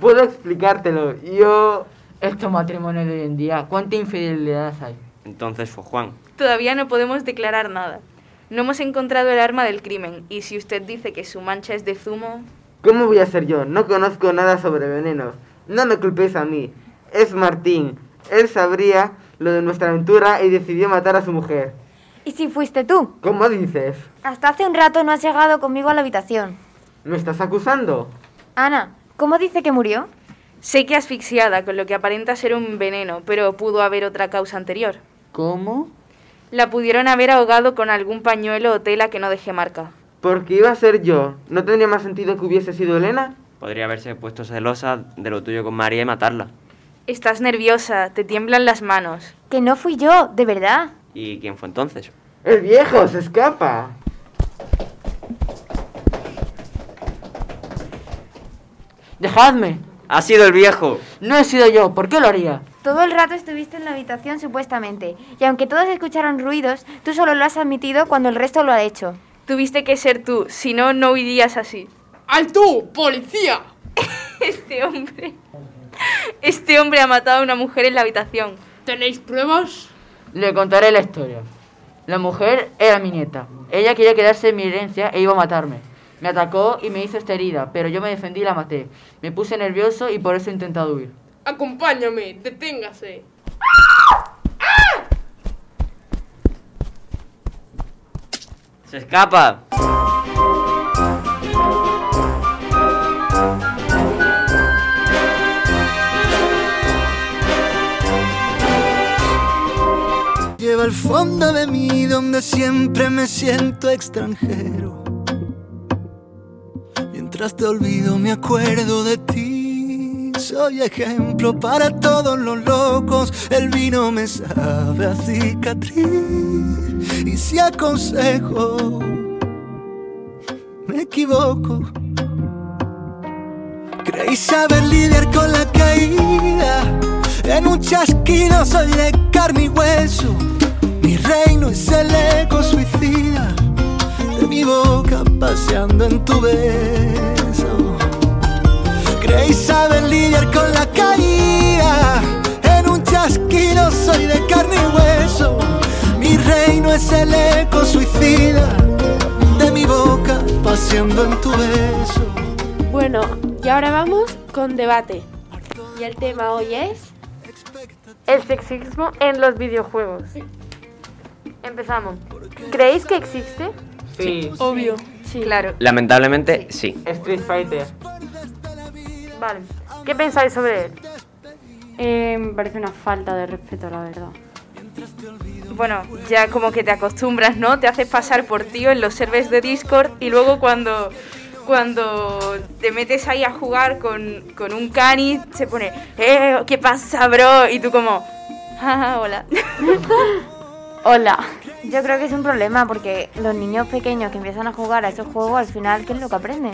Speaker 4: Puedo explicártelo. Yo...
Speaker 16: Estos matrimonios de hoy en día, ¿cuánta infidelidad hay?
Speaker 6: Entonces fue Juan.
Speaker 8: Todavía no podemos declarar nada. No hemos encontrado el arma del crimen y si usted dice que su mancha es de zumo...
Speaker 4: ¿Cómo voy a ser yo? No conozco nada sobre venenos. No me culpéis a mí. Es Martín. Él sabría lo de nuestra aventura y decidió matar a su mujer.
Speaker 9: ¿Y si fuiste tú?
Speaker 4: ¿Cómo dices?
Speaker 9: Hasta hace un rato no has llegado conmigo a la habitación.
Speaker 4: ¿Me estás acusando?
Speaker 9: Ana, ¿cómo dice que murió?
Speaker 8: Sé que asfixiada, con lo que aparenta ser un veneno, pero pudo haber otra causa anterior.
Speaker 16: ¿Cómo?
Speaker 8: La pudieron haber ahogado con algún pañuelo o tela que no deje marca.
Speaker 4: Porque iba a ser yo. ¿No tendría más sentido que hubiese sido Elena?
Speaker 6: Podría haberse puesto celosa de lo tuyo con María y matarla.
Speaker 8: Estás nerviosa, te tiemblan las manos.
Speaker 9: Que no fui yo, de verdad.
Speaker 6: ¿Y quién fue entonces?
Speaker 4: El viejo se escapa.
Speaker 16: Dejadme.
Speaker 6: Ha sido el viejo.
Speaker 16: No he sido yo, ¿por qué lo haría?
Speaker 9: Todo el rato estuviste en la habitación supuestamente, y aunque todos escucharon ruidos, tú solo lo has admitido cuando el resto lo ha hecho.
Speaker 8: Tuviste que ser tú, si no, *laughs* no huirías así.
Speaker 7: ¡Al tú, policía!
Speaker 8: *laughs* este hombre. Este hombre ha matado a una mujer en la habitación.
Speaker 7: ¿Tenéis pruebas?
Speaker 16: Le contaré la historia. La mujer era mi nieta. Ella quería quedarse en mi herencia e iba a matarme. Me atacó y me hizo esta herida, pero yo me defendí y la maté. Me puse nervioso y por eso he intentado huir.
Speaker 7: Acompáñame, deténgase.
Speaker 6: ¡Se escapa!
Speaker 5: Lleva al fondo de mí donde siempre me siento extranjero. Mientras te olvido me acuerdo de ti. Soy ejemplo para todos los locos. El vino me sabe a cicatriz. Y si aconsejo, me equivoco. Creí saber lidiar con la caída. En un chasquido soy de carne y hueso. Mi reino es el eco paseando en tu beso. Creí saber lidiar con la caída. En un chasquido soy de carne y hueso. Mi reino es el eco suicida de mi boca paseando en tu beso.
Speaker 1: Bueno, y ahora vamos con debate. Y el tema hoy es...
Speaker 3: El sexismo en los videojuegos. Empezamos. ¿Creéis que existe?
Speaker 4: Sí.
Speaker 3: Obvio.
Speaker 1: Sí.
Speaker 3: Claro.
Speaker 6: Lamentablemente, sí.
Speaker 4: Street Fighter.
Speaker 3: Vale. ¿Qué pensáis sobre él?
Speaker 2: Eh, me parece una falta de respeto, la verdad.
Speaker 8: Bueno, ya como que te acostumbras, ¿no? Te haces pasar por tío en los servers de Discord y luego cuando, cuando te metes ahí a jugar con, con un cani, se pone, ¡eh, qué pasa, bro! Y tú como, "Ah, hola.
Speaker 9: *laughs* Hola. Yo creo que es un problema porque los niños pequeños que empiezan a jugar a esos juegos al final, ¿qué es lo que aprenden?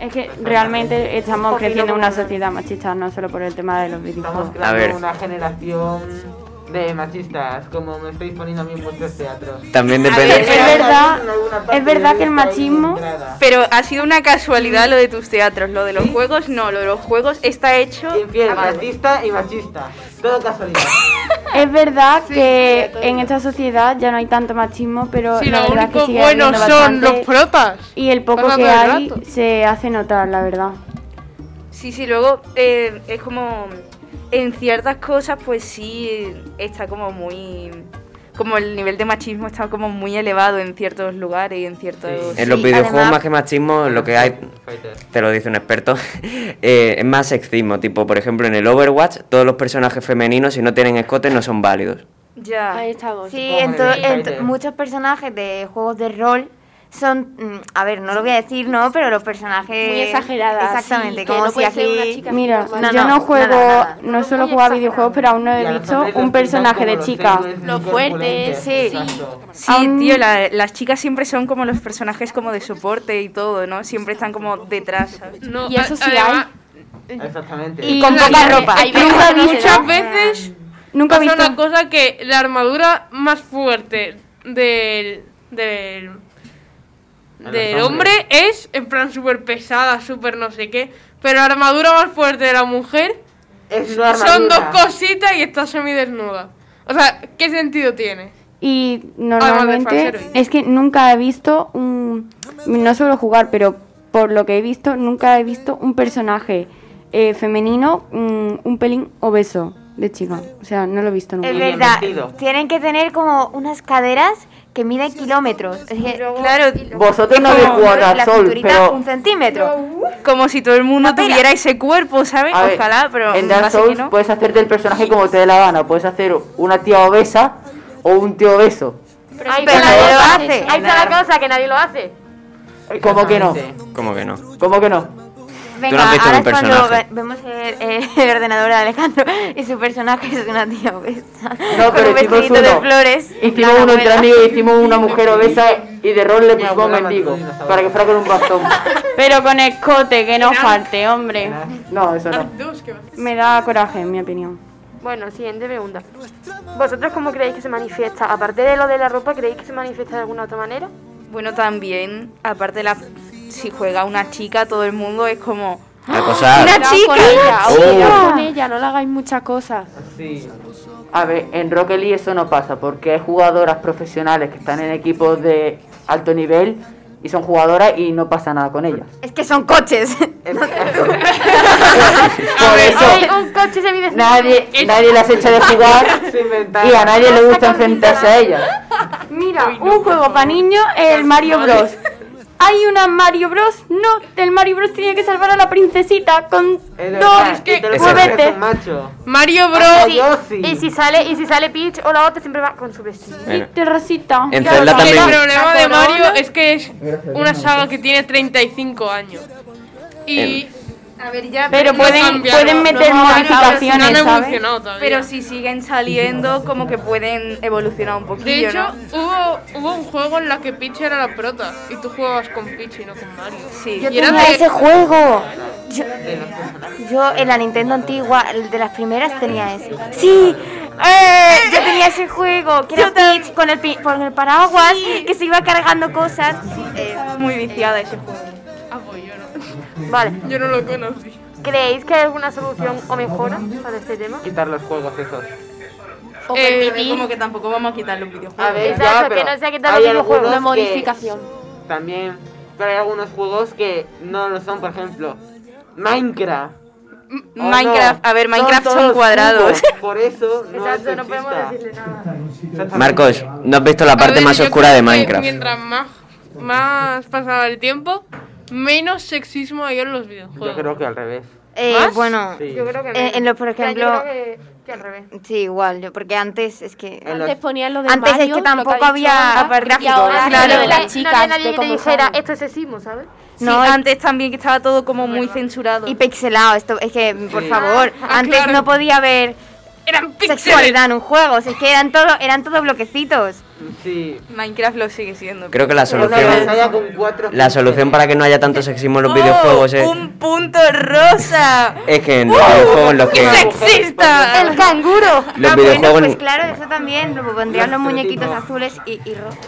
Speaker 2: Es que realmente estamos
Speaker 9: Porque
Speaker 2: creciendo en
Speaker 9: no-
Speaker 2: una sociedad machista, no solo por el tema de los videojuegos.
Speaker 4: Estamos creando una generación de machistas, como me estáis poniendo a mí en vuestros teatros.
Speaker 6: También
Speaker 8: A
Speaker 6: depende.
Speaker 8: ver, es verdad,
Speaker 4: parte
Speaker 8: es verdad
Speaker 4: de
Speaker 8: que el
Speaker 4: esta
Speaker 8: machismo.
Speaker 4: ilustrada.
Speaker 8: Pero ha sido una casualidad lo de tus teatros, lo de los juegos no, lo de los juegos está hecho.
Speaker 4: Infiel, racista y machista. Todo casualidad.
Speaker 2: Es verdad que en esta sociedad ya no hay tanto machismo, pero
Speaker 11: Sí,
Speaker 2: la
Speaker 11: lo
Speaker 2: verdad es que
Speaker 11: único
Speaker 2: sigue
Speaker 11: bueno
Speaker 2: habiendo
Speaker 11: son
Speaker 2: bastante-
Speaker 11: los protas.
Speaker 2: Y el poco
Speaker 11: Pasan
Speaker 2: que
Speaker 11: todo el
Speaker 2: hay
Speaker 11: rato.
Speaker 2: se hace notar, la verdad.
Speaker 8: Sí, sí, luego eh, es como. En ciertas cosas, pues sí, está como muy. Como el nivel de machismo está como muy elevado en ciertos lugares y en ciertos.
Speaker 6: En los videojuegos, más que machismo, lo que hay, te lo dice un experto, *laughs* eh, es más sexismo. Tipo, por ejemplo, en el Overwatch, todos los personajes femeninos, si no tienen escote, no son válidos.
Speaker 9: Ya.
Speaker 1: Ahí estamos.
Speaker 9: Sí,
Speaker 1: Como
Speaker 9: ento-
Speaker 1: en el
Speaker 9: ento-
Speaker 1: baile.
Speaker 9: muchos personajes de juegos de rol son, mm, a ver, no lo voy a decir, no, pero los personajes...
Speaker 1: Muy exageradas,
Speaker 9: Exactamente,
Speaker 1: sí, que
Speaker 9: como
Speaker 1: no
Speaker 9: si
Speaker 1: puede
Speaker 9: aquí...
Speaker 1: ser una chica
Speaker 2: Mira, yo no, juego, no solo juego a videojuegos, pero aún no he visto un personaje de chica.
Speaker 8: Los fuertes, sí. Sí,
Speaker 2: Aún-
Speaker 8: tío, la- las chicas siempre son como los personajes como de soporte y todo, ¿no? Siempre están como detrás. ¿sabes?
Speaker 11: Y eso a- sí además-
Speaker 4: Exactamente.
Speaker 8: Y con poca ropa.
Speaker 11: Hay veces-
Speaker 8: Nunca he visto-
Speaker 11: muchas veces nunca
Speaker 2: nunca
Speaker 11: pasa
Speaker 2: he visto-
Speaker 11: una cosa que la armadura más fuerte del del,
Speaker 2: los
Speaker 11: del hombre
Speaker 2: hombres.
Speaker 11: es en plan súper pesada, súper no sé qué, pero la armadura más fuerte de la mujer
Speaker 4: Es
Speaker 2: una
Speaker 11: son dos
Speaker 2: armadura.
Speaker 11: cositas y está semidesnuda. O sea, ¿qué sentido tiene?
Speaker 2: Y
Speaker 11: Además
Speaker 2: normalmente
Speaker 11: de falsero.
Speaker 2: es que nunca he visto un... No suelo jugar, pero por lo que he visto, nunca he visto un personaje eh, femenino mm, un pelín obeso de chica. O sea, no lo he visto nunca.
Speaker 9: Es verdad, tienen que tener como unas caderas que miden kilómetros. Es que,
Speaker 8: Claro,
Speaker 9: vosotros
Speaker 4: no veis
Speaker 9: la
Speaker 4: Guarasol,
Speaker 9: cinturita,
Speaker 4: pero-
Speaker 9: un centímetro.
Speaker 8: Como si todo el mundo tuviera ese cuerpo, ¿sabes?
Speaker 16: A ver,
Speaker 8: Ojalá, pero
Speaker 16: En
Speaker 8: va
Speaker 16: Dark
Speaker 8: a ser
Speaker 16: Souls
Speaker 8: que no.
Speaker 16: puedes hacerte el personaje como te dé la gana. Puedes hacer una tía obesa o un tío obeso.
Speaker 3: Ahí
Speaker 16: pero
Speaker 3: está
Speaker 16: nadie lo
Speaker 3: la-
Speaker 16: hace.
Speaker 3: Ahí está la cosa, que nadie lo hace.
Speaker 16: ¿Cómo que no?
Speaker 6: ¿Cómo que no?
Speaker 16: ¿Cómo que no?
Speaker 6: Tú no has
Speaker 9: Venga,
Speaker 6: visto
Speaker 9: ahora
Speaker 6: un
Speaker 9: es cuando
Speaker 6: personaje.
Speaker 9: ve- vemos el, eh, el ordenador de Alejandro *laughs* y su personaje es una tía pues. obesa.
Speaker 16: No,
Speaker 9: con
Speaker 16: pero
Speaker 9: un
Speaker 16: hicimos
Speaker 9: vestidito de
Speaker 16: uno.
Speaker 9: flores.
Speaker 16: Hicimos
Speaker 9: la
Speaker 16: uno entre
Speaker 9: abuela.
Speaker 16: amigos, hicimos una mujer obesa y de rol le pusimos un
Speaker 4: abuela
Speaker 16: mendigo para que fuera con un bastón.
Speaker 2: Pero con escote, que no falte, hombre.
Speaker 16: No,
Speaker 2: *laughs*
Speaker 16: eso no.
Speaker 2: Me da coraje, en mi opinión.
Speaker 3: Bueno, siguiente pregunta. ¿Vosotros cómo creéis que se manifiesta? Aparte de lo de la ropa, ¿creéis que se manifiesta de alguna otra manera?
Speaker 8: Bueno, también, aparte la si juega una chica, todo el mundo es como ¡Ah!
Speaker 6: Acosar.
Speaker 8: ¡Una
Speaker 1: Cuidado
Speaker 8: chica!
Speaker 1: con ella,
Speaker 16: Oh.
Speaker 1: cuidado con ella, no le hagáis mucha cosa.
Speaker 16: A ver, en Rocket League eso no pasa porque hay jugadoras profesionales que están en equipos de alto nivel y son jugadoras y no pasa nada con ellas.
Speaker 9: Es que son coches.
Speaker 16: Por eso
Speaker 3: Un coche se vive
Speaker 16: nadie, nadie las echa de
Speaker 4: *laughs*
Speaker 16: jugar
Speaker 2: *laughs*
Speaker 16: y a nadie le gusta enfrentarse a ellas.
Speaker 2: Mira, un juego para niños es el Mario Bros. Hay una Mario Bros. No, el Mario Bros. tiene que salvar a la princesita con dos
Speaker 4: es que
Speaker 2: juguetes.
Speaker 4: un macho.
Speaker 11: Mario
Speaker 4: Bros. Hasta Yoshi.
Speaker 3: Y si sale, y si sale Peach o la otra siempre va con su vestido.
Speaker 6: Bueno.
Speaker 2: Terracita.
Speaker 6: En Zelda también.
Speaker 11: El problema
Speaker 3: La
Speaker 11: de
Speaker 3: corona.
Speaker 11: Mario es que es una saga que tiene 35 años. Y
Speaker 9: Em.
Speaker 8: A ver, ya,
Speaker 2: Pero
Speaker 11: no
Speaker 2: pueden-
Speaker 11: cambiaron,
Speaker 2: pueden
Speaker 11: no
Speaker 2: meter
Speaker 11: han cambiado,
Speaker 2: modificaciones,
Speaker 11: no han
Speaker 2: ¿sabes?
Speaker 11: evolucionado todavía.
Speaker 8: Pero si siguen saliendo, como que pueden evolucionar un poquillo,
Speaker 11: de hecho,
Speaker 8: ¿no?
Speaker 11: hubo, hubo un juego en la que Peach era la prota y tú jugabas con Peach y no con Mario.
Speaker 8: Sí.
Speaker 9: Yo
Speaker 11: y era
Speaker 9: tenía
Speaker 11: de-
Speaker 9: ese juego. Yo, yo en la Nintendo antigua, el de las primeras tenía ese. Sí, ¡Eh! Yo tenía ese juego, que era Peach con el, pi- con el paraguas, que se iba cargando cosas.
Speaker 3: Eh,
Speaker 8: muy viciada ese juego.
Speaker 11: Ah, pues
Speaker 4: *laughs*
Speaker 3: Vale.
Speaker 25: Yo no lo conocí.
Speaker 3: ¿Creéis que hay alguna solución o mejora para este tema?
Speaker 4: Quitar los juegos esos.
Speaker 8: O permitir- como que tampoco vamos a quitar los videojuegos.
Speaker 3: A ver,
Speaker 4: Ya, pero hay algunos que También, pero hay algunos juegos que no lo son, por ejemplo, Minecraft. ¿O
Speaker 8: Minecraft- a ver, Minecraft son
Speaker 4: todos
Speaker 8: cuadrados.
Speaker 4: cubos, Pues Por eso no
Speaker 3: Exacto,
Speaker 4: es
Speaker 3: no podemos
Speaker 4: sexista.
Speaker 6: Marcos, no has visto la parte más oscura de Minecraft.
Speaker 7: Mientras más, más pasaba el tiempo, menos sexismo hay en los videojuegos.
Speaker 4: Yo creo que al revés.
Speaker 9: Eh,
Speaker 7: ¿Más?
Speaker 9: bueno,
Speaker 4: Sí.
Speaker 9: eh, en los, por ejemplo,
Speaker 3: al revés.
Speaker 9: Sí, igual, yo- porque antes es que...
Speaker 4: En los- Antes
Speaker 9: ponían
Speaker 1: lo de
Speaker 9: Antes es
Speaker 1: Mario,
Speaker 9: que
Speaker 1: lo que ha
Speaker 9: tampoco
Speaker 1: dicho Ana,
Speaker 9: había
Speaker 1: aparte que
Speaker 9: gráficos.
Speaker 1: ahora
Speaker 9: Claro.
Speaker 1: lo de las
Speaker 3: No
Speaker 1: chicas,
Speaker 3: había
Speaker 1: de
Speaker 3: nadie que te
Speaker 1: cómo
Speaker 3: dijera,
Speaker 1: saben.
Speaker 3: esto es sexismo, ¿sabes?
Speaker 9: No,
Speaker 8: sí,
Speaker 9: y-
Speaker 8: antes también que estaba todo como muy censurado.
Speaker 9: Y pixelado, esto es que, por
Speaker 8: Sí.
Speaker 9: favor,
Speaker 8: Ah,
Speaker 9: antes
Speaker 8: claro.
Speaker 9: no podía haber sexualidad en un juego, o sea, es que eran todo, eran todos bloquecitos.
Speaker 4: Sí.
Speaker 8: Minecraft lo sigue siendo.
Speaker 6: Creo que la solución, la solución para que no haya tanto sexismo en los
Speaker 8: ¡Oh!
Speaker 6: videojuegos es,
Speaker 8: Un ¡Oh! punto rosa.
Speaker 6: es que en los videojuegos los
Speaker 8: ¡Qué
Speaker 6: que
Speaker 8: *laughs* sexista!
Speaker 9: ¡El canguro!
Speaker 6: Los
Speaker 9: ah,
Speaker 6: videojuegos-
Speaker 9: bueno, pues claro, eso también, lo pondrían los muñequitos azules y, y rojos.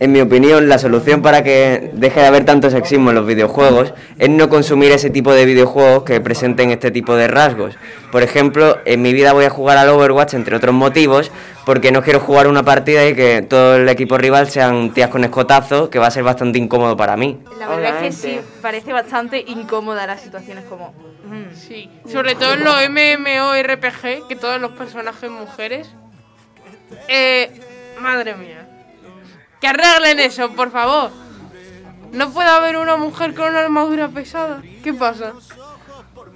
Speaker 6: En mi opinión, la solución para que deje de haber tanto sexismo en los videojuegos es no consumir ese tipo de videojuegos que presenten este tipo de rasgos. Por ejemplo, en mi vida voy a jugar al Overwatch, entre otros motivos, porque no quiero jugar una partida y que todo el equipo rival sean tías con escotazo, que va a ser bastante incómodo para mí.
Speaker 8: La verdad es que sí,
Speaker 6: Obviamente.
Speaker 8: parece bastante incómoda las situaciones como...
Speaker 7: Sí. Sobre todo en los MMORPG, que todos los personajes mujeres. Eh, madre mía. Que arreglen eso, por favor. No puede haber una mujer con una armadura pesada. ¿Qué pasa?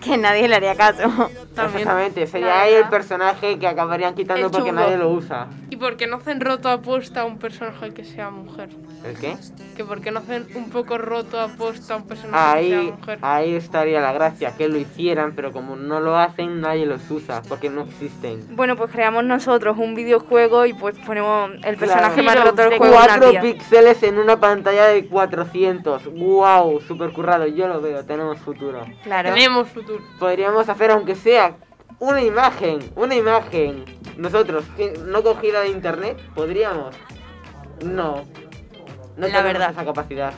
Speaker 9: Que nadie le haría caso.
Speaker 4: Exactamente, sería ahí el personaje que acabarían quitando
Speaker 7: El
Speaker 4: porque
Speaker 7: chungo.
Speaker 4: nadie lo usa.
Speaker 7: ¿Y por qué no hacen roto aposta a un personaje que sea mujer?
Speaker 4: ¿El qué?
Speaker 7: Que por qué no hacen un poco roto aposta a un personaje que sea
Speaker 4: Ah, Ahí,
Speaker 7: mujer.
Speaker 4: ahí estaría la gracia, que lo hicieran, pero como no lo hacen, nadie los usa, porque no existen.
Speaker 8: Bueno, pues creamos nosotros un videojuego y pues ponemos el personaje más
Speaker 4: Claro,
Speaker 8: roto del
Speaker 4: de
Speaker 8: juego.
Speaker 4: Cuatro
Speaker 8: una tía.
Speaker 4: píxeles en una pantalla de 400. ¡Wow! Super currado, yo lo veo, tenemos futuro.
Speaker 9: Claro.
Speaker 7: Tenemos futuro.
Speaker 4: Podríamos hacer, aunque sea una imagen, una imagen. Nosotros, que no cogida de internet, podríamos. No.
Speaker 8: La
Speaker 4: No tenemos
Speaker 8: verdad.
Speaker 4: esa capacidad.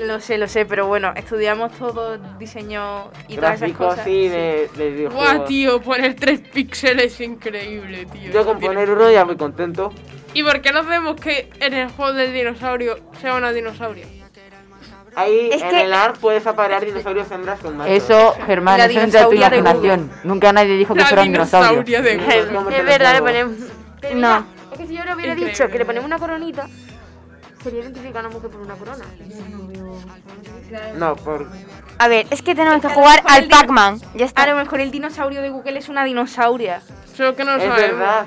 Speaker 8: Lo sé, lo sé, pero bueno, estudiamos todo diseño y todas esas
Speaker 4: Gráficos,
Speaker 8: cosas.
Speaker 4: sí, de, de videojuegos.
Speaker 7: Guau, tío, poner tres píxeles es increíble, tío.
Speaker 4: Yo con poner uno ya muy contento.
Speaker 7: ¿Y por qué no vemos que en el juego del dinosaurio sea una dinosauria?
Speaker 4: Ahí
Speaker 7: Es
Speaker 4: en
Speaker 7: que-
Speaker 4: el AR puedes aparar dinosaurios hembras con machos.
Speaker 16: Eso, Germán,
Speaker 4: La
Speaker 16: eso entra a tu
Speaker 4: dinosauria de
Speaker 16: imaginación. Nunca nadie dijo que
Speaker 4: La
Speaker 16: fuera un dinosaurio.
Speaker 4: dinosauria de Google.
Speaker 3: Es,
Speaker 4: Como
Speaker 3: es
Speaker 4: te lo
Speaker 3: verdad, le
Speaker 4: pongo.
Speaker 3: ponemos... Pero
Speaker 9: No.
Speaker 3: mira, es que si yo le hubiera
Speaker 9: Increíble.
Speaker 3: dicho que le ponemos una coronita, sería identificar a una mujer por una corona.
Speaker 4: No, por...
Speaker 9: A ver, es que tenemos que jugar al Pac-Man. Ya está.
Speaker 8: A lo mejor el dinosaurio de Google es una dinosauria.
Speaker 7: Solo que no
Speaker 4: Es verdad.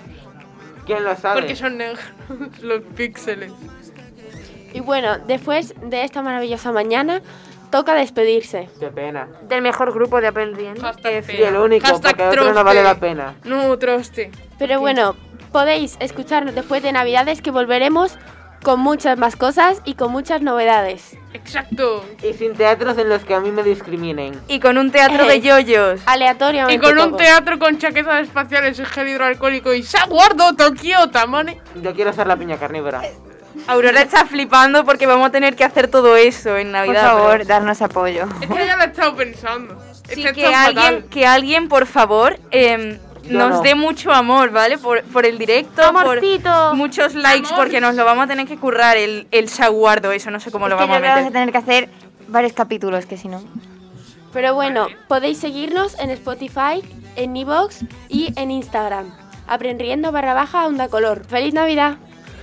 Speaker 4: ¿Quién lo sabe?
Speaker 7: Porque son negros *laughs* los píxeles.
Speaker 1: Y bueno, después de esta maravillosa mañana, toca despedirse.
Speaker 4: Qué pena.
Speaker 3: Del mejor grupo de Apple Rien.
Speaker 4: Sí, el único,
Speaker 1: Hashtag
Speaker 4: porque otro no vale
Speaker 1: troste.
Speaker 4: la pena.
Speaker 7: No, troste.
Speaker 1: Pero bueno, podéis escucharnos después de Navidades que volveremos con muchas más cosas y con muchas novedades.
Speaker 7: Exacto.
Speaker 4: Y sin teatros en los que a mí me discriminen.
Speaker 8: Y con un teatro de yoyos.
Speaker 1: Aleatoriamente.
Speaker 7: Y con un
Speaker 4: todo.
Speaker 7: teatro con chaquetas espaciales y gel hidroalcohólico y saguardo, Tokio, Tamane.
Speaker 4: Yo quiero ser la piña carnívora.
Speaker 8: Aurora está flipando porque vamos a tener que hacer todo eso en Navidad.
Speaker 9: favor,
Speaker 8: darnos apoyo.
Speaker 7: Es que ya lo he estado pensando. Es
Speaker 8: Sí,
Speaker 7: que
Speaker 8: que
Speaker 7: esto es fatal.
Speaker 8: alguien, que alguien, por favor, em,
Speaker 7: Yo
Speaker 8: nos
Speaker 7: no.
Speaker 8: dé mucho amor, ¿vale? Por, por el directo, por muchos likes, porque nos lo vamos a tener que currar el, el saguardo, eso no sé cómo
Speaker 9: Es
Speaker 8: lo
Speaker 9: que
Speaker 8: vamos a
Speaker 9: yo creo que
Speaker 8: meter.
Speaker 9: vamos a tener que hacer varios capítulos, que si no.
Speaker 1: Pero bueno, podéis seguirnos en Spotify, en Evox y en Instagram. Aprendiendo barra baja onda color. ¡Feliz Navidad!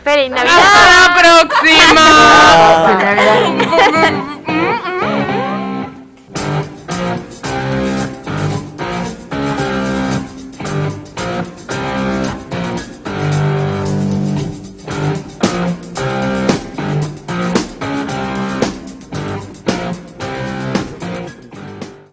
Speaker 3: ¡Feliz
Speaker 1: Navidad!
Speaker 7: ¡Hasta la próxima!